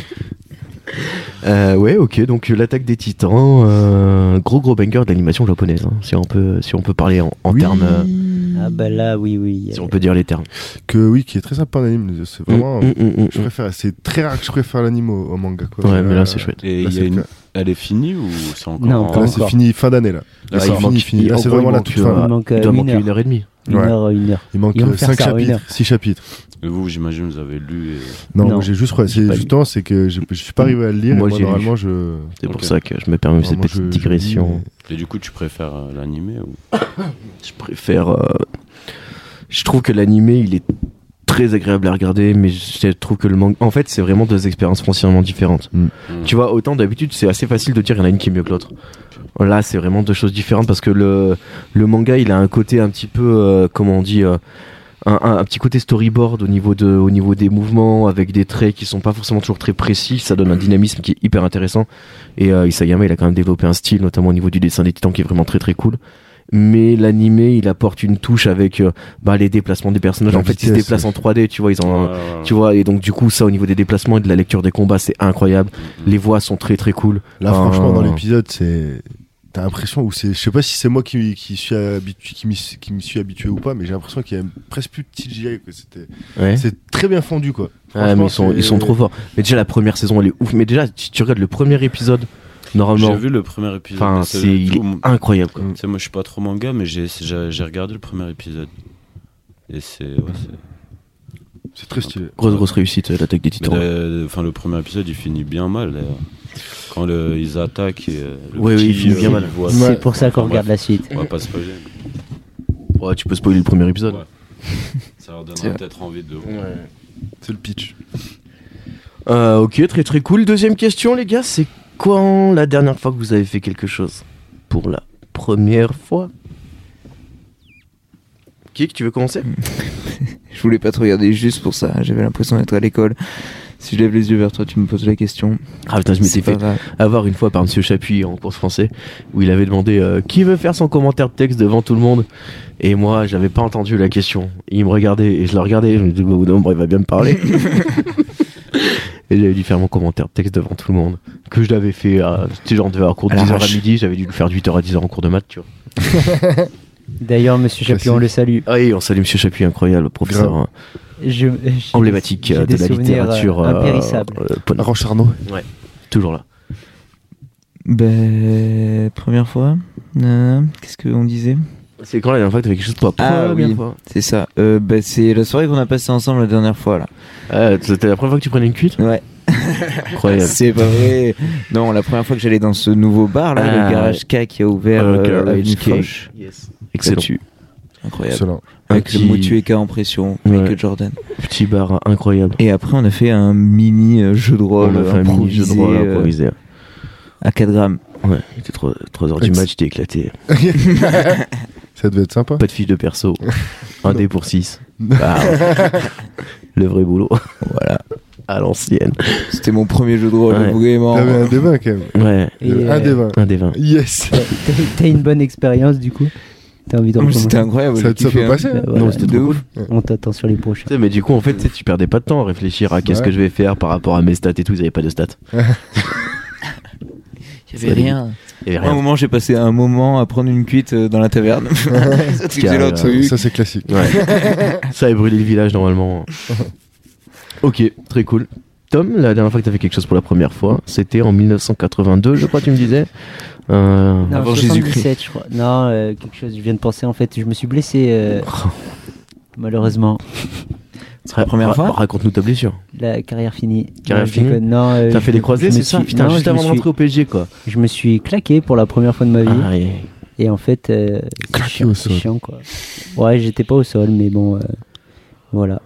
Speaker 1: Euh, ouais, ok, donc euh, l'attaque des titans, euh, gros gros banger d'animation japonaise, hein, si, on peut, si on peut parler en, en
Speaker 2: Oui.
Speaker 1: termes, euh,
Speaker 6: Ah bah là, oui, oui.
Speaker 1: si
Speaker 6: euh,
Speaker 1: on peut dire les termes.
Speaker 2: Que oui, qui est très sympa l'anime. C'est vraiment.
Speaker 1: Mm, mm, mm, mm.
Speaker 2: Je préfère. C'est très rare que je préfère l'anime au, au manga. Quoi.
Speaker 1: Ouais, mais là
Speaker 2: Euh,
Speaker 1: c'est chouette.
Speaker 2: Là,
Speaker 4: Et il y a
Speaker 2: c'est
Speaker 4: une-
Speaker 2: clair.
Speaker 4: Elle est finie ou c'est encore
Speaker 6: Non,
Speaker 4: en-
Speaker 6: pas
Speaker 2: Là,
Speaker 6: encore.
Speaker 2: c'est fini, fin d'année là. Là,
Speaker 1: Ah,
Speaker 2: c'est
Speaker 1: il manque-
Speaker 2: fini, fini.
Speaker 1: il-
Speaker 2: Là,
Speaker 1: en
Speaker 2: c'est
Speaker 1: gros,
Speaker 2: vraiment
Speaker 1: il
Speaker 2: la
Speaker 1: manque,
Speaker 2: toute fin.
Speaker 1: euh,
Speaker 2: là.
Speaker 6: Il manque
Speaker 1: Il
Speaker 6: euh,
Speaker 1: doit
Speaker 6: une
Speaker 1: manquer
Speaker 6: heure.
Speaker 1: une heure et demie.
Speaker 6: Une
Speaker 2: Ouais.
Speaker 6: heure, une heure.
Speaker 2: Il manque
Speaker 6: Ils vont faire
Speaker 2: 5
Speaker 6: ça en une heure.
Speaker 2: chapitres, 6 chapitres.
Speaker 4: Et vous, j'imagine, vous avez lu. et-
Speaker 2: Non,
Speaker 6: Non.
Speaker 2: moi, j'ai juste. ouais,
Speaker 6: J'ai
Speaker 2: c'est
Speaker 6: pas lu.
Speaker 2: justement, c'est que j'ai- je suis pas arrivé à le lire.
Speaker 1: Moi,
Speaker 2: et
Speaker 1: j'ai lu.
Speaker 2: normalement, je.
Speaker 1: C'est pour
Speaker 4: Ok.
Speaker 1: ça que je me permets cette
Speaker 2: normalement, je-
Speaker 1: petite
Speaker 2: je lis,
Speaker 1: digression.
Speaker 4: Et, du coup, tu préfères euh, l'animé ou...
Speaker 1: Je préfère. euh, Je trouve que l'animé, il est très agréable à regarder, mais je trouve que le manga. En fait, c'est vraiment deux expériences foncièrement différentes.
Speaker 2: Mm.
Speaker 1: Tu vois, autant d'habitude, c'est assez facile de dire il y en a une qui est mieux que l'autre. Là, c'est vraiment deux choses différentes parce que le, le manga, il a un côté un petit peu. euh, comment on dit euh, un, un- un petit côté storyboard au niveau, de, au niveau des mouvements, avec des traits qui sont pas forcément toujours très précis. Ça donne un dynamisme qui est hyper intéressant. Et euh, Isayama, il a quand même développé un style, notamment au niveau du dessin des titans, qui est vraiment très très cool. Mais l'animé, il apporte une touche avec euh, bah, les déplacements des personnages.
Speaker 2: La
Speaker 1: en fait, ils se
Speaker 2: vitesse,
Speaker 1: déplacent en 3D, tu vois. Ils ont, un-
Speaker 4: Ouais, ouais, ouais.
Speaker 1: tu vois, et donc du coup, ça au niveau des déplacements et de la lecture des combats, c'est incroyable.
Speaker 4: Mm-hmm.
Speaker 1: Les voix sont très très cool.
Speaker 2: Là,
Speaker 1: Ah.
Speaker 2: franchement, dans l'épisode, c'est. T'as l'impression où c'est. Je sais pas si c'est moi qui, qui, suis habitué, qui, m'y suis- qui me suis habitué ou pas, mais j'ai l'impression qu'il y a presque plus de TGI. que C'était...
Speaker 5: Eh
Speaker 1: Ouais.
Speaker 2: C'est très bien fondu, quoi.
Speaker 1: Ouais, mais ils sont,
Speaker 2: Franchement,
Speaker 1: ils sont
Speaker 2: c'est-
Speaker 1: trop forts. Mais déjà, la première saison, elle est ouf. Mais déjà, si tu regardes le premier épisode,
Speaker 4: J'ai
Speaker 1: normalement,
Speaker 4: vu le premier épisode.
Speaker 1: enfin,
Speaker 4: mais
Speaker 1: c'est il est
Speaker 4: tout- Mm.
Speaker 1: incroyable. quoi.
Speaker 4: Tu sais, moi, je suis pas trop manga, mais j'ai j'ai- j'ai regardé le premier épisode. Et c'est. ouais, c'est-
Speaker 2: C'est très stylé.
Speaker 1: Grosse grosse réussite, euh, l'attaque des
Speaker 4: Mais
Speaker 1: titans.
Speaker 4: d'ailleurs, Enfin, le premier épisode, il finit bien mal. d'ailleurs. Quand le- ils attaquent. et, euh, le
Speaker 1: Ouais,
Speaker 4: petit,
Speaker 1: oui, il finit bien
Speaker 4: euh,
Speaker 1: mal.
Speaker 4: il voit-
Speaker 6: C'est pour ça qu'on
Speaker 4: Enfin,
Speaker 6: regarde la suite.
Speaker 4: On va pas spoiler.
Speaker 1: Ouais, tu peux spoiler le premier épisode.
Speaker 4: Ouais. Ça leur donnera peut-être envie de.
Speaker 2: C'est le
Speaker 5: [LAUGHS]
Speaker 2: pitch.
Speaker 1: Euh, ok, très très cool. Deuxième question, les gars, c'est quand la dernière fois que vous avez fait quelque chose Pour la première fois Kik, tu veux commencer
Speaker 3: Je voulais pas te regarder juste pour ça. J'avais l'impression d'être à l'école. Si je lève les yeux vers toi, tu me poses la question.
Speaker 1: Ah putain, je
Speaker 3: C'est
Speaker 1: m'étais
Speaker 3: pas
Speaker 1: fait
Speaker 3: grave.
Speaker 1: avoir une fois par Monsieur Chapuis en cours de français, où il avait demandé euh, qui veut faire son commentaire de texte devant tout le monde Et moi, j'avais pas entendu la question. Il me regardait et je le regardais, je me disais, bah, au bout d'un moment, il va bien me [LAUGHS] parler. Et j'avais dû faire mon commentaire de texte devant tout le monde. Que je l'avais fait, à, tu sais, genre, on devait avoir cours de
Speaker 3: À la
Speaker 1: 10h à
Speaker 3: hache.
Speaker 1: midi, j'avais dû le faire de 8h à 10h en cours de maths, tu vois.
Speaker 6: D'ailleurs, monsieur Chapuis,
Speaker 2: Classique.
Speaker 6: on le salue.
Speaker 1: Ah oui, on salue Monsieur Chapuis, incroyable, professeur
Speaker 2: Grave.
Speaker 1: hein,
Speaker 6: Je, j'ai-
Speaker 1: [LAUGHS] emblématique
Speaker 6: j'ai
Speaker 1: euh, de
Speaker 6: des
Speaker 1: la
Speaker 6: souvenirs, euh,
Speaker 1: littérature. euh,
Speaker 6: impérissables.
Speaker 1: euh, pon-
Speaker 2: Roche Arnaud.
Speaker 1: toujours là.
Speaker 3: Ben, Bah, première fois. Nanana. Qu'est-ce qu'on disait
Speaker 1: C'est quand la dernière fois que t'avais quelque chose pour la
Speaker 3: Ah
Speaker 1: première
Speaker 3: oui.
Speaker 1: fois
Speaker 3: C'est ça. Euh, ben,
Speaker 1: bah,
Speaker 3: c'est la soirée qu'on a passée ensemble la dernière fois là.
Speaker 1: Ah, C'était la première fois que tu prenais une cuite
Speaker 3: Ouais.
Speaker 1: Incroyable.
Speaker 3: C'est pas vrai. Non, la première fois que j'allais dans ce nouveau bar là,
Speaker 1: Ah.
Speaker 3: le Garage K qui a ouvert
Speaker 1: Euh,
Speaker 3: euh,
Speaker 1: Garage
Speaker 3: avenue
Speaker 1: K.
Speaker 3: Foch.
Speaker 1: Excellent.
Speaker 3: Là-dessus. Incroyable.
Speaker 2: Excellent.
Speaker 3: Avec
Speaker 1: petit-
Speaker 3: le Motu et K en pression,
Speaker 1: Ouais.
Speaker 3: Michael Jordan.
Speaker 1: Petit bar incroyable.
Speaker 3: Et après, on a fait un mini euh, jeu de rôle
Speaker 1: On a fait un mini jeu de
Speaker 3: improvisé,
Speaker 1: rôle
Speaker 3: euh,
Speaker 1: improvisé.
Speaker 3: à 4 grammes.
Speaker 1: Ouais, il était 3, heures du
Speaker 2: Ex-
Speaker 1: match, j'étais éclaté.
Speaker 2: Ça devait être sympa.
Speaker 1: Pas de fiche de perso. un dé pour
Speaker 3: [LAUGHS]
Speaker 1: 6.
Speaker 2: Non.
Speaker 1: le vrai boulot. Voilà. À l'ancienne.
Speaker 3: C'était mon premier jeu de rôle,
Speaker 1: Ouais.
Speaker 5: Oh.
Speaker 3: vraiment.
Speaker 2: T'avais Ah, un débat quand même.
Speaker 1: Ouais.
Speaker 6: Et,
Speaker 2: Un
Speaker 6: euh,
Speaker 2: débat.
Speaker 5: [LAUGHS]
Speaker 1: Un des 20.
Speaker 2: Yes.
Speaker 6: T'as t'as une bonne expérience du coup
Speaker 5: T'as envie de
Speaker 3: Non, mais
Speaker 5: recommencer.
Speaker 3: C'était incroyable.
Speaker 2: Ça,
Speaker 3: j'ai
Speaker 2: ça
Speaker 3: kiffé,
Speaker 2: peut
Speaker 3: hein.
Speaker 2: passer. hein.
Speaker 5: Bah, voilà.
Speaker 1: Non, c'était
Speaker 3: De
Speaker 1: trop
Speaker 3: ouf.
Speaker 5: On t'attend sur les prochains.
Speaker 1: Putain, mais du coup, en fait, tu sais, tu perdais pas de temps à réfléchir à
Speaker 2: C'est
Speaker 1: qu'est-ce
Speaker 2: vrai.
Speaker 1: que je vais faire par rapport à mes stats et tout. Ils avaient pas de stats.
Speaker 3: Il y avait rien.
Speaker 1: Il y avait
Speaker 3: À un
Speaker 1: rien.
Speaker 3: moment, j'ai passé un moment à prendre une cuite euh, dans la taverne. ça, tu faisais leur
Speaker 1: Ça,
Speaker 2: Ça,
Speaker 3: truc.
Speaker 2: hein. ça, c'est classique.
Speaker 1: [LAUGHS] Ouais. Ça avait brûlé le village [LAUGHS] normalement. ok, très cool. Tom, la dernière fois que t'as fait quelque chose pour la première fois, c'était en 1982, je crois, tu me disais. Euh,
Speaker 5: Non,
Speaker 3: Avant
Speaker 5: 77, je crois. Non, euh, quelque chose, je viens de penser en fait, je me suis blessé euh,
Speaker 1: [LAUGHS]
Speaker 5: malheureusement.
Speaker 1: ra-
Speaker 3: première
Speaker 1: ra-
Speaker 3: fois
Speaker 1: Raconte-nous ta
Speaker 5: Euh,
Speaker 1: blessure.
Speaker 5: La carrière finie.
Speaker 1: Carrière
Speaker 5: Non, je
Speaker 1: finie
Speaker 5: déconne. Non, euh,
Speaker 1: T'as
Speaker 5: je-
Speaker 1: fait des croisés,
Speaker 5: je me
Speaker 1: c'est ça
Speaker 5: suis-
Speaker 1: Putain,
Speaker 5: non,
Speaker 1: juste
Speaker 5: je me
Speaker 1: avant
Speaker 5: suis-
Speaker 1: d'entrer au PSG, quoi.
Speaker 5: Je me suis claqué pour la première fois de ma vie.
Speaker 1: Ah, et-
Speaker 5: Et en fait, euh, c'est
Speaker 2: Claqué
Speaker 5: chiant,
Speaker 2: au
Speaker 5: c'est
Speaker 2: sol.
Speaker 5: chiant, quoi. Ouais, j'étais pas au sol, mais bon, euh, voilà.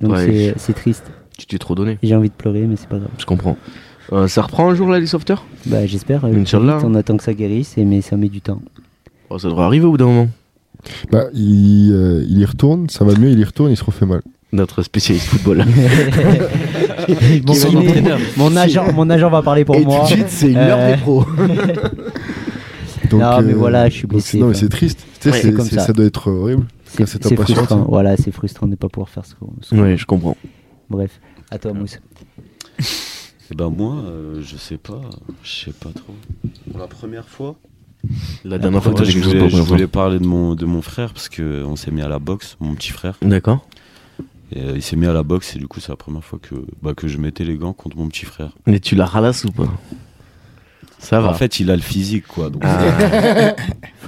Speaker 5: Donc
Speaker 1: Ouais.
Speaker 5: c'est- c'est triste.
Speaker 1: Tu t'es trop donné.
Speaker 5: J'ai envie de pleurer, mais c'est pas grave.
Speaker 1: Je comprends. Euh, ça reprend un jour, là, les sauveteurs
Speaker 5: Bah j'espère. euh,
Speaker 1: Inch'Allah.
Speaker 5: on attend que ça guérisse, et- mais ça met du temps.
Speaker 4: Ah,
Speaker 1: Oh, Ça devrait arriver au bout d'un moment.
Speaker 2: Bah, il, euh, il y retourne, ça va mieux, il y retourne, il se refait mal.
Speaker 1: Notre spécialiste football.
Speaker 4: ah,
Speaker 5: mon,
Speaker 1: Qui est
Speaker 5: kiné-
Speaker 1: mon entraîneur.
Speaker 4: [LAUGHS]
Speaker 5: mon agent, mon agent va parler pour
Speaker 1: et
Speaker 5: moi.
Speaker 1: tout de suite, c'est une heure
Speaker 5: Euh,
Speaker 1: des pros.
Speaker 2: Donc, euh,
Speaker 5: Non, mais voilà, je suis
Speaker 2: donc
Speaker 5: blessé,
Speaker 2: c'est- Non, mais
Speaker 5: quoi.
Speaker 2: c'est triste. Tu sais,
Speaker 5: Ouais,
Speaker 2: c'est-
Speaker 5: c'est comme
Speaker 2: c'est-
Speaker 5: ça.
Speaker 2: ça doit être horrible.
Speaker 5: C'est
Speaker 2: c'est ta
Speaker 5: c'est
Speaker 2: passion,
Speaker 5: frustrant.
Speaker 2: ça.
Speaker 5: Voilà, c'est frustrant de ne pas pouvoir faire ce qu'on. ce
Speaker 1: [LAUGHS]
Speaker 5: qu'on-
Speaker 1: ouais, je comprends.
Speaker 5: Bref, à toi Mousse.
Speaker 4: Eh ben moi, euh, je sais pas, je sais pas trop. Pour la première fois,
Speaker 1: La dernière fois que t'as fait
Speaker 4: je,
Speaker 1: quelque chose pour
Speaker 4: voulais,
Speaker 1: la
Speaker 4: je
Speaker 1: première fois.
Speaker 4: voulais parler de mon, de mon frère parce que on s'est mis à la boxe, mon petit frère.
Speaker 1: D'accord.
Speaker 4: Et, euh, il s'est mis à la boxe et du coup c'est la première fois que, bah, que je mettais les gants contre mon petit frère.
Speaker 1: Mais tu la ralasses ou pas Ça va. Ah.
Speaker 4: En fait, il a le physique quoi. Donc,
Speaker 5: Faut
Speaker 4: moi,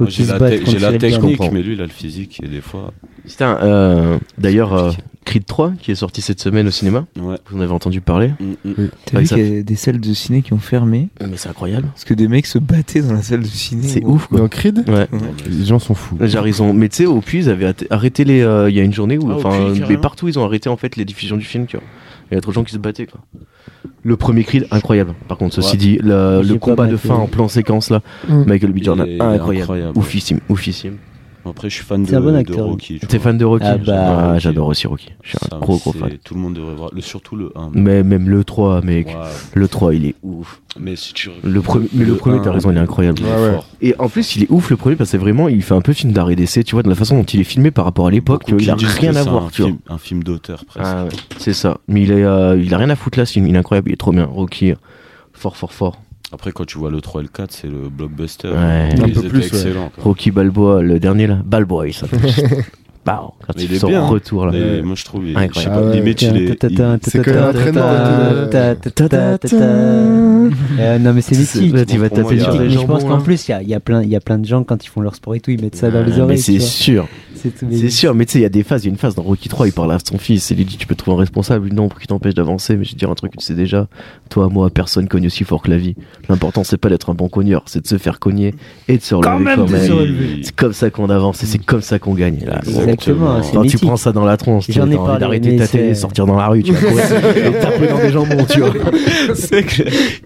Speaker 5: qu'il
Speaker 4: j'ai
Speaker 5: se
Speaker 4: la,
Speaker 5: batte
Speaker 4: te- j'ai
Speaker 5: contre
Speaker 4: la
Speaker 5: Cyril Gann.
Speaker 4: technique,
Speaker 1: comprends.
Speaker 4: mais lui il a le physique et des fois.
Speaker 1: Putain, euh, d'ailleurs, euh, Creed 3, qui est sorti cette semaine au cinéma,
Speaker 4: Ouais.
Speaker 1: vous en avez entendu parler.
Speaker 4: Mm, mm.
Speaker 3: T'as
Speaker 1: Ouais,
Speaker 3: vu
Speaker 1: ça-
Speaker 3: qu'il y a des salles de ciné qui ont fermé
Speaker 1: Mais c'est incroyable.
Speaker 3: parce que des mecs se battaient dans la salle de ciné.
Speaker 1: C'est
Speaker 3: gros.
Speaker 1: ouf, quoi.
Speaker 2: Dans Creed,
Speaker 1: Ouais.
Speaker 2: les gens sont fous.
Speaker 1: Genre, ils ont. Mais tu sais, au puits, ils avaient athé- arrêté les. euh, Il y a une journée où.
Speaker 4: Ah, au
Speaker 1: Enfin,
Speaker 4: Puy,
Speaker 1: mais
Speaker 4: carrément.
Speaker 1: partout, ils ont arrêté en fait les diffusions du film, tu vois. Il y a trop de gens qui se battaient, quoi. Le premier Creed, incroyable. Par contre, ceci
Speaker 4: Ouais.
Speaker 1: dit, le,
Speaker 5: J'ai
Speaker 1: le
Speaker 5: pas
Speaker 1: combat de
Speaker 5: maté.
Speaker 1: fin en plan séquence, là,
Speaker 2: Mm.
Speaker 1: Michael B. Jordan,
Speaker 4: Il est- il est
Speaker 1: ah, incroyable.
Speaker 4: incroyable.
Speaker 1: Oufissime, oufissime.
Speaker 4: Après, je suis fan
Speaker 5: C'est un
Speaker 4: de,
Speaker 5: bon
Speaker 4: de
Speaker 5: acteur.
Speaker 4: Rocky. tu
Speaker 1: T'es
Speaker 4: vois.
Speaker 1: fan de Rocky
Speaker 5: Ah bah,
Speaker 1: Ah,
Speaker 4: Rocky.
Speaker 1: J'adore aussi Rocky. Je suis
Speaker 4: Ça,
Speaker 1: un gros, gros
Speaker 4: c'est-
Speaker 1: fan.
Speaker 4: Tout le monde devrait voir, le, surtout le 1.
Speaker 1: Mais même le 3, mec.
Speaker 4: Ouais.
Speaker 1: Le 3, il est ouf.
Speaker 4: Mais si tu regardes
Speaker 1: Le premier, mais le,
Speaker 4: Le
Speaker 1: premier,
Speaker 4: un,
Speaker 1: t'as raison, il est incroyable.
Speaker 4: il est
Speaker 2: Ouais, ouais.
Speaker 4: fort.
Speaker 1: Et en plus, il est ouf le premier parce que c'est vraiment, il fait un peu film d'arrêt d'essai, tu vois, de la façon dont il est filmé par rapport à l'époque, tu vois,
Speaker 4: Beaucoup
Speaker 1: il a
Speaker 4: disent que
Speaker 1: rien à
Speaker 4: c'est
Speaker 1: voir,
Speaker 4: un
Speaker 1: tu vois.
Speaker 4: film- Un film d'auteur presque.
Speaker 1: Ah ouais, c'est ça. Mais il, est, euh, il a rien à foutre là, ce film. il est incroyable, il est trop bien. Rocky, fort, fort, fort.
Speaker 4: Après, quand tu vois le 3 et le 4, c'est le blockbuster.
Speaker 1: Ouais.
Speaker 4: Ils
Speaker 2: Un peu
Speaker 4: étaient
Speaker 2: plus, ouais.
Speaker 4: excellents, quoi.
Speaker 1: Rocky Balboa, le dernier là, Balboa, il s'appelle. Pow,
Speaker 4: [LAUGHS]
Speaker 1: Bah, quand
Speaker 4: Mais
Speaker 1: il
Speaker 4: il est
Speaker 1: sort
Speaker 4: bien, hein.
Speaker 1: retour là.
Speaker 4: Mais moi, je trouve, il-
Speaker 1: Incroyable.
Speaker 4: je sais
Speaker 2: Ah
Speaker 4: pas,
Speaker 2: ouais.
Speaker 4: limite, il est. il-
Speaker 2: C'est quand même entraînant,
Speaker 5: Ta- ta- ta- ta- ta- Euh, Non mais c'est mythique.
Speaker 1: Là, tu vas
Speaker 4: Pour moi,
Speaker 1: taper
Speaker 4: il y a
Speaker 1: sur
Speaker 4: un
Speaker 1: les
Speaker 5: Mais je
Speaker 1: jambons.
Speaker 5: pense
Speaker 3: hein.
Speaker 5: qu'en
Speaker 1: là.
Speaker 5: plus, il y a- il y, a plein- il y a plein de gens, quand ils font leur sport et tout, ils mettent ça dans les
Speaker 1: Ah, mais
Speaker 5: oreilles. tu
Speaker 1: c'est
Speaker 5: vois.
Speaker 1: sûr,
Speaker 5: C'est tout, mais-
Speaker 1: c'est sûr. Mais tu sais, il y a des phases. Il y a une phase dans Rocky 3, il parle à son fils. Et lui dit Tu peux te trouver un responsable, non, pour qui t'empêche d'avancer. Mais je vais te dire un truc, tu sais déjà. Toi, moi, personne cogne aussi fort que la vie. L'important, c'est pas d'être un bon cogneur, c'est de se faire cogner et de se relever quand même.
Speaker 4: il-
Speaker 1: C'est comme ça qu'on avance et c'est comme ça qu'on gagne. Là,
Speaker 4: Exactement.
Speaker 5: Exactement, c'est
Speaker 1: Quand tu
Speaker 5: mythique.
Speaker 1: prends ça dans la tronche, tu
Speaker 5: J'en ai
Speaker 1: as envie
Speaker 5: parlé,
Speaker 1: d'arrêter
Speaker 5: mais
Speaker 1: ta télé
Speaker 5: c'est-
Speaker 1: et sortir dans la rue, tu vas [LAUGHS] courir et taper dans des jambons, tu vois.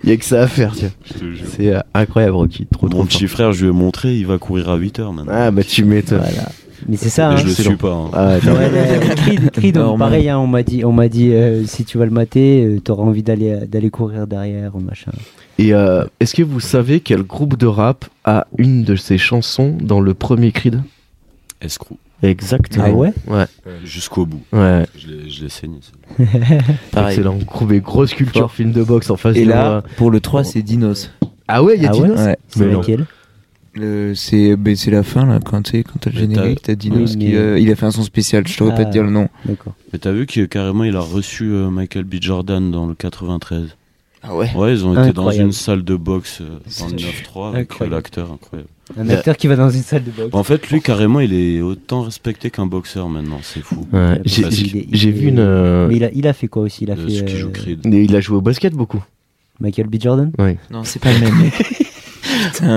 Speaker 1: Il y a que ça à faire, tu vois.
Speaker 4: je te jure.
Speaker 1: C'est euh, incroyable, Rocky. Trop, trop
Speaker 4: Mon
Speaker 1: fort.
Speaker 4: petit frère, je lui ai montré, il va courir à 8h maintenant.
Speaker 1: Ah, bah tu m'étonnes.
Speaker 5: Voilà. Mais c'est ça.
Speaker 4: Et
Speaker 5: hein.
Speaker 4: je le
Speaker 1: excellent.
Speaker 4: suis pas. hein.
Speaker 1: Ah, ouais, t'as-
Speaker 5: Ouais, mais Creed- Creed,
Speaker 3: Normal.
Speaker 5: pareil, hein, on m'a dit, on m'a dit, euh, si tu vas le mater, euh, t'auras envie d'aller, d'aller courir derrière ou machin.
Speaker 1: Et euh, est-ce que vous savez quel groupe de rap a une de ses chansons dans le premier Creed
Speaker 4: Escroc.
Speaker 1: Exactement.
Speaker 5: Ah ouais
Speaker 1: Ouais.
Speaker 4: Jusqu'au bout.
Speaker 1: Ouais.
Speaker 4: Je l'ai je l'ai saigné. ça.
Speaker 3: Pareil.
Speaker 1: Excellent. Groupe et grosse culture,
Speaker 3: Fort.
Speaker 1: film de boxe en face
Speaker 3: Et
Speaker 1: de
Speaker 3: là,
Speaker 1: moi.
Speaker 3: pour le 3, c'est Dinos.
Speaker 1: Ah ouais, il y a
Speaker 5: Ah
Speaker 1: Dino
Speaker 5: ouais
Speaker 3: Ouais.
Speaker 5: C'est
Speaker 1: Mais non.
Speaker 5: laquelle
Speaker 3: Le- c'est ben, c'est la fin là quand t'es- quand t'as le
Speaker 4: Mais t'as-
Speaker 3: générique t'as Dinos
Speaker 5: Oui,
Speaker 3: qui,
Speaker 5: mais-
Speaker 3: euh, il a fait un son spécial je t'aurais
Speaker 5: Ah.
Speaker 3: pas te dire le nom
Speaker 5: D'accord.
Speaker 4: Mais t'as vu qu'il carrément il a reçu euh, Michael B. Jordan dans le 93.
Speaker 3: ah ouais
Speaker 4: Ouais, ils ont été dans
Speaker 5: Incroyable.
Speaker 4: une salle de boxe euh, dans
Speaker 3: C'est-
Speaker 4: le 9-3 avec euh,
Speaker 3: Incroyable.
Speaker 4: l'acteur incroyable.
Speaker 5: Un
Speaker 1: Ouais.
Speaker 5: acteur qui va dans une salle de boxe.
Speaker 4: En fait, lui, carrément, il est autant respecté qu'un boxeur maintenant, c'est fou.
Speaker 1: Ouais, J'ai
Speaker 4: Parce
Speaker 5: qu'il est-
Speaker 1: j'ai-
Speaker 5: il
Speaker 1: j'ai
Speaker 5: est-
Speaker 1: vu une. euh,
Speaker 5: Mais il a, il a fait quoi aussi Euh, Il a
Speaker 4: Euh,
Speaker 5: fait
Speaker 4: ce qui
Speaker 5: euh,
Speaker 4: joue
Speaker 5: [LAUGHS]
Speaker 4: Creed.
Speaker 1: Mais il a joué au basket beaucoup.
Speaker 5: Michael B. Jordan.
Speaker 3: non c'est pas le même mec. putain
Speaker 1: [LAUGHS]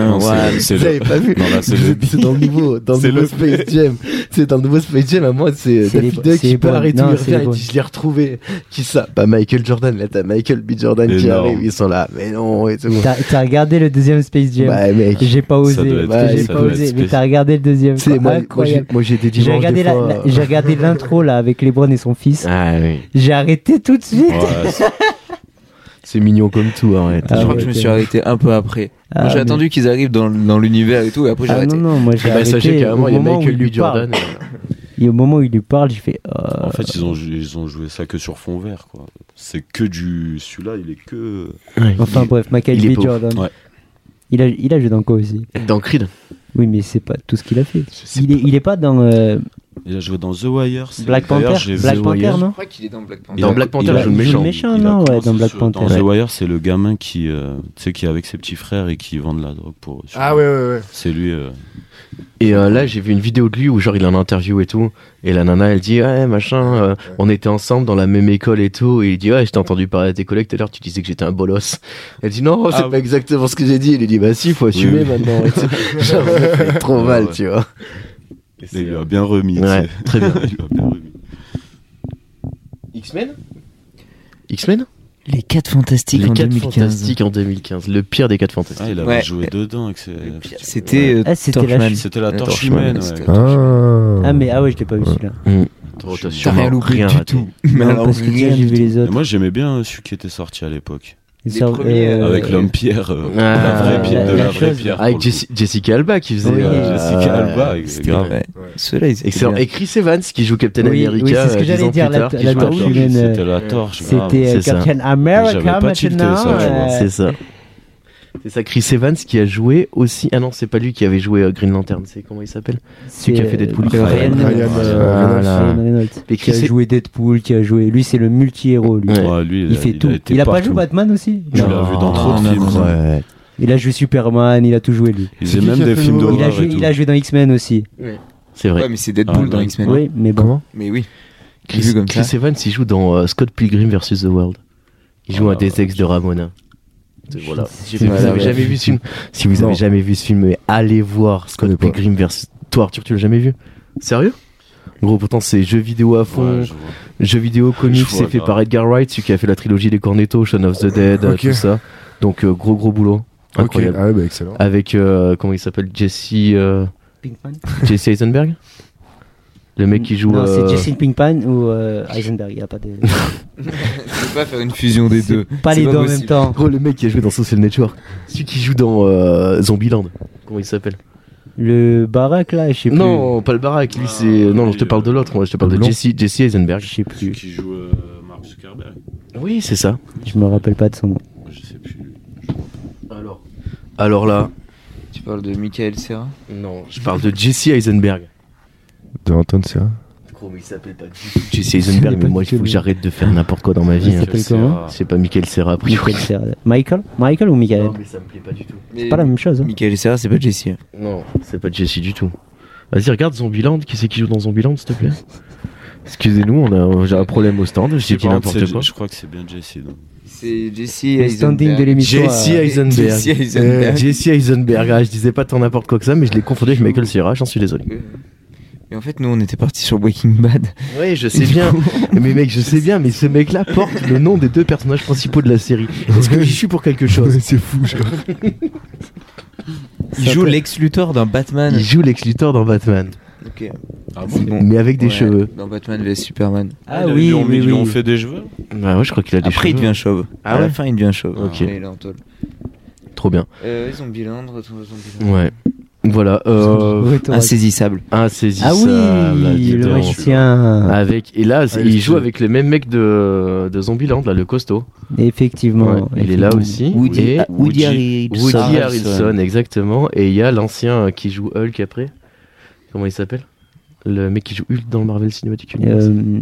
Speaker 4: Non, c'est-
Speaker 3: ouais
Speaker 4: c'est
Speaker 1: Vous
Speaker 4: le-
Speaker 1: l'avez pas vu
Speaker 4: Non, là, c'est
Speaker 1: C'est
Speaker 4: le-
Speaker 1: [LAUGHS] c'est dans le nouveau, dans le
Speaker 4: C'est
Speaker 1: nouveau Space Jam. C'est dans le nouveau Space Jam, à moi, c'est
Speaker 5: C'est les-
Speaker 1: David Duck
Speaker 5: c'est
Speaker 1: qui
Speaker 5: les
Speaker 1: part
Speaker 5: bonnes.
Speaker 1: et tout,
Speaker 5: Non,
Speaker 1: il
Speaker 5: c'est
Speaker 1: revient,
Speaker 5: les
Speaker 1: il
Speaker 5: bonnes.
Speaker 1: dit, je l'ai retrouvé. Qui ça Bah, Michael Jordan, là, t'as Michael B. Jordan qui
Speaker 4: Énorme.
Speaker 1: arrive, ils sont là, mais non, et tout.
Speaker 5: T'as, t'as regardé le deuxième Space Jam
Speaker 1: Bah, mec,
Speaker 5: J'ai pas osé.
Speaker 4: Ça doit être-
Speaker 5: j'ai
Speaker 1: ça
Speaker 5: pas
Speaker 4: doit être
Speaker 5: osé. Mais
Speaker 4: spécial.
Speaker 5: t'as regardé le deuxième.
Speaker 1: tu sais,
Speaker 5: quoi.
Speaker 1: moi, moi, j'ai-
Speaker 5: Incroyable.
Speaker 1: moi, j'ai des
Speaker 5: J'ai
Speaker 1: dimanches,
Speaker 5: regardé
Speaker 1: des
Speaker 5: la-
Speaker 1: fois,
Speaker 5: la-
Speaker 1: euh,
Speaker 5: j'ai regardé l'intro là avec Lebron et son fils.
Speaker 1: Ah oui.
Speaker 5: J'ai arrêté tout de suite.
Speaker 4: Ouais, c'est-
Speaker 1: C'est mignon comme tout, arrête.
Speaker 3: je
Speaker 5: Ah
Speaker 3: crois
Speaker 5: ouais,
Speaker 3: que je me
Speaker 5: ok.
Speaker 3: suis arrêté un peu après.
Speaker 5: Ah,
Speaker 3: Moi, j'ai
Speaker 5: mais-
Speaker 3: attendu qu'ils arrivent dans, dans l'univers et tout, et après j'ai
Speaker 5: Ah
Speaker 3: arrêté.
Speaker 5: non, non, moi j'ai
Speaker 1: Bah, sachez
Speaker 5: arrêté
Speaker 1: carrément,
Speaker 5: au
Speaker 1: il y a
Speaker 5: moment où
Speaker 1: Michael
Speaker 5: il
Speaker 1: B.
Speaker 5: lui
Speaker 1: Jordan.
Speaker 5: parle. Et au moment où il lui parle, j'ai fait. euh,
Speaker 4: En fait, ils ont, ils ont joué ça que sur fond vert, quoi. C'est que du. Celui-là, il est que.
Speaker 5: Enfin bref, Michael
Speaker 1: euh, il est
Speaker 5: B.
Speaker 1: pauvre.
Speaker 5: Jordan.
Speaker 4: Ouais.
Speaker 5: Il, a, il a joué dans quoi aussi
Speaker 1: Dans Creed.
Speaker 5: Oui, mais c'est pas tout ce qu'il a fait.
Speaker 4: sais
Speaker 5: Il est, il est pas dans euh,
Speaker 4: Il a joué dans The Wire. c'est-
Speaker 5: Black
Speaker 4: d'ailleurs,
Speaker 5: Panther
Speaker 4: j'ai vu-
Speaker 5: Black
Speaker 1: The
Speaker 5: Panther,
Speaker 1: Wire.
Speaker 5: non
Speaker 3: Je crois qu'il est dans Black Panther.
Speaker 1: Dans
Speaker 4: a-
Speaker 1: Black Panther,
Speaker 4: il a-
Speaker 1: il joue le
Speaker 4: il a-
Speaker 5: méchant.
Speaker 4: il a
Speaker 5: non, ouais,
Speaker 4: commencé
Speaker 5: dans Black
Speaker 4: sur-
Speaker 5: Panther,
Speaker 4: Dans
Speaker 5: ouais.
Speaker 4: The Wire, c'est le gamin qui, euh, tu sais, qui est avec ses petits frères et qui vendent la drogue pour eux.
Speaker 2: Ah ouais, ouais, ouais.
Speaker 4: C'est lui. euh,
Speaker 1: Et euh, là, j'ai vu une vidéo de lui où genre il a un interview et tout. Et la nana, elle dit ouais machin, euh, on était ensemble dans la même école et tout. Et il dit ouais, je t'ai entendu parler à tes collègues tout à l'heure. Tu disais que j'étais un bolos. Elle dit non, c'est
Speaker 4: Ah
Speaker 1: pas
Speaker 4: oui.
Speaker 1: exactement ce que j'ai dit. Il lui dit bah si, faut assumer
Speaker 4: oui.
Speaker 1: maintenant. Et
Speaker 5: [LAUGHS]
Speaker 1: tout. Genre, ça fait trop
Speaker 4: Ouais,
Speaker 1: mal,
Speaker 4: ouais.
Speaker 1: tu vois. Et c'est,
Speaker 4: il lui
Speaker 1: euh,
Speaker 4: a bien remis.
Speaker 1: Ouais,
Speaker 4: tu sais. [LAUGHS]
Speaker 1: très bien.
Speaker 4: il lui a bien remis.
Speaker 1: X-Men. X-Men.
Speaker 6: Les 4 fantastiques
Speaker 1: Les
Speaker 6: en
Speaker 1: 4
Speaker 6: 2015.
Speaker 1: Fantastiques en 2015. Le pire des 4 Fantastiques.
Speaker 4: Ah, il avait
Speaker 3: Ouais.
Speaker 4: joué dedans. avec ses-
Speaker 3: C'était euh,
Speaker 5: Ah, c'était
Speaker 3: Torchman.
Speaker 5: la. ch-
Speaker 4: C'était la
Speaker 1: La
Speaker 4: torche
Speaker 1: torche
Speaker 3: humaine,
Speaker 4: humaine. ouais.
Speaker 2: Ah.
Speaker 5: Ah, mais ah ouais, je l'ai pas vu celui-là.
Speaker 1: T'as
Speaker 4: T'as
Speaker 1: sûrement
Speaker 3: rien loupé du
Speaker 1: raté.
Speaker 3: tout. Mais
Speaker 5: Non,
Speaker 3: alors,
Speaker 5: parce que
Speaker 3: rien
Speaker 5: déjà, j'ai
Speaker 3: du
Speaker 5: vu
Speaker 3: tout.
Speaker 5: les
Speaker 4: Et
Speaker 5: autres.
Speaker 4: moi, j'aimais bien celui qui était sorti à l'époque.
Speaker 5: Ils
Speaker 3: les
Speaker 5: sortent,
Speaker 3: premiers, euh,
Speaker 4: Avec
Speaker 3: ouais.
Speaker 4: l'homme pierre. euh,
Speaker 1: Ah,
Speaker 4: la vraie pierre.
Speaker 5: la-
Speaker 4: de la
Speaker 5: la
Speaker 4: vraie
Speaker 5: chose.
Speaker 4: pierre.
Speaker 1: Avec
Speaker 4: Ah, pour le
Speaker 1: Jessi- Jessica Alba qui faisait.
Speaker 5: Oui,
Speaker 1: euh,
Speaker 4: Jessica Alba,
Speaker 1: ouais,
Speaker 4: c'est
Speaker 1: c'était
Speaker 4: grave.
Speaker 1: vrai.
Speaker 3: Ceux-là, ils étaient
Speaker 1: Excellent.
Speaker 3: bien.
Speaker 1: Et Chris Evans qui joue Captain
Speaker 5: Oui,
Speaker 1: America.
Speaker 5: oui, c'est ce que
Speaker 1: euh, dix
Speaker 5: j'allais
Speaker 1: ans
Speaker 5: dire,
Speaker 1: plus
Speaker 5: la-
Speaker 1: tard, qui
Speaker 5: la
Speaker 1: joue
Speaker 4: coup.
Speaker 5: torche
Speaker 1: Thor.
Speaker 5: humaine.
Speaker 4: C'était
Speaker 5: euh,
Speaker 4: c'était la torche. grave.
Speaker 5: C'était euh,
Speaker 1: c'est ça.
Speaker 5: Captain
Speaker 4: J'avais
Speaker 5: America
Speaker 4: pas tilté
Speaker 5: maintenant.
Speaker 4: ça, tu vois.
Speaker 5: euh,
Speaker 1: C'est ça. C'est ça, Chris Evans qui a joué aussi. Ah non, c'est pas lui qui avait joué euh, Green Lantern, c'est comment il s'appelle
Speaker 5: C'est
Speaker 1: qui a fait Deadpool.
Speaker 5: Ryan,
Speaker 4: Ryan
Speaker 5: Reynolds.
Speaker 2: Reynolds.
Speaker 5: Voilà.
Speaker 1: Voilà.
Speaker 5: Ryan Reynolds.
Speaker 1: Mais
Speaker 5: Qui
Speaker 1: Chris-
Speaker 5: a joué Deadpool, qui a joué. Lui, c'est le multi-héros, lui.
Speaker 1: Ouais.
Speaker 4: Ouais, lui,
Speaker 5: Il fait tout.
Speaker 4: a
Speaker 5: Il a,
Speaker 4: été
Speaker 5: pas
Speaker 4: partout.
Speaker 5: joué Batman aussi
Speaker 4: Je l'ai vu dans trop de films. ça.
Speaker 1: Ouais.
Speaker 5: Il a joué Superman, il a tout joué lui.
Speaker 4: Il
Speaker 2: C'est
Speaker 4: faisait
Speaker 2: qui
Speaker 4: même
Speaker 2: qui a
Speaker 4: des
Speaker 2: fait
Speaker 4: films
Speaker 2: le-
Speaker 5: Il a
Speaker 4: d'horreur
Speaker 5: joué,
Speaker 4: et tout.
Speaker 5: il a joué dans X-Men aussi.
Speaker 1: C'est vrai.
Speaker 3: Ouais, mais c'est Deadpool
Speaker 4: Ah,
Speaker 3: dans
Speaker 4: ouais.
Speaker 3: X-Men.
Speaker 5: Oui, mais bon.
Speaker 2: Comment
Speaker 3: Mais oui.
Speaker 1: Chris,
Speaker 3: Vu comme
Speaker 1: Chris
Speaker 3: ça.
Speaker 1: Evans, il joue dans euh, Scott Pilgrim vs. The World. Il joue
Speaker 4: Ah,
Speaker 1: un des ex de Ramona. C'est- Voilà. Si
Speaker 5: Je-
Speaker 1: vous
Speaker 3: Voilà,
Speaker 1: avez
Speaker 3: ouais.
Speaker 1: jamais vu ce film, si vous
Speaker 2: Non.
Speaker 1: avez jamais vu ce film, mais allez voir
Speaker 2: connais
Speaker 1: Scott
Speaker 2: pas.
Speaker 1: Pilgrim vs. Toi, Arthur, tu l'as jamais vu Sérieux Gros, pourtant, c'est jeux vidéo à fond.
Speaker 4: Ouais, je vois.
Speaker 1: Jeux vidéo
Speaker 4: Je
Speaker 1: comics,
Speaker 4: vois,
Speaker 1: c'est fait
Speaker 4: grave.
Speaker 1: par Edgar Wright, celui qui a fait la trilogie des Cornetto, Shaun of the Dead, euh,
Speaker 2: Ok.
Speaker 1: tout ça. Donc euh, gros gros boulot,
Speaker 2: Ok,
Speaker 1: incroyable.
Speaker 2: ah ouais, bah excellent.
Speaker 1: Avec euh, comment il s'appelle Jesse euh,
Speaker 5: Pinkman
Speaker 1: Jesse Eisenberg, le mec qui joue.
Speaker 5: Non,
Speaker 1: euh,
Speaker 5: c'est Justin Pinkman ou euh, Heisenberg. Il y a pas des.
Speaker 3: Je peux pas faire une fusion des deux.
Speaker 5: Pas
Speaker 3: C'est
Speaker 5: les deux en même
Speaker 3: possible.
Speaker 5: temps.
Speaker 1: gros, le mec qui a joué dans Social Network, celui qui joue dans euh, Zombieland. Comment il s'appelle
Speaker 5: Le baraque là, je sais plus.
Speaker 1: Non, pas le Barak, lui c'est. Non, je te parle de l'autre, moi je te parle
Speaker 2: Le
Speaker 1: de
Speaker 2: blond.
Speaker 1: Jesse, Jesse Eisenberg.
Speaker 5: Je sais
Speaker 4: Celui
Speaker 5: plus.
Speaker 4: qui joue euh, Mark Zuckerberg.
Speaker 1: Oui, c'est ça.
Speaker 5: Je me rappelle pas de son nom.
Speaker 4: Je sais plus.
Speaker 1: Alors. Alors là,
Speaker 3: Tu parles de Michael Serra
Speaker 1: non, je parle de Jesse Eisenberg.
Speaker 2: De Anton Serra.
Speaker 1: Gros, mais il s'appelle pas du tout Jesse Eisenberg, mais moi il faut que j'arrête de faire n'importe quoi dans ma vie.
Speaker 5: Il
Speaker 1: hein.
Speaker 5: s'appelle
Speaker 4: C'est
Speaker 5: comment
Speaker 4: rare.
Speaker 1: C'est pas Michael Serra, a priori.
Speaker 5: Michael Cera. Michael Michael ou Michael
Speaker 1: Non, mais ça me plaît pas du tout.
Speaker 5: C'est pas la même chose. hein.
Speaker 3: Michael Serra, c'est pas Jesse. hein.
Speaker 1: Non, c'est pas Jesse du tout. Vas-y, regarde Zombieland. Qui c'est qui joue dans Zombieland, s'il te plaît Excusez-nous, on a, j'ai un problème au stand. J'ai dit
Speaker 4: Par contre,
Speaker 1: n'importe
Speaker 4: c'est-
Speaker 1: quoi.
Speaker 4: Je crois que c'est bien Jesse. non
Speaker 3: C'est Jesse
Speaker 5: Le standing de
Speaker 3: Eisenberg.
Speaker 5: l'émission.
Speaker 1: Jesse
Speaker 5: euh,
Speaker 1: Eisenberg.
Speaker 3: Jesse Eisenberg.
Speaker 1: Euh, Jesse Eisenberg. Ah, je disais pas tant n'importe quoi que ça, mais je l'ai confondu avec Michael Serra. J'en suis désolé.
Speaker 3: Euh, Mais en fait, nous, on était partis sur Breaking Bad.
Speaker 1: Oui, je sais bien. [LAUGHS] mais mec, je sais bien. Mais ce mec-là porte le nom des deux personnages principaux de la série. Est-ce que je suis pour
Speaker 2: [LAUGHS]
Speaker 1: quelque chose
Speaker 2: C'est fou, genre.
Speaker 3: Il joue Lex Luthor dans Batman.
Speaker 1: Il joue Lex Luthor dans Batman,
Speaker 3: Ok.
Speaker 4: Ah
Speaker 3: C'est bon.
Speaker 1: mais avec des
Speaker 3: Ouais,
Speaker 1: cheveux.
Speaker 3: Dans Batman vs Superman.
Speaker 5: Ah oui,
Speaker 4: on
Speaker 5: oui,
Speaker 4: lui ont
Speaker 5: oui.
Speaker 4: fait des cheveux.
Speaker 1: Bah ouais, je crois qu'il a des
Speaker 3: Après, il
Speaker 1: cheveux.
Speaker 3: devient chauve.
Speaker 1: Ah
Speaker 3: à la
Speaker 1: ouais
Speaker 3: fin, il devient chauve.
Speaker 1: Ok.
Speaker 3: Ouais, il est en tôle.
Speaker 1: Trop bien.
Speaker 3: Euh, Zombieland, retour à Zombieland.
Speaker 1: Ouais. Voilà. Euh...
Speaker 5: Retour à-
Speaker 3: Insaisissable.
Speaker 5: Ah
Speaker 1: Insaisissable.
Speaker 5: oui,
Speaker 1: là, dis
Speaker 5: le
Speaker 1: donc.
Speaker 5: magicien.
Speaker 1: Avec, et là,
Speaker 2: Ah,
Speaker 1: il
Speaker 2: il
Speaker 1: joue
Speaker 2: est-
Speaker 1: avec le même mec de, de Zombieland, là, le costaud.
Speaker 5: Effectivement.
Speaker 1: Ouais, il est là aussi.
Speaker 5: effectivement.
Speaker 3: Woody,
Speaker 1: et
Speaker 3: ah, Woody Harrelson.
Speaker 1: Woody
Speaker 3: Harrelson.
Speaker 1: Harrelson, exactement. Et il y a l'ancien euh, qui joue Hulk après. Comment il s'appelle Le mec qui joue Hulk dans le Marvel Cinematic Universe.
Speaker 5: Euh,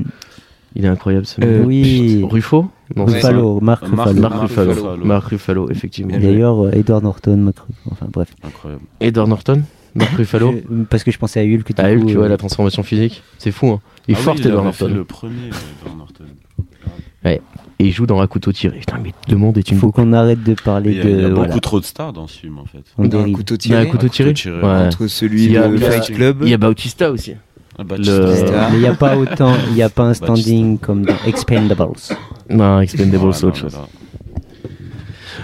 Speaker 1: il est incroyable ce mec.
Speaker 3: euh,
Speaker 5: oui.
Speaker 1: Ruffo Non, c'est ça.
Speaker 5: Ruffalo, Marc
Speaker 4: Marc-
Speaker 5: Ruffalo.
Speaker 1: Mark
Speaker 4: Mark
Speaker 1: Ruffalo.
Speaker 4: Ruffalo.
Speaker 1: Mark Ruffalo, effectivement.
Speaker 3: Bien joué.
Speaker 5: D'ailleurs, euh, Edward Norton, Marc Ruffalo, enfin bref.
Speaker 4: Incroyable.
Speaker 1: Edward Norton Mark Ruffalo
Speaker 5: Je- parce que je pensais à Hulk. Du
Speaker 1: Ah,
Speaker 5: coup,
Speaker 1: Hulk,
Speaker 5: euh,
Speaker 1: ouais, la transformation physique. C'est fou, hein. Il est
Speaker 4: Ah oui,
Speaker 1: fort, Edward
Speaker 4: avait fait
Speaker 1: Norton.
Speaker 4: le premier, euh, Edward Norton.
Speaker 1: Et il joue dans À couteau tiré. Putain, mais le monde est une
Speaker 5: faut
Speaker 1: boucle.
Speaker 5: qu'on arrête de
Speaker 4: Il
Speaker 5: parler
Speaker 4: y a, il y
Speaker 5: de.
Speaker 4: a beaucoup
Speaker 5: voilà,
Speaker 4: trop de stars dans ce film, en fait.
Speaker 5: on
Speaker 3: Dans un
Speaker 5: dérive.
Speaker 3: couteau
Speaker 1: Dans À
Speaker 3: tiré.
Speaker 1: couteau
Speaker 4: couteau
Speaker 1: tiré
Speaker 4: tiré.
Speaker 1: Ouais.
Speaker 3: Entre celui
Speaker 1: Il y a-
Speaker 3: de
Speaker 1: il y a-
Speaker 3: Fight Club.
Speaker 1: Il y a Bautista aussi.
Speaker 4: Ah,
Speaker 1: Le-
Speaker 4: Batista.
Speaker 5: Il n'y Euh, a pas autant, il n'y
Speaker 4: [LAUGHS]
Speaker 5: a pas un standing comme dans Expendables.
Speaker 1: Non,
Speaker 4: [LAUGHS] Ah,
Speaker 1: Expendables, c'est
Speaker 4: non,
Speaker 1: autre
Speaker 4: mais
Speaker 1: chose.
Speaker 4: là.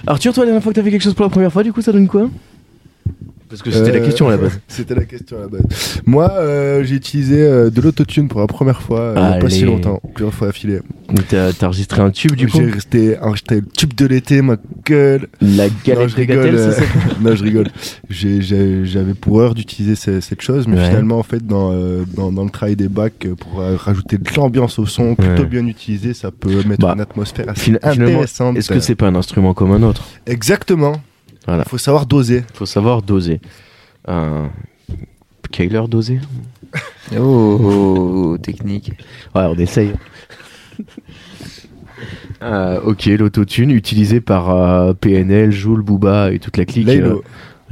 Speaker 1: Arthur, toi, la dernière fois que t'as fait quelque chose pour la première fois, du coup, ça donne quoi Parce que c'était la
Speaker 2: Euh,
Speaker 1: question [LAUGHS] à la base.
Speaker 2: C'était la question à la base. Moi, euh, j'ai utilisé euh, de l'autotune pour la première fois, euh, il y a pas
Speaker 1: Allez.
Speaker 2: si longtemps, plusieurs fois affilée.
Speaker 1: Donc T'as t'as enregistré un tube du coup
Speaker 2: J'ai resté enregistré le tube de l'été, ma gueule.
Speaker 1: La
Speaker 2: Non, je rigole. euh, [LAUGHS] non, je rigole. J'ai- j'ai- J'avais pour heure d'utiliser ce- cette chose, mais
Speaker 1: Ouais.
Speaker 2: finalement, en fait, dans, euh, dans, dans le travail des bacs, euh, pour euh, rajouter de l'ambiance au son, plutôt
Speaker 1: Ouais.
Speaker 2: bien utilisé, ça peut mettre
Speaker 1: Bah,
Speaker 2: une atmosphère assez
Speaker 1: fina- finalement,
Speaker 2: intéressante.
Speaker 1: Est-ce que c'est pas un instrument comme un autre
Speaker 2: Exactement. Il
Speaker 1: Voilà.
Speaker 2: faut savoir doser.
Speaker 1: Faut savoir doser. Un. Kyler doser
Speaker 3: Oh, oh, oh, technique.
Speaker 1: Ouais, on
Speaker 2: [LAUGHS]
Speaker 1: essaye. Euh, ok, l'autotune utilisé par euh, PNL, Joule, Booba et toute la clique.
Speaker 2: Laylo.
Speaker 1: euh,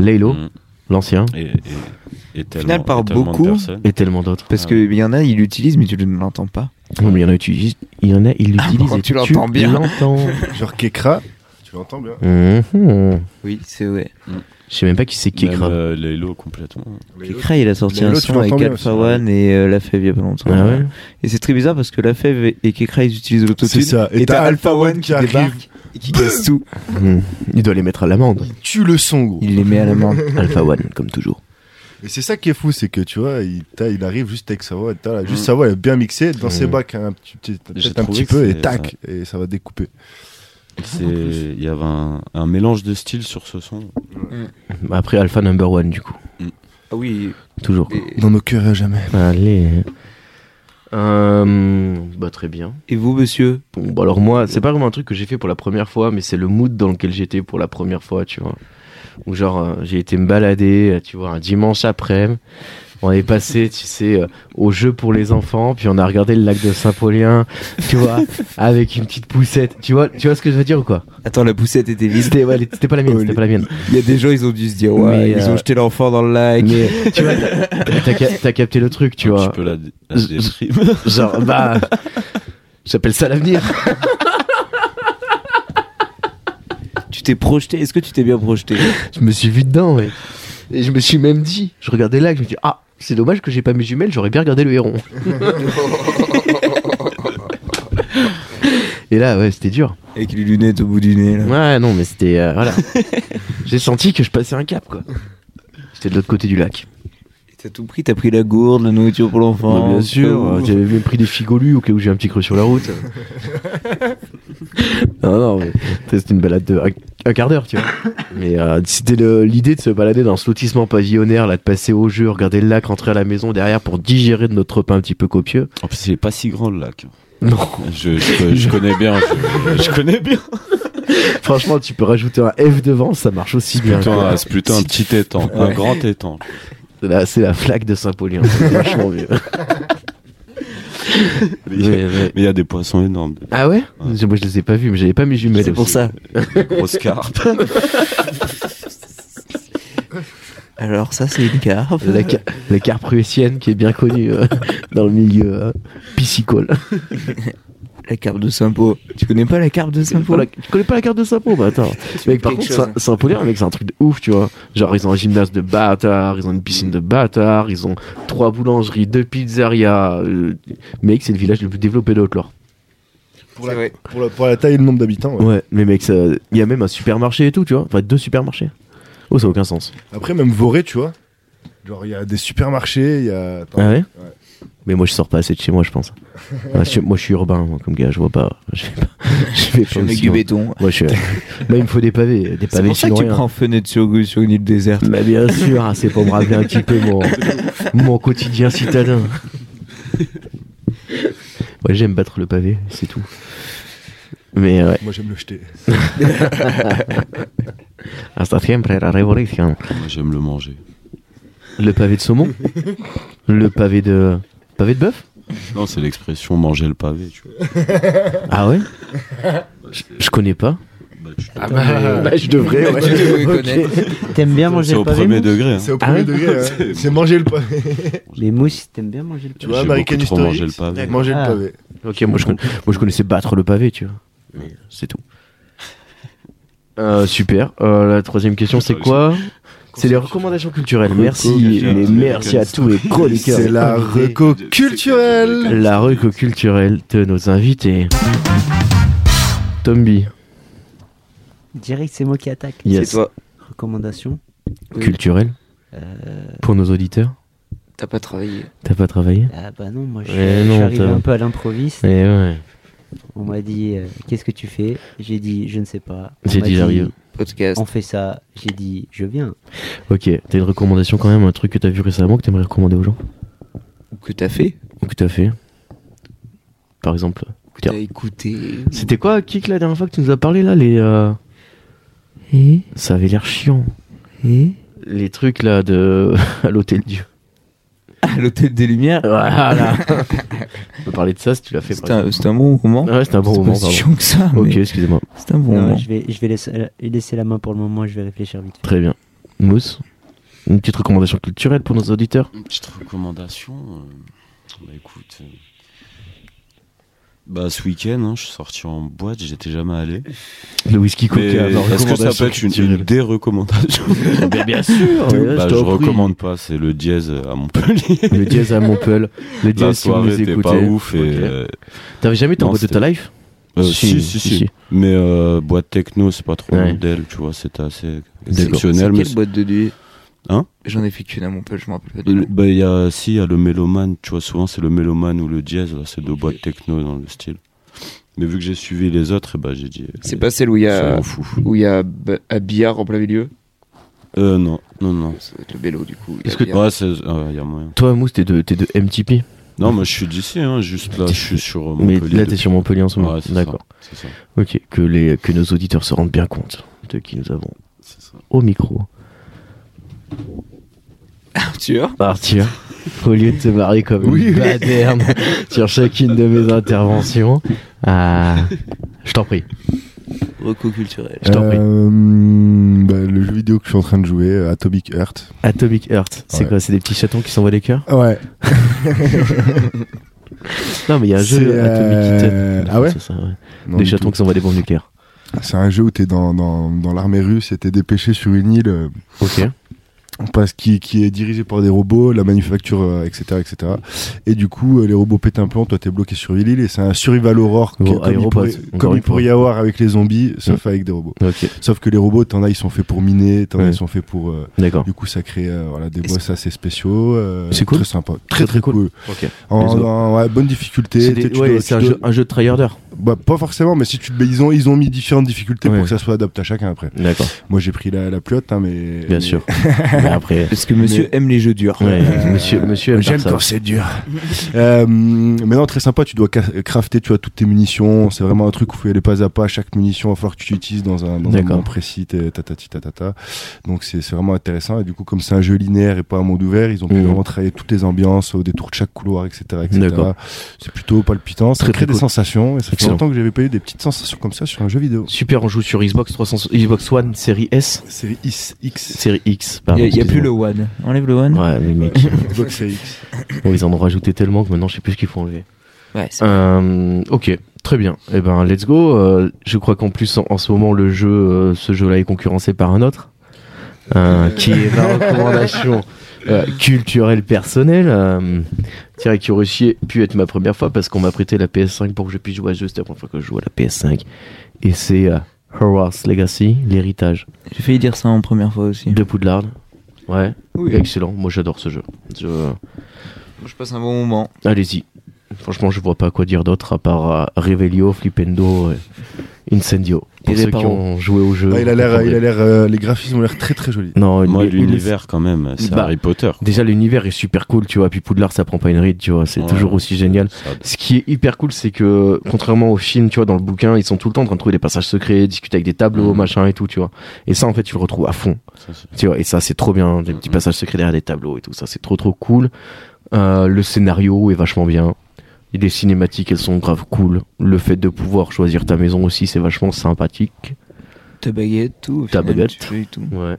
Speaker 1: Laylo,
Speaker 4: Mm.
Speaker 1: l'ancien,
Speaker 4: Et, et, et tellement,
Speaker 3: final, par
Speaker 4: et tellement de
Speaker 3: beaucoup,
Speaker 4: personnes.
Speaker 1: et tellement d'autres.
Speaker 3: Parce
Speaker 4: Ah.
Speaker 3: que il y en a, ils l'utilisent, mais tu ne l'entends pas.
Speaker 1: Non, mais il y en a, utilisent- il y en a, ils
Speaker 2: Ah,
Speaker 1: l'utilisent
Speaker 3: bon,
Speaker 1: et
Speaker 3: tu l'entends bien.
Speaker 1: l'entends.
Speaker 2: [LAUGHS] Genre Kekra, tu l'entends bien.
Speaker 1: Mhm.
Speaker 3: Oui, c'est vrai.
Speaker 1: Je sais même pas qui c'est qui
Speaker 4: Même,
Speaker 1: écrase.
Speaker 4: euh, les lots complètement.
Speaker 3: Kekra, il a sorti
Speaker 2: Lalo,
Speaker 3: un
Speaker 2: tu
Speaker 3: son
Speaker 2: l'entends
Speaker 3: avec
Speaker 2: bien
Speaker 3: Alpha
Speaker 2: aussi, ouais.
Speaker 3: One et euh, La Fève il y a pas longtemps.
Speaker 1: Ah ouais
Speaker 3: Et c'est très bizarre parce que La Fève et- et Kekra, ils utilisent l'autotune.
Speaker 2: C'est ça.
Speaker 3: Et t'as Alpha One qui
Speaker 2: arrive.
Speaker 3: débarque et qui casse tout.
Speaker 1: Mhm. Il doit les mettre à [LAUGHS] l'amende.
Speaker 2: Il tue le son, gros.
Speaker 3: [LAUGHS] Il les met à la main.
Speaker 1: Alpha One, comme toujours.
Speaker 2: Et c'est ça qui est fou, c'est que tu vois, il, t'as- il arrive juste avec sa voix. t'as là, juste sa voix, elle est bien mixée dans ses
Speaker 1: Mm.
Speaker 2: bacs, hein, un petit, petit-
Speaker 4: J'ai
Speaker 2: peut-être un
Speaker 4: trouvé
Speaker 2: petit
Speaker 4: que
Speaker 2: peu, et
Speaker 4: c'est-
Speaker 2: tac, et ça va découper.
Speaker 4: C'est- Il y avait un, un mélange de styles sur ce son.
Speaker 1: Bah, Après Alpha Number One, du coup.
Speaker 3: Ah oui.
Speaker 1: Toujours.
Speaker 3: Et,
Speaker 2: Dans nos cœurs, à jamais.
Speaker 1: Allez. Euh, bah très bien.
Speaker 3: et vous, monsieur
Speaker 1: Bon, bah alors moi, c'est pas vraiment un truc que j'ai fait pour la première fois, mais c'est le mood dans lequel j'étais pour la première fois, tu vois. Où genre, euh, j'ai été me balader, euh, tu vois, un dimanche après On est passé, tu sais, euh, au jeu pour les enfants, puis on a regardé le lac de Saint-Paulien, tu [LAUGHS] vois, avec une petite poussette. Tu vois, tu vois ce que je veux dire ou quoi
Speaker 3: Attends, la poussette était vide.
Speaker 1: C'était ouais, elle était- c'était pas la mienne,
Speaker 3: Oh,
Speaker 1: c'était
Speaker 3: les-
Speaker 1: pas la mienne.
Speaker 3: Il y a des gens, ils ont dû se dire, ouais,
Speaker 1: Mais,
Speaker 3: ils
Speaker 1: euh,
Speaker 3: ont jeté l'enfant dans le
Speaker 1: [LAUGHS]
Speaker 3: lac.
Speaker 1: Mais tu vois, t'as- t'as ca- t'as capté le truc, tu
Speaker 4: un
Speaker 1: vois.
Speaker 4: petit peu la, la
Speaker 2: euh,
Speaker 1: Z-
Speaker 4: déprime.
Speaker 1: Genre, bah, [LAUGHS] j'appelle ça l'avenir.
Speaker 3: Tu t'es projeté. Est-ce que tu t'es bien projeté
Speaker 1: Je me suis vu dedans, ouais. Et je me suis même dit, je regardais là, je me dis, ah, c'est dommage que j'ai pas mes jumelles, j'aurais bien regardé le [LAUGHS] héron. Et là, ouais, c'était dur.
Speaker 3: Avec les lunettes au bout du nez, là.
Speaker 1: Ouais, non, mais c'était. euh, voilà. [LAUGHS] j'ai senti que je passais un cap, quoi. J'étais de l'autre côté du lac.
Speaker 3: Et T'as tout pris, t'as pris la gourde, la nourriture pour l'enfant. Oh.
Speaker 1: bien sûr,
Speaker 3: tout.
Speaker 1: euh, j'avais même pris des figolus au cas où j'ai un petit creux sur la route. non, non, mais c'était une balade de un, un quart d'heure, tu vois. Mais euh, c'était le- l'idée de se balader dans ce lotissement pavillonnaire, là, de passer au jeu, regarder le lac, rentrer à la maison derrière pour digérer de notre repas un petit peu copieux.
Speaker 4: En plus, il est pas si grand le lac.
Speaker 1: Non,
Speaker 4: Je, je- je connais bien. Je, je
Speaker 2: [LAUGHS]
Speaker 4: connais bien.
Speaker 1: franchement, tu peux rajouter un F devant, ça marche aussi bien.
Speaker 4: Putain,
Speaker 1: quoi.
Speaker 4: ah, c'est plutôt un petit étang, un grand étang.
Speaker 1: Là, c'est la flaque de Saint-Paulien, c'est vachement mieux.
Speaker 4: Mais il y a-
Speaker 1: Mais- mais-
Speaker 4: mais il y a des poissons énormes, des
Speaker 1: Ah ouais, Moi je les ai pas vus, mais j'avais pas mes jumelles.
Speaker 3: C'est pour
Speaker 1: aussi.
Speaker 3: ça.
Speaker 2: [LAUGHS]
Speaker 4: grosses carpes.
Speaker 3: Alors, ça, c'est une carpe.
Speaker 1: La, ca- la carpe prussienne qui est bien connue euh, dans le milieu euh, piscicole.
Speaker 3: La carpe de Saint-Pau. Tu connais pas la carpe de Saint-Pau
Speaker 1: Voilà, tu connais pas la carte de Saint-Paul bah [LAUGHS] attends. Mec, par
Speaker 3: quelque
Speaker 1: contre,
Speaker 3: chose.
Speaker 1: Saint- Saint-Paulien, mec, c'est un truc de ouf, tu vois. Genre, ils ont un gymnase de bâtard, ils ont une piscine de bâtard, ils ont trois boulangeries, deux pizzerias. euh, mec, c'est le village le plus développé de Haute-Loire.
Speaker 2: Pour la, pour, la, pour la taille et le nombre d'habitants. ouais.
Speaker 1: Ouais, mais mec, ça- il y a même un supermarché et tout, tu vois. Enfin, deux supermarchés. Oh, ça a aucun sens.
Speaker 2: Après, même Voré, tu vois. Genre, il y a des supermarchés, il y a. Attends,
Speaker 1: Ah ouais
Speaker 2: Ouais.
Speaker 1: Mais moi, je sors pas assez de chez moi, je
Speaker 3: [LAUGHS]
Speaker 1: pense. Ah, je- moi, je suis urbain, moi, comme gars, je vois pas. [LAUGHS] Je vais pas. Je vais
Speaker 3: Je suis
Speaker 1: pas
Speaker 3: un mec
Speaker 1: aussi
Speaker 3: du
Speaker 1: loin.
Speaker 3: béton.
Speaker 1: Moi, je
Speaker 3: [LAUGHS]
Speaker 1: suis... Là, il me faut des pavés. Des
Speaker 3: C'est
Speaker 1: pavés
Speaker 3: pour ça que tu
Speaker 1: chinois.
Speaker 3: prends fenêtre sur rue sur une île déserte.
Speaker 1: Mais bien sûr, hein, c'est pour me rappeler un petit peu mon, mon quotidien citadin. Ouais, j'aime battre le pavé, c'est tout. Mais ouais,
Speaker 2: Moi, j'aime le jeter.
Speaker 1: hasta siempre la révolution.
Speaker 4: Moi, j'aime le manger.
Speaker 1: Le pavé de saumon Le pavé de. Pavé de bœuf
Speaker 4: Non, c'est l'expression manger le pavé. Tu vois.
Speaker 1: Ah ouais je, je connais pas.
Speaker 4: Bah, tu-
Speaker 2: Ah,
Speaker 1: Bah, je devrais, ouais.
Speaker 3: Tu
Speaker 1: [LAUGHS]
Speaker 3: devrais
Speaker 1: Ok.
Speaker 3: connaître.
Speaker 5: T'aimes bien
Speaker 4: c'est
Speaker 5: manger
Speaker 4: au
Speaker 5: le pavé
Speaker 4: premier
Speaker 5: Mousse
Speaker 4: degré. hein.
Speaker 2: C'est au
Speaker 1: Ah
Speaker 2: premier
Speaker 1: ouais
Speaker 2: degré. hein. C'est manger le pavé.
Speaker 5: Les mousses, t'aimes bien manger le
Speaker 2: Tu
Speaker 5: pavé
Speaker 2: vois,
Speaker 4: J'ai
Speaker 2: American
Speaker 4: beaucoup trop
Speaker 2: History.
Speaker 4: mangé le pavé.
Speaker 2: Manger le
Speaker 5: Ah.
Speaker 2: pavé.
Speaker 1: Ok, moi je, con- moi, je connaissais battre le pavé, tu vois. Mais c'est tout. Euh, super. Euh, la troisième question, c'est quoi C'est les recommandations culturelles. Merci,
Speaker 4: Reco-
Speaker 1: mais merci à tous les chroniqueurs.
Speaker 2: C'est la reco culturelle.
Speaker 1: La reco culturelle de nos invités. Tombi,
Speaker 5: Direct, c'est moi qui attaque.
Speaker 1: yes.
Speaker 3: toi.
Speaker 5: Recommandation
Speaker 1: Culturelle
Speaker 5: Euh,
Speaker 1: Pour nos auditeurs,
Speaker 3: T'as pas travaillé.
Speaker 1: t'as pas travaillé
Speaker 5: ah bah non, moi je,
Speaker 1: Eh
Speaker 5: je
Speaker 1: non,
Speaker 5: suis arrivé
Speaker 1: t'as-
Speaker 5: un peu à l'improviste.
Speaker 1: Eh ouais.
Speaker 5: On m'a dit euh, qu'est-ce que tu fais J'ai dit je ne sais pas. On
Speaker 1: J'ai
Speaker 5: m'a
Speaker 1: dit, j'arrive.
Speaker 3: Podcast.
Speaker 5: On fait ça. J'ai dit je viens.
Speaker 1: Ok, t'as une recommandation quand même, un truc que t'as vu récemment que t'aimerais recommander aux gens Oh.
Speaker 3: Ou que t'as fait.
Speaker 1: Ou que t'as fait Par exemple.
Speaker 3: Ou que
Speaker 1: Tiens.
Speaker 3: t'as écouté.
Speaker 1: C'était quoi, Kik, la dernière fois que tu nous as parlé là les, euh,
Speaker 5: Et
Speaker 1: Ça avait l'air chiant. Les trucs là de. [LAUGHS] à l'hôtel Dieu.
Speaker 3: À l'hôtel des Lumières.
Speaker 1: Voilà On peut parler de ça si tu l'as fait.
Speaker 3: C'est
Speaker 1: par
Speaker 3: un, c'est un bon moment.
Speaker 1: exemple. Ouais, c'était Ah, un bon
Speaker 3: C'est
Speaker 1: moment,
Speaker 3: pas si
Speaker 1: pardon.
Speaker 3: chiant que ça.
Speaker 1: Ok,
Speaker 3: mais
Speaker 1: excusez-moi.
Speaker 3: C'est un bon
Speaker 5: Non,
Speaker 3: moment.
Speaker 5: je vais, je vais laisser, euh, laisser la main pour le moment. Je vais réfléchir vite. fait.
Speaker 1: Très bien. Mousse, une petite recommandation culturelle pour nos auditeurs
Speaker 4: Une petite recommandation. euh, bah écoute. euh, Bah, ce week-end, hein, je suis sorti en boîte, j'étais jamais allé.
Speaker 1: Le whisky coca.
Speaker 4: Mais Est-ce que ça peut être une, une
Speaker 1: [LAUGHS]
Speaker 4: des recommandations
Speaker 1: bien, sûr
Speaker 4: Bah, Je recommande pas, c'est le dièse
Speaker 1: [LAUGHS]
Speaker 4: à Montpellier.
Speaker 1: Le jazz à Montpellier. Le
Speaker 4: La
Speaker 1: jazz, si vous
Speaker 4: soirée
Speaker 1: nous
Speaker 4: était
Speaker 1: écoutez.
Speaker 4: pas ouf. Et,
Speaker 1: Ok.
Speaker 4: euh,
Speaker 1: T'avais jamais été en
Speaker 4: Non,
Speaker 1: boîte de ta
Speaker 4: c'était-
Speaker 1: life
Speaker 4: euh, si, si, si, Mais euh, boîte techno, c'est pas trop
Speaker 1: Ouais.
Speaker 4: le modèle, tu vois, c'était assez
Speaker 1: D'accord.
Speaker 4: exceptionnel. mais
Speaker 3: quelle boîte de nuit
Speaker 4: Hein
Speaker 3: J'en ai fait qu'une à Montpellier, je me rappelle pas du
Speaker 4: Le-
Speaker 3: nom.
Speaker 4: Bah, il y a, si, il y a le méloman, tu vois, souvent c'est le méloman ou le jazz, là, c'est deux boîtes techno dans le style. Mais vu que j'ai suivi les autres, eh ben, j'ai dit.
Speaker 3: C'est
Speaker 4: eh,
Speaker 3: pas celle où il y
Speaker 4: ça
Speaker 3: a,
Speaker 4: m'en fout.
Speaker 3: où il y a b- un billard en plein milieu
Speaker 4: Euh, non, non, non.
Speaker 3: Ça doit être le vélo du coup. il y a
Speaker 1: Est-ce que-
Speaker 3: billard.
Speaker 4: Ouais, c'est. euh, Il y a moyen.
Speaker 1: Toi, Mousse, t'es de, t'es de MTP.
Speaker 4: Non, moi je suis d'ici, hein, juste là, je suis sur euh,
Speaker 1: mais
Speaker 4: Montpellier.
Speaker 1: là, t'es
Speaker 4: depuis-
Speaker 1: sur Montpellier en ce moment.
Speaker 4: Ouais, c'est ça,
Speaker 1: D'accord.
Speaker 4: c'est ça,
Speaker 1: Ok, que, les, que nos auditeurs se rendent bien compte de qui nous avons
Speaker 4: c'est ça.
Speaker 1: au micro.
Speaker 3: Arthur
Speaker 1: Arthur, au lieu de se marrer comme une baderne sur chacune de mes interventions, ah, je t'en prie,
Speaker 3: Reco culturel.
Speaker 1: je t'en prie.
Speaker 2: Euh, hmm, bah, le jeu vidéo que je suis en train de jouer, euh, Atomic Heart.
Speaker 1: Atomic Heart, c'est
Speaker 2: Ouais.
Speaker 1: quoi C'est des petits chatons qui s'envoient les cœurs
Speaker 2: Ouais.
Speaker 1: Non, mais il y a un
Speaker 2: C'est,
Speaker 1: jeu
Speaker 2: euh,
Speaker 1: Atomic Heart.
Speaker 2: ah ouais
Speaker 1: C'est ça, Des chatons qui s'envoient des bombes nucléaires.
Speaker 2: Ah, C'est un jeu où t'es dans, dans, dans l'armée russe et t'es dépêché sur une île euh,
Speaker 1: Ok.
Speaker 2: parce qui, qui est dirigée par des robots, la manufacture, euh, etc., etc. Et du coup, euh, les robots pètent un plomb, toi t'es bloqué sur l'île et c'est un survival horror que-
Speaker 1: Gros
Speaker 2: comme, il
Speaker 1: Aeropod,
Speaker 2: pourrait,
Speaker 1: encore
Speaker 2: comme
Speaker 1: une
Speaker 2: il pourrait y avoir avec les zombies, sauf
Speaker 1: Mm.
Speaker 2: avec des robots.
Speaker 1: Ok,
Speaker 2: Sauf que les robots, t'en as, ils sont faits pour miner, t'en as,
Speaker 1: Ouais.
Speaker 2: ils sont faits pour. euh,
Speaker 1: d'accord.
Speaker 2: du coup, ça crée euh, voilà, des
Speaker 3: Est-ce-
Speaker 2: boss assez spéciaux. euh,
Speaker 1: C'est cool.
Speaker 2: Très sympa. Très très cool.
Speaker 1: Ok.
Speaker 2: En,
Speaker 1: Les autres.
Speaker 2: en- ouais, bonne difficulté.
Speaker 1: C'est
Speaker 2: Tu
Speaker 1: des-
Speaker 2: dois-
Speaker 1: ouais,
Speaker 2: tu
Speaker 1: c'est un,
Speaker 2: dois-
Speaker 1: jeu- un jeu de tryharder.
Speaker 2: bah, pas forcément, mais si tu, mais ils ont ils ont mis différentes difficultés
Speaker 1: Ouais.
Speaker 2: pour que ça soit adapté à chacun après.
Speaker 1: D'accord,
Speaker 2: Moi j'ai pris la, la plus haute, hein, mais
Speaker 1: bien [LAUGHS]
Speaker 2: mais-
Speaker 1: sûr. Mais après,
Speaker 3: Est-ce que monsieur aime les jeux durs
Speaker 1: ouais, monsieur, monsieur aime
Speaker 2: J'aime
Speaker 1: faire ça.
Speaker 2: quand c'est [LAUGHS] dur. Euh, mais non, très sympa. Tu dois ca- crafter, tu vois, toutes tes munitions. C'est vraiment un truc où il faut y aller pas à pas. Chaque munition, il va falloir que tu l'utilises dans un, dans un
Speaker 1: D'accord.
Speaker 2: moment précis. t'es- ta, ta, ti, ta, ta, ta. Donc c'est c'est vraiment intéressant. Et du coup, comme c'est un jeu linéaire et pas un monde ouvert, ils ont pu
Speaker 1: Mhm.
Speaker 2: vraiment travailler toutes les ambiances au détour de chaque couloir, etc. etc.
Speaker 1: D'accord.
Speaker 2: C'est plutôt palpitant. Ça
Speaker 1: Très,
Speaker 2: crée
Speaker 1: très
Speaker 2: des
Speaker 1: cool.
Speaker 2: sensations. Et ça
Speaker 1: Excellent.
Speaker 2: fait longtemps que j'avais pas eu des petites sensations comme ça sur un jeu vidéo.
Speaker 1: Super, on joue sur Xbox, 300, Xbox One, série S,
Speaker 2: Série X. X.
Speaker 1: série X.
Speaker 3: Il
Speaker 1: pardon,
Speaker 3: n'y a, plus le
Speaker 1: excusez-moi.
Speaker 3: One. Enlève le One.
Speaker 1: Ah, Ouais, les mecs.
Speaker 2: Xbox Série X.
Speaker 1: Bon, ils en ont rajouté tellement que maintenant je sais plus ce qu'il faut enlever.
Speaker 3: Ouais, c'est-
Speaker 1: Euh, ok, très bien. Eh ben, let's go. Euh, je crois qu'en plus, en, en ce moment, le jeu, euh, ce jeu-là est concurrencé par un autre, euh, qui est ma recommandation euh, culturelle personnelle. Euh, tiens, qui aurait chié- pu être ma première fois parce qu'on m'a prêté la PS5 pour que je puisse jouer à ce jeu. C'était la première fois que je joue à la PS5. Et c'est euh, Hogwarts Legacy, l'héritage
Speaker 3: J'ai failli dire ça en première fois aussi.
Speaker 1: de Poudlard. Ouais,
Speaker 3: Oui.
Speaker 1: excellent. Moi, j'adore ce jeu. Je-
Speaker 3: Je passe un bon moment.
Speaker 1: Allez-y. Franchement, je vois pas quoi dire d'autre à part euh, Revelio, Flipendo, et Incendio. Pour
Speaker 3: Et
Speaker 1: ceux qui
Speaker 3: Reparo.
Speaker 1: ont joué au jeu.
Speaker 2: Ah, il a l'air,
Speaker 1: vous
Speaker 2: il
Speaker 1: comprendrez.
Speaker 2: a l'air, euh, les graphismes ont l'air très très jolis.
Speaker 1: Non,
Speaker 4: Moi,
Speaker 1: l'uni-
Speaker 4: l'univers quand même, c'est
Speaker 1: Bah,
Speaker 4: Harry Potter. quoi.
Speaker 1: Déjà, l'univers est super cool, tu vois. Puis Poudlard, ça prend pas une ride, tu vois. C'est
Speaker 4: Ouais.
Speaker 1: toujours aussi génial.
Speaker 4: Ça-
Speaker 1: Ce qui est hyper cool, c'est que contrairement au film, tu vois, dans le bouquin, ils sont tout le temps en train de trouver des passages secrets, discuter avec des tableaux,
Speaker 4: Mhm.
Speaker 1: machin et tout, tu vois. Et ça, en fait, tu le retrouves à fond.
Speaker 4: ça, c'est-
Speaker 1: Tu vois, et ça, c'est trop bien. Des petits passages secrets derrière des tableaux et tout. Ça, c'est trop, trop cool. Euh, le scénario est vachement bien. Et les cinématiques, elles sont grave cool. Le fait de pouvoir choisir ta maison aussi, c'est vachement sympathique.
Speaker 3: Ta baguette, tout. au
Speaker 1: Ta
Speaker 3: final,
Speaker 1: baguette.
Speaker 3: tu fais tout.
Speaker 1: Ouais.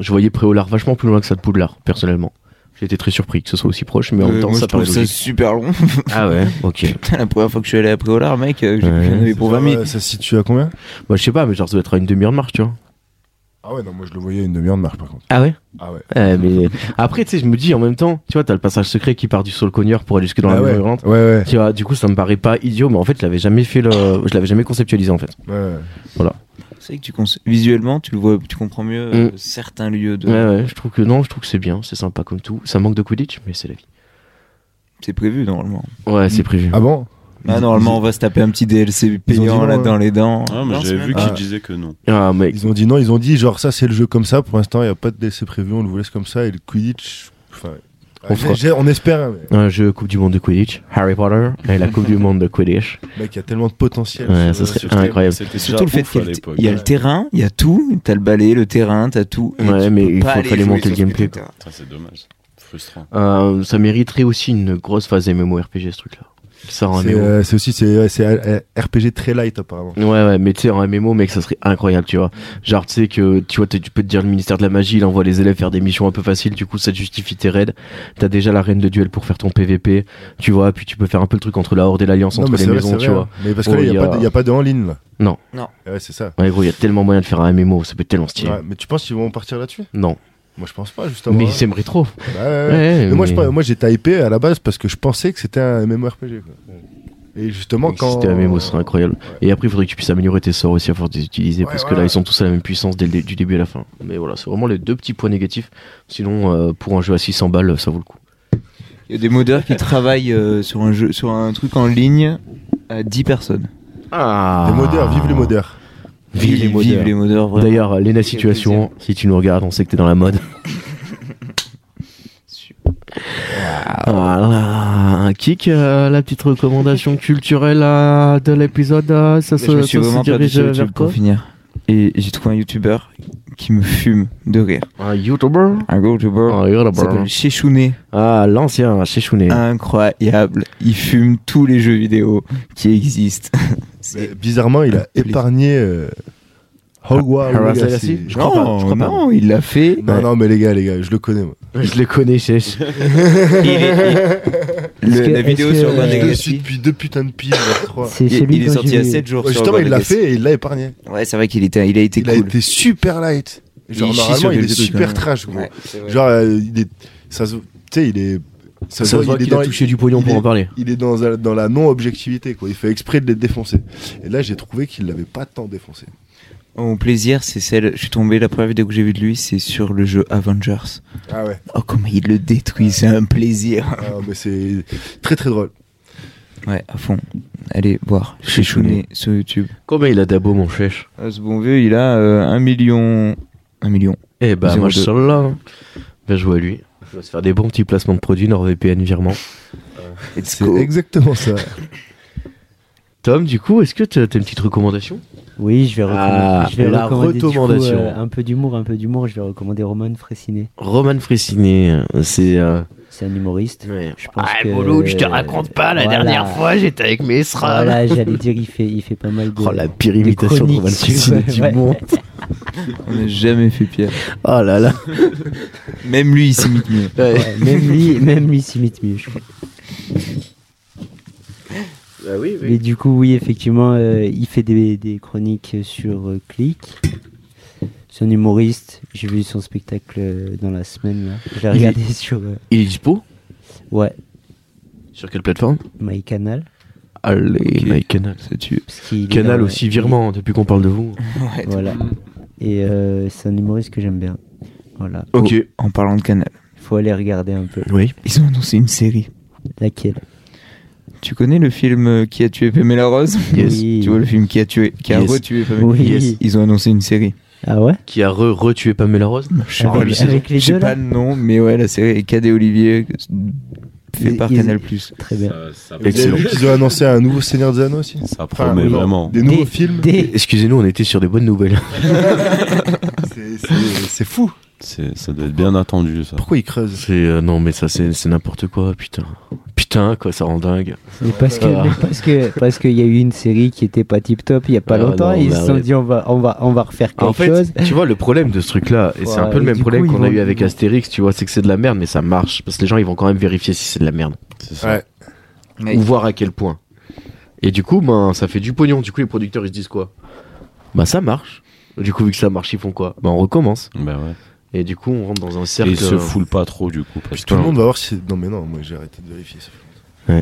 Speaker 1: Je voyais Préolard vachement plus loin que ça de Poudlard, personnellement. J'ai été très surpris que ce soit aussi proche, mais en
Speaker 3: Euh,
Speaker 1: même temps,
Speaker 3: moi, je
Speaker 1: ça paraît
Speaker 3: trouve ça [LAUGHS]
Speaker 1: logique.
Speaker 3: super long.
Speaker 1: Ah ouais, [LAUGHS] ok.
Speaker 3: Putain, la première fois que je suis allé après Olar, mec, euh, j'ai
Speaker 1: Ouais.
Speaker 3: j'en avais pour
Speaker 2: Ça,
Speaker 3: 20 000.
Speaker 2: euh, Ça se situe à combien
Speaker 1: Bah, je sais pas, mais genre, ça doit être à une demi-heure de marche, tu vois.
Speaker 2: Ah ouais, non, moi je le voyais une demi-heure de marche par contre.
Speaker 1: Ah ouais
Speaker 2: Ah ouais.
Speaker 1: Euh, mais après, tu sais, je me dis en même temps, tu vois, t'as le passage secret qui part du sol cogneur pour aller jusque dans
Speaker 2: Ah
Speaker 1: la
Speaker 2: ouais.
Speaker 1: maison hurlante.
Speaker 2: Ouais, ouais.
Speaker 1: Tu vois, du coup, ça me paraît pas idiot, mais en fait, je l'avais jamais fait, le... je l'avais jamais conceptualisé en fait.
Speaker 2: ouais.
Speaker 3: C'est vrai que tu conce- visuellement, tu le vois, tu comprends mieux euh, certains lieux de.
Speaker 1: Ouais, ouais, je trouve que non, je trouve que c'est bien, c'est sympa comme tout. Ça manque de Quidditch, mais c'est la vie. Mm.
Speaker 3: C'est prévu normalement.
Speaker 1: Ouais, c'est prévu.
Speaker 2: Ah bon
Speaker 3: Ah, normalement, on va se taper un petit DLC payant
Speaker 2: non,
Speaker 3: là
Speaker 2: ouais.
Speaker 3: dans les dents.
Speaker 4: Ah, mais
Speaker 3: Non, c'est
Speaker 4: j'avais vu
Speaker 3: même-
Speaker 4: qu'il
Speaker 2: Ah.
Speaker 4: disait que non.
Speaker 1: Ah, mec.
Speaker 2: Ils ont dit non, ils ont dit genre ça c'est le jeu comme ça, pour l'instant il n'y a pas de décès prévu, on le vous laisse comme ça et le Quidditch. Enfin,
Speaker 1: On
Speaker 2: on,
Speaker 1: fera-
Speaker 2: on espère, hein, mais
Speaker 1: Un jeu Coupe du Monde de Quidditch, Harry Potter et la Coupe du Monde de Quidditch.
Speaker 2: mec, il y a tellement de potentiel.
Speaker 1: Ouais,
Speaker 2: sur-
Speaker 1: ça serait
Speaker 2: sur-
Speaker 1: incroyable.
Speaker 4: C'était
Speaker 3: Et Surtout le fait
Speaker 4: qu'il
Speaker 3: qu'il y, a le terrain, il y a tout, t'as le balai, le terrain, t'as tout. et
Speaker 1: Ouais,
Speaker 3: tu
Speaker 1: mais
Speaker 3: peux
Speaker 1: il
Speaker 3: pas
Speaker 1: faut-
Speaker 3: aller
Speaker 1: fallait
Speaker 3: jouer
Speaker 1: monter le
Speaker 3: sur ce
Speaker 1: gameplay,
Speaker 3: terrain.
Speaker 4: C'est dommage. Frustrant.
Speaker 1: Euh, ça mériterait aussi une grosse phase MMORPG ce truc-là. Ça en
Speaker 2: C'est
Speaker 1: MMO.
Speaker 2: euh, c'est aussi c'est ouais, c'est, euh, RPG très light apparemment.
Speaker 1: Ouais, ouais, mais tu sais, en MMO, mec, ça serait incroyable, tu vois. Genre, tu sais que, tu vois, t'es- tu peux te dire le ministère de la magie, il envoie les élèves faire des missions un peu faciles, du coup, ça te justifie tes raids. T'as déjà la reine de duel pour faire ton PVP, tu vois, puis tu peux faire un peu le truc entre la horde et l'alliance,
Speaker 2: Non,
Speaker 1: entre
Speaker 2: mais
Speaker 1: les
Speaker 2: c'est vrai,
Speaker 1: maisons,
Speaker 2: c'est
Speaker 1: tu
Speaker 2: vrai,
Speaker 1: vois.
Speaker 2: hein. Mais parce que
Speaker 1: Oh,
Speaker 2: là, il
Speaker 1: il y
Speaker 2: n'y a, pas
Speaker 1: a-
Speaker 2: de- il y a pas de en ligne là.
Speaker 1: Non.
Speaker 3: Non.
Speaker 2: Ouais, c'est ça.
Speaker 1: Ouais, gros, il y a tellement moyen de faire un MMO, ça peut être tellement stylé.
Speaker 2: Ouais, mais tu penses qu'ils vont partir là-dessus
Speaker 1: Non.
Speaker 2: Moi je pense pas justement.
Speaker 1: Mais ils s'aimeraient trop.
Speaker 2: Bah, ouais, ouais.
Speaker 1: Ouais,
Speaker 2: Mais moi, je,
Speaker 1: Euh, mais-
Speaker 2: pense- moi j'ai typé à la base parce que je pensais que c'était un MMORPG. Quoi. Et justement
Speaker 1: Si
Speaker 2: quand.
Speaker 1: c'était un MMO, ce serait incroyable. Et après, il faudrait que tu puisses améliorer tes sorts aussi à force de les utiliser,
Speaker 2: Ouais,
Speaker 1: parce que
Speaker 2: voilà.
Speaker 1: là, ils sont tous à la même puissance dès le dé- du début à la fin. Mais voilà, c'est vraiment les deux petits points négatifs. Sinon, euh, pour un jeu à 600 balles, ça vaut le coup.
Speaker 3: Il y a des modeurs qui travaillent euh, sur, un jeu, sur un truc en ligne à 10 personnes.
Speaker 1: Ah
Speaker 2: Les modeurs, vive les modeurs.
Speaker 1: Vive les
Speaker 3: Ils-
Speaker 1: modeurs.
Speaker 3: Vive les modeurs, vraiment.
Speaker 1: D'ailleurs, Léna
Speaker 3: Quel
Speaker 1: Situation, si tu nous regardes, on sait que t'es dans la [LAUGHS] mode. Voilà, un kick, euh, la petite [LAUGHS] recommandation culturelle euh, de l'épisode, euh, ça
Speaker 3: je
Speaker 1: se,
Speaker 3: me suis
Speaker 1: ça se
Speaker 3: vraiment perdu
Speaker 1: dirige
Speaker 3: sur
Speaker 1: vers
Speaker 3: YouTube
Speaker 1: quoi
Speaker 3: pour finir. Et j'ai trouvé un youtubeur qui me fume de rire.
Speaker 1: Un YouTuber
Speaker 3: Un gros youtubeur
Speaker 1: Un
Speaker 3: qui s'appelle
Speaker 1: YouTuber.
Speaker 3: Sheshune.
Speaker 1: Ah, l'ancien, chez Chounet.
Speaker 2: Ah.
Speaker 3: Incroyable. Il fume tous les jeux vidéo qui existent.
Speaker 2: Mais
Speaker 3: C'est-
Speaker 2: bizarrement, il a
Speaker 3: Please.
Speaker 2: épargné euh, Ah, Hogwarts
Speaker 1: Hogwarts
Speaker 2: Legacy.
Speaker 1: Legacy Je
Speaker 2: Non,
Speaker 1: crois pas, je crois pas.
Speaker 3: non, il l'a fait.
Speaker 2: non, non, mais les gars, les gars, je le connais. Moi.
Speaker 1: Je le connais, Chech.
Speaker 3: Il est- il-
Speaker 5: Est-ce
Speaker 3: le-
Speaker 5: que-
Speaker 3: la vidéo
Speaker 5: est-ce que-
Speaker 3: sur One
Speaker 5: Euh,
Speaker 2: Je le
Speaker 3: Legacy,
Speaker 2: suis depuis deux putains de piles, voire trois.
Speaker 5: C'est
Speaker 3: il,
Speaker 5: celui
Speaker 3: il est
Speaker 5: dont
Speaker 3: sorti
Speaker 5: j'ai
Speaker 3: il y a
Speaker 5: vu-
Speaker 3: 7 jours.
Speaker 2: Ouais,
Speaker 3: sur
Speaker 2: justement,
Speaker 3: One
Speaker 2: il l'a
Speaker 3: Legacy.
Speaker 2: fait et il l'a épargné.
Speaker 3: Ouais, c'est vrai qu'il était, il a été
Speaker 2: Il a
Speaker 3: cool.
Speaker 2: été super light. Genre,
Speaker 3: Il chie
Speaker 2: normalement,
Speaker 3: sur
Speaker 2: il
Speaker 3: des
Speaker 2: est
Speaker 3: trucs,
Speaker 2: super
Speaker 3: hein.
Speaker 2: trash, gros.
Speaker 3: Ouais, c'est vrai.
Speaker 2: Genre, euh, il est. Ça se. Tu sais, il est.
Speaker 1: Ça se voit
Speaker 2: il est
Speaker 1: qu'il a
Speaker 2: dans-
Speaker 1: touché du pognon
Speaker 2: il
Speaker 1: pour
Speaker 2: est-
Speaker 1: en parler.
Speaker 2: Il est dans, la- dans la non-objectivité, quoi. Il fait exprès de les défoncer. Et là, j'ai trouvé qu'il l'avait pas tant défoncé.
Speaker 3: Mon plaisir, c'est celle. Je suis tombé la première vidéo que j'ai vue de lui, c'est sur le jeu Avengers.
Speaker 2: Ah ouais.
Speaker 3: Oh, comment il le détruit, c'est un plaisir.
Speaker 2: Ah, mais c'est très très drôle.
Speaker 3: Ouais, à fond. Allez voir chez Chounet sur YouTube.
Speaker 1: Combien il a d'abos, mon Chech
Speaker 3: Ah, ce bon vieux, il a euh, un million. Un million.
Speaker 1: Eh ben,
Speaker 3: Zéro
Speaker 1: moi,
Speaker 3: deux.
Speaker 1: je là. Bien joué à lui. Je dois se faire des bons petits placements de produits, NordVPN, virement.
Speaker 3: Let's
Speaker 2: C'est
Speaker 3: go. [LAUGHS]
Speaker 2: exactement ça.
Speaker 1: Tom, du coup, est-ce que t'as t'as une petite recommandation
Speaker 5: Oui, je vais recommander.
Speaker 1: Ah,
Speaker 5: je vais
Speaker 1: la
Speaker 5: recommander, du coup,
Speaker 1: recommandation.
Speaker 5: euh, un peu d'humour, un peu d'humour. Je vais recommander Roman Fressinet.
Speaker 1: Roman Frissinet, c'est. euh,
Speaker 5: C'est un humoriste. Je pense
Speaker 8: Ah,
Speaker 5: que-
Speaker 8: Mouloud, je te raconte pas, la
Speaker 5: Voilà.
Speaker 8: dernière fois, j'étais avec mes sœurs.
Speaker 5: Voilà, j'allais dire, il fait, il fait pas mal de.
Speaker 1: Oh la pire imitation de
Speaker 5: chroniques,
Speaker 1: Roman
Speaker 5: si
Speaker 1: Frissinet
Speaker 5: tu
Speaker 1: du
Speaker 5: veux, [LAUGHS] ouais.
Speaker 1: monde.
Speaker 3: On n'a jamais fait pire.
Speaker 1: Oh là là.
Speaker 3: Même lui, il s'imite mieux.
Speaker 5: Ouais, même lui, même lui s'imite mieux. je crois.
Speaker 1: Bah oui,
Speaker 5: Mais du coup, oui, effectivement, euh, il fait des, des chroniques sur euh, Click. C'est un humoriste. J'ai vu son spectacle euh, dans la semaine. Là. Je l'ai
Speaker 1: Il est-
Speaker 5: regardé [LAUGHS] sur euh,
Speaker 1: Il est dispo
Speaker 5: ouais,
Speaker 1: Sur quelle plateforme
Speaker 5: MyCanal.
Speaker 1: Allez,
Speaker 3: Ok.
Speaker 1: Canal.
Speaker 3: Ça tue.
Speaker 5: parce qu'il est
Speaker 1: Canal
Speaker 5: dans-
Speaker 1: aussi virement, hein, depuis qu'on parle de vous.
Speaker 3: Ouais,
Speaker 5: Voilà. Et euh, c'est un humoriste que j'aime bien. Voilà.
Speaker 1: Ok.
Speaker 3: Oh, En parlant de Canal,
Speaker 5: Il faut aller regarder un peu.
Speaker 1: Oui.
Speaker 3: ils ont annoncé une série.
Speaker 5: Laquelle
Speaker 3: Tu connais le film euh, Qui a tué Pamela Rose
Speaker 1: Yes.
Speaker 5: Oui.
Speaker 3: Tu vois le film Qui a tué, qui a
Speaker 1: Yes.
Speaker 3: retué Pamela
Speaker 5: Oui.
Speaker 1: Yes.
Speaker 3: Ils ont annoncé une série.
Speaker 5: Ah ouais
Speaker 1: Qui a re- retué Pamela Rose Ah,
Speaker 3: Je sais pas,
Speaker 5: Avec-
Speaker 3: je sais-
Speaker 5: avec les
Speaker 3: je sais
Speaker 5: deux,
Speaker 3: pas
Speaker 5: là
Speaker 3: le nom, mais ouais, la série est Cadet Olivier, fait
Speaker 5: Ils-
Speaker 3: par
Speaker 5: ils-
Speaker 3: Canal+. Plus.
Speaker 5: Très bien.
Speaker 2: Vous avez
Speaker 1: Excellent.
Speaker 2: vu qu'ils ont annoncé un nouveau Seigneur des Anneaux aussi
Speaker 4: Ça
Speaker 2: Enfin,
Speaker 4: promet
Speaker 2: non,
Speaker 4: vraiment.
Speaker 2: Des nouveaux films
Speaker 5: Des...
Speaker 1: Excusez-nous, on était sur des bonnes [LAUGHS] nouvelles.
Speaker 3: Ah.
Speaker 2: C'est- c'est- C'est fou.
Speaker 4: C'est- Ça doit être bien attendu, ça.
Speaker 2: Pourquoi ils creusent
Speaker 1: C'est euh, non, mais ça c'est c'est n'importe quoi, putain. Putain, quoi, ça rend dingue.
Speaker 5: Mais parce que
Speaker 1: Ah.
Speaker 5: mais parce que parce qu'il y a eu une série qui était pas tip top il y a pas
Speaker 1: Ah
Speaker 5: longtemps
Speaker 1: non,
Speaker 5: et ils
Speaker 1: bah
Speaker 5: se sont
Speaker 1: ouais.
Speaker 5: dit on va on va on va refaire quelque
Speaker 1: En fait,
Speaker 5: chose.
Speaker 1: tu vois le problème de ce truc-là, et c'est un
Speaker 5: Ouais,
Speaker 1: peu le
Speaker 5: et
Speaker 1: même
Speaker 5: du coup,
Speaker 1: problème
Speaker 5: ils
Speaker 1: qu'on a
Speaker 5: vont-
Speaker 1: eu avec
Speaker 5: ils vont-
Speaker 1: Astérix, tu vois, c'est que c'est de la merde, mais ça marche parce que les gens ils vont quand même vérifier si c'est de la merde
Speaker 4: C'est ça.
Speaker 2: Ouais.
Speaker 3: Ouais.
Speaker 1: ou voir à quel point. Et du coup, ben ça fait du pognon. Du coup, les producteurs ils se disent quoi Bah ça marche. Du coup, vu que ça marche, ils font quoi Bah, on recommence.
Speaker 4: Bah ouais.
Speaker 1: Et du coup, on rentre dans un
Speaker 4: Et
Speaker 1: cercle.
Speaker 4: ils se
Speaker 1: euh,
Speaker 4: foulent pas trop du coup. Parce
Speaker 2: Puis tout le monde va voir si. Non, mais non, moi j'ai arrêté de vérifier ça.
Speaker 1: euh,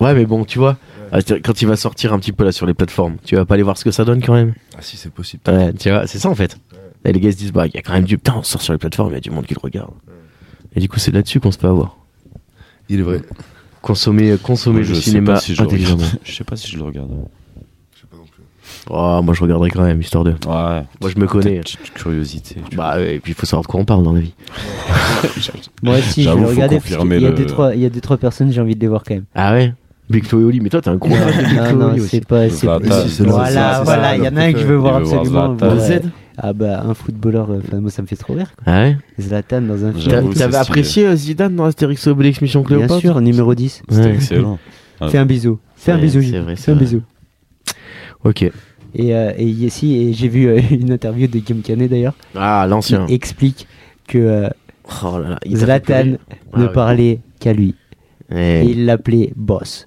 Speaker 1: Ouais, mais bon, tu vois, ah, c'est- quand il va sortir un petit peu là sur les plateformes, tu vas pas aller voir ce que ça donne quand même.
Speaker 2: Ah, si, c'est possible.
Speaker 1: Ouais, tu vois, c'est ça en fait. Et les gars se disent, bah, il y a quand même du. Putain, on sort sur les plateformes, il y a du monde qui le regarde. Et du coup, c'est là-dessus qu'on se fait avoir.
Speaker 2: Il est vrai.
Speaker 1: Consommer, euh, consommer
Speaker 4: je
Speaker 1: le
Speaker 4: sais
Speaker 1: cinéma
Speaker 4: pas si je le regarde.
Speaker 1: intelligemment.
Speaker 4: [LAUGHS] Je sais pas si je le regarde.
Speaker 2: Je sais pas non plus.
Speaker 1: Oh, moi, je regarderai quand même, histoire de.
Speaker 4: Ouais.
Speaker 1: Moi, je me connais.
Speaker 4: Petite curiosité. tu
Speaker 1: Bah, ouais, et puis il faut savoir de quoi on parle dans la vie.
Speaker 5: Moi aussi, je vais
Speaker 4: J'avoue,
Speaker 5: le
Speaker 4: faut
Speaker 5: regarder parce qu'il
Speaker 4: confirmer
Speaker 5: y a
Speaker 4: le-
Speaker 5: deux, trois- il y a deux, trois personnes, j'ai envie de les voir
Speaker 1: [LAUGHS]
Speaker 5: quand même.
Speaker 1: Ah ouais Big Flo et Oli, mais toi, t'es un gros fan de Big
Speaker 5: Ah
Speaker 1: Flo et
Speaker 5: non,
Speaker 1: Oli aussi.
Speaker 5: c'est pas. c'est
Speaker 4: Zlatan.
Speaker 5: pas-
Speaker 2: Mais si, c'est leur-
Speaker 5: Voilà,
Speaker 2: c'est
Speaker 5: voilà,
Speaker 2: ça,
Speaker 5: il y
Speaker 2: leur
Speaker 5: en a un que je
Speaker 2: préféré.
Speaker 5: veux voir
Speaker 4: Il veut voir
Speaker 5: absolument.
Speaker 4: Zlatan.
Speaker 5: voilà.
Speaker 1: Z
Speaker 5: Ah bah, un footballeur, euh, enfin, moi ça me fait trop rire. quoi.
Speaker 1: Ah ouais
Speaker 5: Zlatan dans un
Speaker 1: T'a-
Speaker 4: J'avoue,
Speaker 5: film.
Speaker 4: c'est
Speaker 1: T'avais
Speaker 4: stylé.
Speaker 1: apprécié euh, Zidane dans Astérix et Obélix Mission
Speaker 5: Bien
Speaker 1: Cléopâtre
Speaker 5: sûr, numéro 10.
Speaker 4: C'était
Speaker 1: Ouais.
Speaker 4: excellent. Ouais.
Speaker 5: Fais un bisou. Fais un
Speaker 1: Ouais,
Speaker 5: bisou,
Speaker 1: c'est
Speaker 5: Gilles.
Speaker 1: vrai, c'est
Speaker 5: Fais un
Speaker 1: vrai.
Speaker 5: bisou.
Speaker 1: Ok.
Speaker 5: Et, euh, et y- si, et j'ai vu euh, [LAUGHS] une interview de Guillaume Canet d'ailleurs,
Speaker 1: Ah,
Speaker 5: qui
Speaker 1: l'ancien.
Speaker 5: explique que euh,
Speaker 1: Oh là là, il t'a fait
Speaker 5: Zlatan
Speaker 1: pleurer. Ah
Speaker 5: ne
Speaker 1: ouais.
Speaker 5: parlait qu'à lui.
Speaker 1: Ouais.
Speaker 5: Et il l'appelait boss.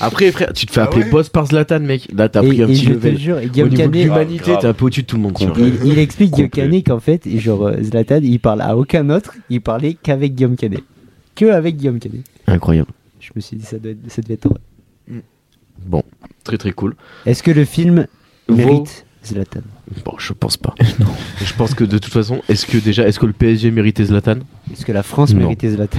Speaker 1: Après, frère, tu te fais appeler
Speaker 2: ouais
Speaker 1: boss par Zlatan, mec. Là, t'as
Speaker 5: Et,
Speaker 1: pris un
Speaker 5: et
Speaker 1: petit
Speaker 5: je te
Speaker 1: level.
Speaker 5: jure, et
Speaker 1: Au
Speaker 5: Guillaume
Speaker 1: niveau de
Speaker 5: Canet,
Speaker 1: l'humanité,
Speaker 4: Ah,
Speaker 1: t'es un peu au-dessus de tout le monde. tu vois.
Speaker 5: il, il explique Guillaume
Speaker 4: Complet.
Speaker 5: Canet qu'en fait, genre euh, Zlatan, il parle à aucun autre, il parlait qu'avec Guillaume Canet. Que avec Guillaume Canet.
Speaker 1: Incroyable.
Speaker 5: Je me suis dit, ça, doit être- ça devait être vrai.
Speaker 1: Bon, très très cool.
Speaker 5: Est-ce que le film
Speaker 1: Vaut-
Speaker 5: mérite Zlatan
Speaker 1: Bon, je pense [LAUGHS] pas. Je pense que de toute façon, est-ce que déjà, est-ce que le PSG méritait Zlatan
Speaker 5: Est-ce que la France
Speaker 1: Non.
Speaker 5: méritait Zlatan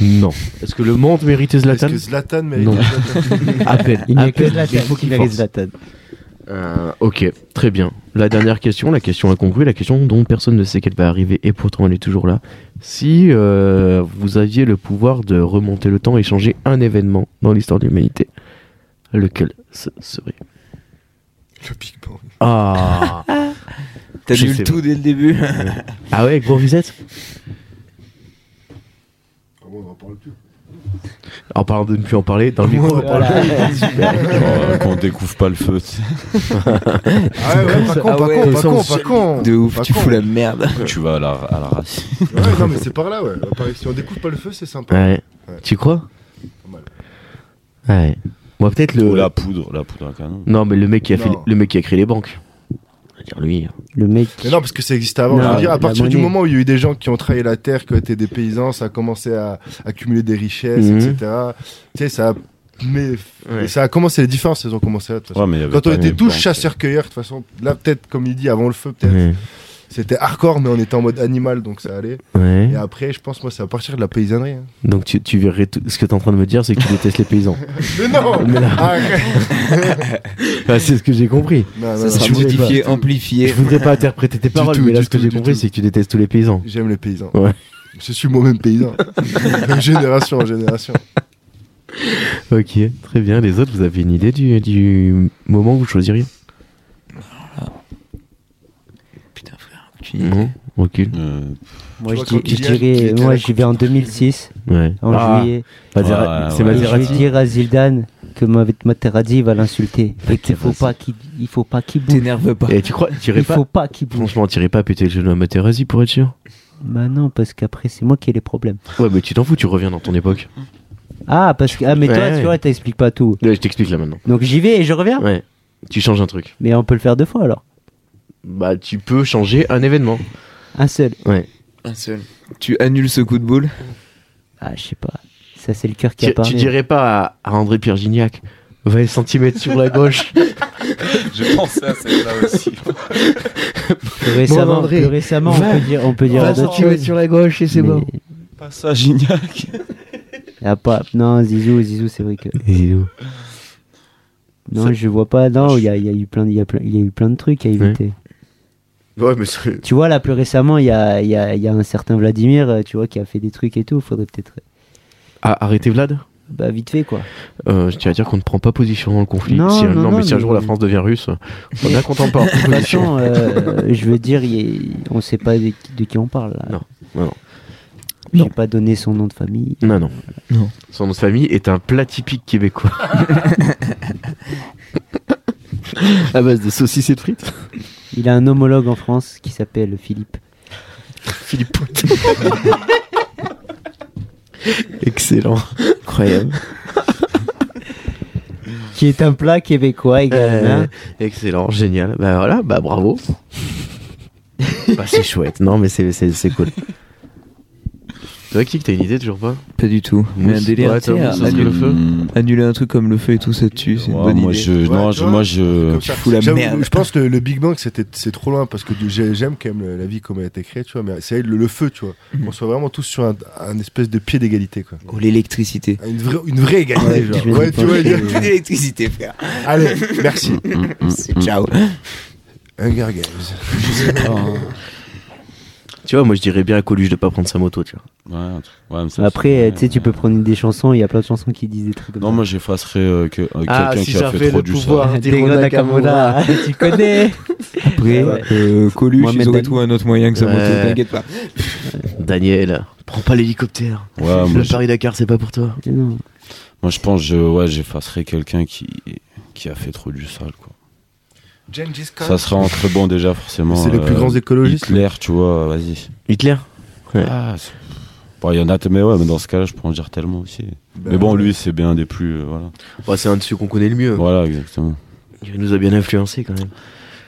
Speaker 1: Non. Est-ce que le monde méritait
Speaker 2: Est-ce
Speaker 1: Zlatan
Speaker 2: que Zlatan mérite
Speaker 1: Non.
Speaker 3: [LAUGHS]
Speaker 2: Zlatan
Speaker 1: À peine.
Speaker 5: Ah, Il n'y
Speaker 1: à
Speaker 5: a que
Speaker 1: peine, mais
Speaker 5: Zlatan
Speaker 1: faut
Speaker 5: qui
Speaker 1: qu'il
Speaker 5: mérite
Speaker 1: force.
Speaker 5: Zlatan.
Speaker 1: Euh, ok, très bien. La dernière question, la question inconclue, la question dont personne ne sait qu'elle va arriver et pourtant elle est toujours là. Si euh, vous aviez le pouvoir de remonter le temps et changer un événement dans l'histoire de l'humanité, lequel ce serait
Speaker 2: Le Big Bang.
Speaker 1: Ah
Speaker 3: T'as
Speaker 1: Je
Speaker 3: vu
Speaker 1: sais
Speaker 3: le tout dès le [LAUGHS] début.
Speaker 1: Ah ouais, gros visette
Speaker 2: Comment Ah, on en parle plus
Speaker 1: En parlant de ne plus en parler, dans le
Speaker 2: Comment
Speaker 1: micro.
Speaker 2: on en parle
Speaker 5: [LAUGHS]
Speaker 4: Oh, Qu'on découvre pas le feu. tu sais.
Speaker 2: plus Ah ouais, ouais, pas con,
Speaker 3: Ah
Speaker 2: pas
Speaker 3: ouais,
Speaker 2: con,
Speaker 3: comme
Speaker 2: pas
Speaker 3: ça, on
Speaker 2: con,
Speaker 3: se-
Speaker 2: pas con.
Speaker 3: De ouf,
Speaker 2: Pas
Speaker 3: tu
Speaker 2: con.
Speaker 3: fous la merde.
Speaker 4: Tu vas à la, à la racine.
Speaker 2: Ouais, non, mais c'est par là, ouais. Pareil, si on découvre pas le feu, c'est sympa.
Speaker 1: Ouais.
Speaker 2: Ouais.
Speaker 1: Tu crois
Speaker 2: Pas mal.
Speaker 1: Ouais. Moi peut-être le.
Speaker 4: Ou la poudre, la poudre à canon.
Speaker 1: Non, mais le mec qui a, fait...
Speaker 2: Non.
Speaker 1: le mec qui a créé les banques. On va dire lui. hein.
Speaker 5: Le mec.
Speaker 2: Mais non, parce que ça existait avant.
Speaker 5: Non,
Speaker 2: Je veux dire, à
Speaker 5: la
Speaker 2: partir du
Speaker 5: monnaie.
Speaker 2: moment où il y a eu des gens qui ont travaillé la terre, qui ont été des paysans, ça a commencé à accumuler des richesses,
Speaker 1: Mhm.
Speaker 2: etc. Tu sais, ça a. Mais
Speaker 1: Ouais.
Speaker 2: ça a commencé, les différences, elles ont commencé là, de toute façon.
Speaker 4: Ouais, mais il y avait
Speaker 2: Quand on
Speaker 4: pas
Speaker 2: était
Speaker 4: les
Speaker 2: tous
Speaker 4: banques.
Speaker 2: chasseurs-cueilleurs, de toute façon, là, peut-être, comme il dit, avant le feu, peut-être,
Speaker 1: Ouais.
Speaker 2: c'était hardcore, mais on était en mode animal, donc ça allait.
Speaker 1: Ouais.
Speaker 5: Mhm.
Speaker 2: Et après, je pense, moi, c'est à partir de la paysannerie. hein.
Speaker 1: Donc tu, tu verrais tout. Ce que t'es en train de me dire, c'est que tu détestes les paysans. [LAUGHS]
Speaker 2: [LAUGHS] Mais non Arrête
Speaker 1: Bah, c'est ce que j'ai compris.
Speaker 2: Non, Ah bah non,
Speaker 3: Ça
Speaker 2: non,
Speaker 3: sera
Speaker 1: je voulais
Speaker 3: modifié,
Speaker 2: pas.
Speaker 1: Je
Speaker 3: amplifié.
Speaker 1: voudrais pas interpréter tes paroles,
Speaker 2: tout,
Speaker 1: mais là
Speaker 2: du
Speaker 1: ce que
Speaker 2: tout,
Speaker 1: j'ai
Speaker 2: du
Speaker 1: compris,
Speaker 2: tout.
Speaker 1: c'est que tu détestes tous les paysans.
Speaker 2: J'aime les paysans.
Speaker 1: Ouais.
Speaker 2: Je suis moi-même
Speaker 5: [LAUGHS]
Speaker 2: paysan. De génération en génération.
Speaker 1: Ok, très bien. Les autres, vous avez une idée du, du moment où vous choisiriez
Speaker 3: Putain, frère.
Speaker 1: Non Recule.
Speaker 4: Euh,
Speaker 5: Moi,
Speaker 2: vois,
Speaker 5: je, dis-
Speaker 2: quand il y a- qui
Speaker 5: je dirais,
Speaker 2: était
Speaker 5: moi,
Speaker 2: la
Speaker 5: j'y vais en 2006,
Speaker 1: Ouais.
Speaker 5: en
Speaker 1: Ah,
Speaker 5: juillet.
Speaker 1: Masera-
Speaker 4: Ouais,
Speaker 1: c'est
Speaker 4: ouais.
Speaker 5: Et je vais
Speaker 1: Maserati.
Speaker 5: dire à Zildane que Ma- Materazzi va l'insulter. Et qu'il faut pas qu'il, il faut pas qu'il bouge.
Speaker 3: T'énerve pas.
Speaker 1: Et tu crois, t'irais
Speaker 5: Il
Speaker 1: pas
Speaker 5: faut pas qu'il bouge.
Speaker 1: Franchement, t'irais pas péter le genou à Materazzi pour être sûr
Speaker 5: Bah non, parce qu'après, c'est moi qui ai les problèmes.
Speaker 1: Ouais, mais tu t'en fous, tu reviens dans ton époque.
Speaker 5: Ah, parce que, ah, mais
Speaker 1: Ouais,
Speaker 5: toi,
Speaker 1: ouais.
Speaker 5: tu vois, t'expliques pas tout.
Speaker 1: Ouais, je t'explique là maintenant.
Speaker 5: Donc j'y vais et je reviens.
Speaker 1: Ouais. Tu changes un truc.
Speaker 5: Mais on peut le faire deux fois alors.
Speaker 1: Bah, tu peux changer un événement.
Speaker 5: Un seul.
Speaker 1: Ouais.
Speaker 3: Un seul. Tu annules ce coup de boule.
Speaker 5: Ah, je sais pas. Ça, c'est le cœur
Speaker 1: Tu,
Speaker 5: qui a
Speaker 1: tu
Speaker 5: parlé.
Speaker 1: dirais pas à, à André Pierre Gignac 20 cm sur la [LAUGHS] gauche.
Speaker 4: Je pensais à celle-là aussi.
Speaker 5: Plus récemment,
Speaker 1: Bon, André,
Speaker 5: plus récemment on
Speaker 1: va.
Speaker 5: peut dire, on peut dire à
Speaker 1: 20
Speaker 5: d'autres
Speaker 1: cm
Speaker 5: choses.
Speaker 1: sur la gauche et c'est
Speaker 5: Mais-
Speaker 1: bon.
Speaker 4: Pas ça, Gignac.
Speaker 5: ah, pas, non, Zizou, Zizou, c'est vrai que. Non, je vois pas. Non, il y a, il y a eu plein, de- il y a plein, il y a eu plein de trucs à éviter.
Speaker 1: Ouais, mais c'est-
Speaker 5: Tu vois, là, plus récemment, il y a, il y a- il y a un certain Vladimir, euh, tu vois, qui a fait des trucs et tout. Faudrait peut-être.
Speaker 1: Ah, arrêtez Vlad
Speaker 5: Bah, vite fait, quoi.
Speaker 1: Euh, Je tiens à dire qu'on ne prend pas position dans le conflit.
Speaker 5: Non,
Speaker 1: si,
Speaker 5: non, non,
Speaker 1: mais si un
Speaker 5: mais-
Speaker 1: jour la France devient russe, on est bien content [LAUGHS] de pas avoir pris
Speaker 5: De toute
Speaker 1: position.
Speaker 5: façon, euh, je veux dire, il est- on sait pas de, qui- de qui on parle, là.
Speaker 1: Non, non, non.
Speaker 5: J'ai pas donné son nom de famille.
Speaker 1: Non, non,
Speaker 3: Non.
Speaker 1: Son nom de famille est un plat typique québécois. [LAUGHS] à base de saucisses et de frites.
Speaker 5: Il a un homologue en France qui s'appelle Philippe.
Speaker 1: Philippe Poutou. Excellent. Incroyable.
Speaker 6: qui est un plat québécois également.
Speaker 1: Euh, excellent, génial. Bah voilà, bah bravo. bah, c'est chouette. Non, mais c'est, c'est, c'est cool. Toi, Kik, t'as une idée toujours pas
Speaker 3: Pas du tout. Mais un
Speaker 1: Mousse.
Speaker 3: délire,
Speaker 1: Ouais,
Speaker 3: tu sais,
Speaker 1: t'as mousse, ça,
Speaker 3: à-
Speaker 1: c'est le feu.
Speaker 3: annuler un truc comme le feu et tout, ça dessus, c'est une
Speaker 4: Ouais,
Speaker 3: bonne
Speaker 4: moi,
Speaker 3: idée.
Speaker 4: je, non,
Speaker 2: Ouais,
Speaker 4: je-
Speaker 2: tu vois,
Speaker 4: moi, je.
Speaker 2: Comme ça.
Speaker 3: fous la
Speaker 2: J'avoue,
Speaker 3: merde.
Speaker 2: Je pense que le Big Bang c'était c'est trop loin parce que du- j'ai- j'aime quand même la vie comme elle a été créée, tu vois. Mais c'est le, le feu, tu vois. On soit vraiment tous sur un, un espèce de pied d'égalité, quoi.
Speaker 3: Oh, l'électricité.
Speaker 2: Une vraie, une vraie égalité, genre.
Speaker 6: je vais
Speaker 2: Ouais, tu vois, [LAUGHS]
Speaker 3: Euh,
Speaker 2: il y a-
Speaker 3: d'électricité, frère.
Speaker 2: Allez, merci.
Speaker 3: Mm,
Speaker 4: mm,
Speaker 3: Ciao.
Speaker 2: Hunger Games.
Speaker 1: Euh.
Speaker 6: Oh.
Speaker 1: Tu vois, moi je dirais bien à Coluche de pas prendre sa moto, tu vois.
Speaker 4: mm. Ouais, un truc- ouais, mais ça,
Speaker 6: Après,
Speaker 4: c'est-
Speaker 6: euh, tu sais, tu peux prendre des chansons, il y a plein de chansons qui disent des trucs comme
Speaker 4: Non, moi, j'effacerais euh, que, euh, quelqu'un qui a fait
Speaker 1: j'avais
Speaker 4: trop du sale.
Speaker 6: ça. Dego Nakamura, [LAUGHS] tu connais
Speaker 3: Après,
Speaker 6: Ouais.
Speaker 3: euh, Coluche,
Speaker 6: Mohamed
Speaker 3: ils auraient
Speaker 6: Ali.
Speaker 3: trouvé un autre moyen que ça monte,
Speaker 1: Ouais.
Speaker 3: t'inquiète pas.
Speaker 1: Daniel, prends pas l'hélicoptère.
Speaker 4: Ouais, moi,
Speaker 1: le
Speaker 4: je,
Speaker 1: Paris-Dakar, c'est pas pour toi.
Speaker 6: Non.
Speaker 4: moi, je pense, je, ouais, j'effacerais quelqu'un qui, qui a fait trop du sale, quoi.
Speaker 2: Gengis Khan.
Speaker 4: Ça serait entre bon déjà forcément. euh,
Speaker 2: C'est les plus
Speaker 3: Euh,
Speaker 2: grands écologistes.
Speaker 4: Hitler, tu vois, vas-y.
Speaker 1: Hitler Ouais.
Speaker 4: Ah, c'est- bon, il y en a, t- mais ouais, mais dans ce cas-là, je pourrais en dire tellement aussi.
Speaker 2: Bah,
Speaker 4: mais bon, lui, c'est bien un des plus, euh, voilà.
Speaker 1: Bah, c'est un de ceux qu'on connaît le mieux.
Speaker 4: Voilà, exactement.
Speaker 1: Il nous a bien influencé quand même.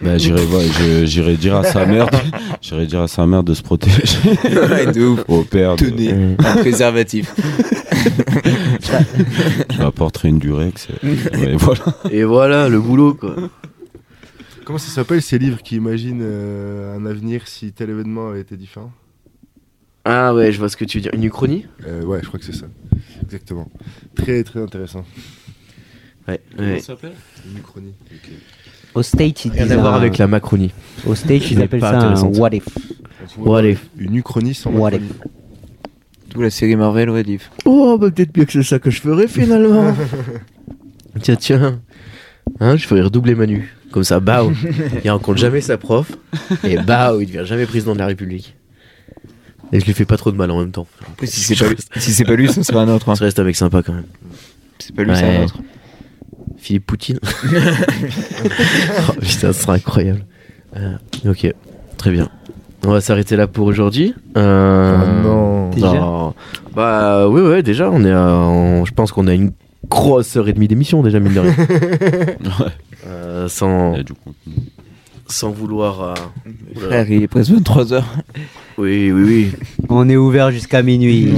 Speaker 4: Bah, j'irai, ouais, je- j'irai dire à sa mère, de- [LAUGHS] j'irai dire à sa mère de se protéger. [LAUGHS]
Speaker 3: [LAUGHS] Ouais, de ouf.
Speaker 4: Au père, de-
Speaker 3: Tenez,
Speaker 1: Euh,
Speaker 3: un préservatif.
Speaker 4: je lui apporterai une durex. et- ouais,
Speaker 2: [LAUGHS]
Speaker 4: voilà.
Speaker 1: Et voilà, le boulot quoi.
Speaker 2: Comment ça s'appelle ces livres qui imaginent euh, un avenir si tel événement avait été différent
Speaker 1: Ah ouais, je vois ce que tu veux dire. Une uchronie
Speaker 2: Euh, Ouais, je crois que c'est ça. Exactement. Très très intéressant.
Speaker 1: Ouais. ouais.
Speaker 2: Une chronique.
Speaker 6: Au State, ils
Speaker 1: Rien
Speaker 6: disent
Speaker 1: à voir
Speaker 6: un-
Speaker 1: avec la macronie.
Speaker 6: Au State, ils
Speaker 1: Mais
Speaker 6: appellent
Speaker 1: pas
Speaker 6: ça un
Speaker 1: intéressante.
Speaker 6: what if.
Speaker 1: Bon, allez.
Speaker 2: Une uchronie sans
Speaker 6: What
Speaker 2: macronie.
Speaker 3: D'où la série Marvel, ouais, Div.
Speaker 1: Oh, bah peut-être mieux que c'est ça que je ferais finalement. [LAUGHS] tiens, tiens. Hein, je ferais redoubler Manu. Comme ça, bao. Il rencontre jamais sa prof. Et bao, il devient jamais président de la République. Et je lui fais pas trop de mal en même temps.
Speaker 3: Après, si c'est pas, lui- si c'est pas lui, ça sera un autre. hein.
Speaker 1: Ça reste avec sympa quand même.
Speaker 3: Si c'est pas lui, c'est
Speaker 1: Ouais.
Speaker 3: un autre.
Speaker 1: Philippe
Speaker 2: [LAUGHS]
Speaker 1: Poutine. oh, putain, ce sera incroyable. Euh, ok, très bien. On va s'arrêter là pour aujourd'hui. Euh,
Speaker 2: Ah non.
Speaker 6: Déjà
Speaker 1: non. Bah oui, ouais, déjà, on est à- on- je pense qu'on a une grosse heure et demie d'émission déjà, mine de rien.
Speaker 4: Ouais,
Speaker 1: Euh, sans,
Speaker 4: il y a du contenu.
Speaker 1: sans vouloir... euh, oula.
Speaker 3: Frère, il est presque 23h.
Speaker 1: Oui, oui, oui.
Speaker 6: On est ouvert jusqu'à
Speaker 1: [LAUGHS]
Speaker 6: minuit.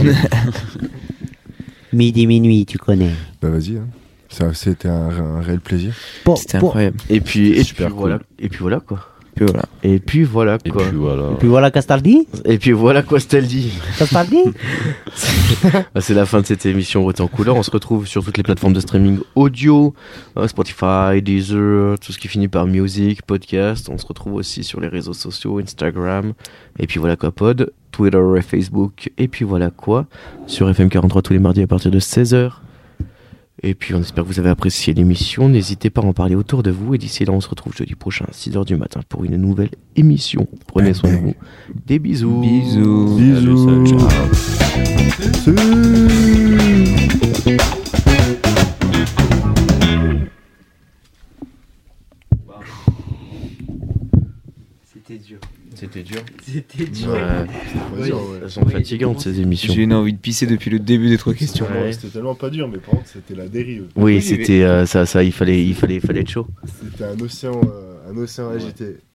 Speaker 6: Midi, minuit, tu connais.
Speaker 2: Bah vas-y. Hein. Ça, C'était un, un réel plaisir.
Speaker 6: Pour-
Speaker 3: C'était
Speaker 6: pour-
Speaker 3: incroyable.
Speaker 1: Et puis, et
Speaker 4: Super
Speaker 1: puis
Speaker 4: cool.
Speaker 1: voilà, et puis voilà quoi.
Speaker 3: Puis voilà.
Speaker 1: Et puis voilà
Speaker 4: Et
Speaker 1: quoi.
Speaker 4: puis voilà.
Speaker 6: Puis voilà Castaldi
Speaker 1: Et puis voilà quoi, Steldi.
Speaker 6: Castaldi
Speaker 1: Bah, C'est la fin de cette émission Rotten Couleur. On se retrouve sur toutes les plateformes de streaming audio, euh, Spotify, Deezer, tout ce qui finit par music, podcast. On se retrouve aussi sur les réseaux sociaux, Instagram, et puis voilà quoi, pod, Twitter et Facebook, et puis voilà quoi, sur FM43 tous les mardis à partir de 16h. Et puis on espère que vous avez apprécié l'émission. N'hésitez pas à en parler autour de vous. Et d'ici là, on se retrouve jeudi prochain, 6h du matin, pour une nouvelle émission. Prenez soin de vous. Des bisous.
Speaker 3: Bisous.
Speaker 4: Bisous.
Speaker 6: C'était dur.
Speaker 1: C'était dur.
Speaker 6: C'était dur.
Speaker 1: Ouais.
Speaker 2: Vas-y, ouais.
Speaker 1: Elles sont fatigantes ces émissions.
Speaker 3: J'ai une envie de pisser depuis le début des trois questions.
Speaker 1: Ouais.
Speaker 2: C'était tellement pas dur, mais par contre, c'était la dérive.
Speaker 1: Oui,
Speaker 3: Oui,
Speaker 1: c'était euh, ça, ça, il fallait, il fallait, il fallait être chaud.
Speaker 2: C'était un océan, euh, un océan agité.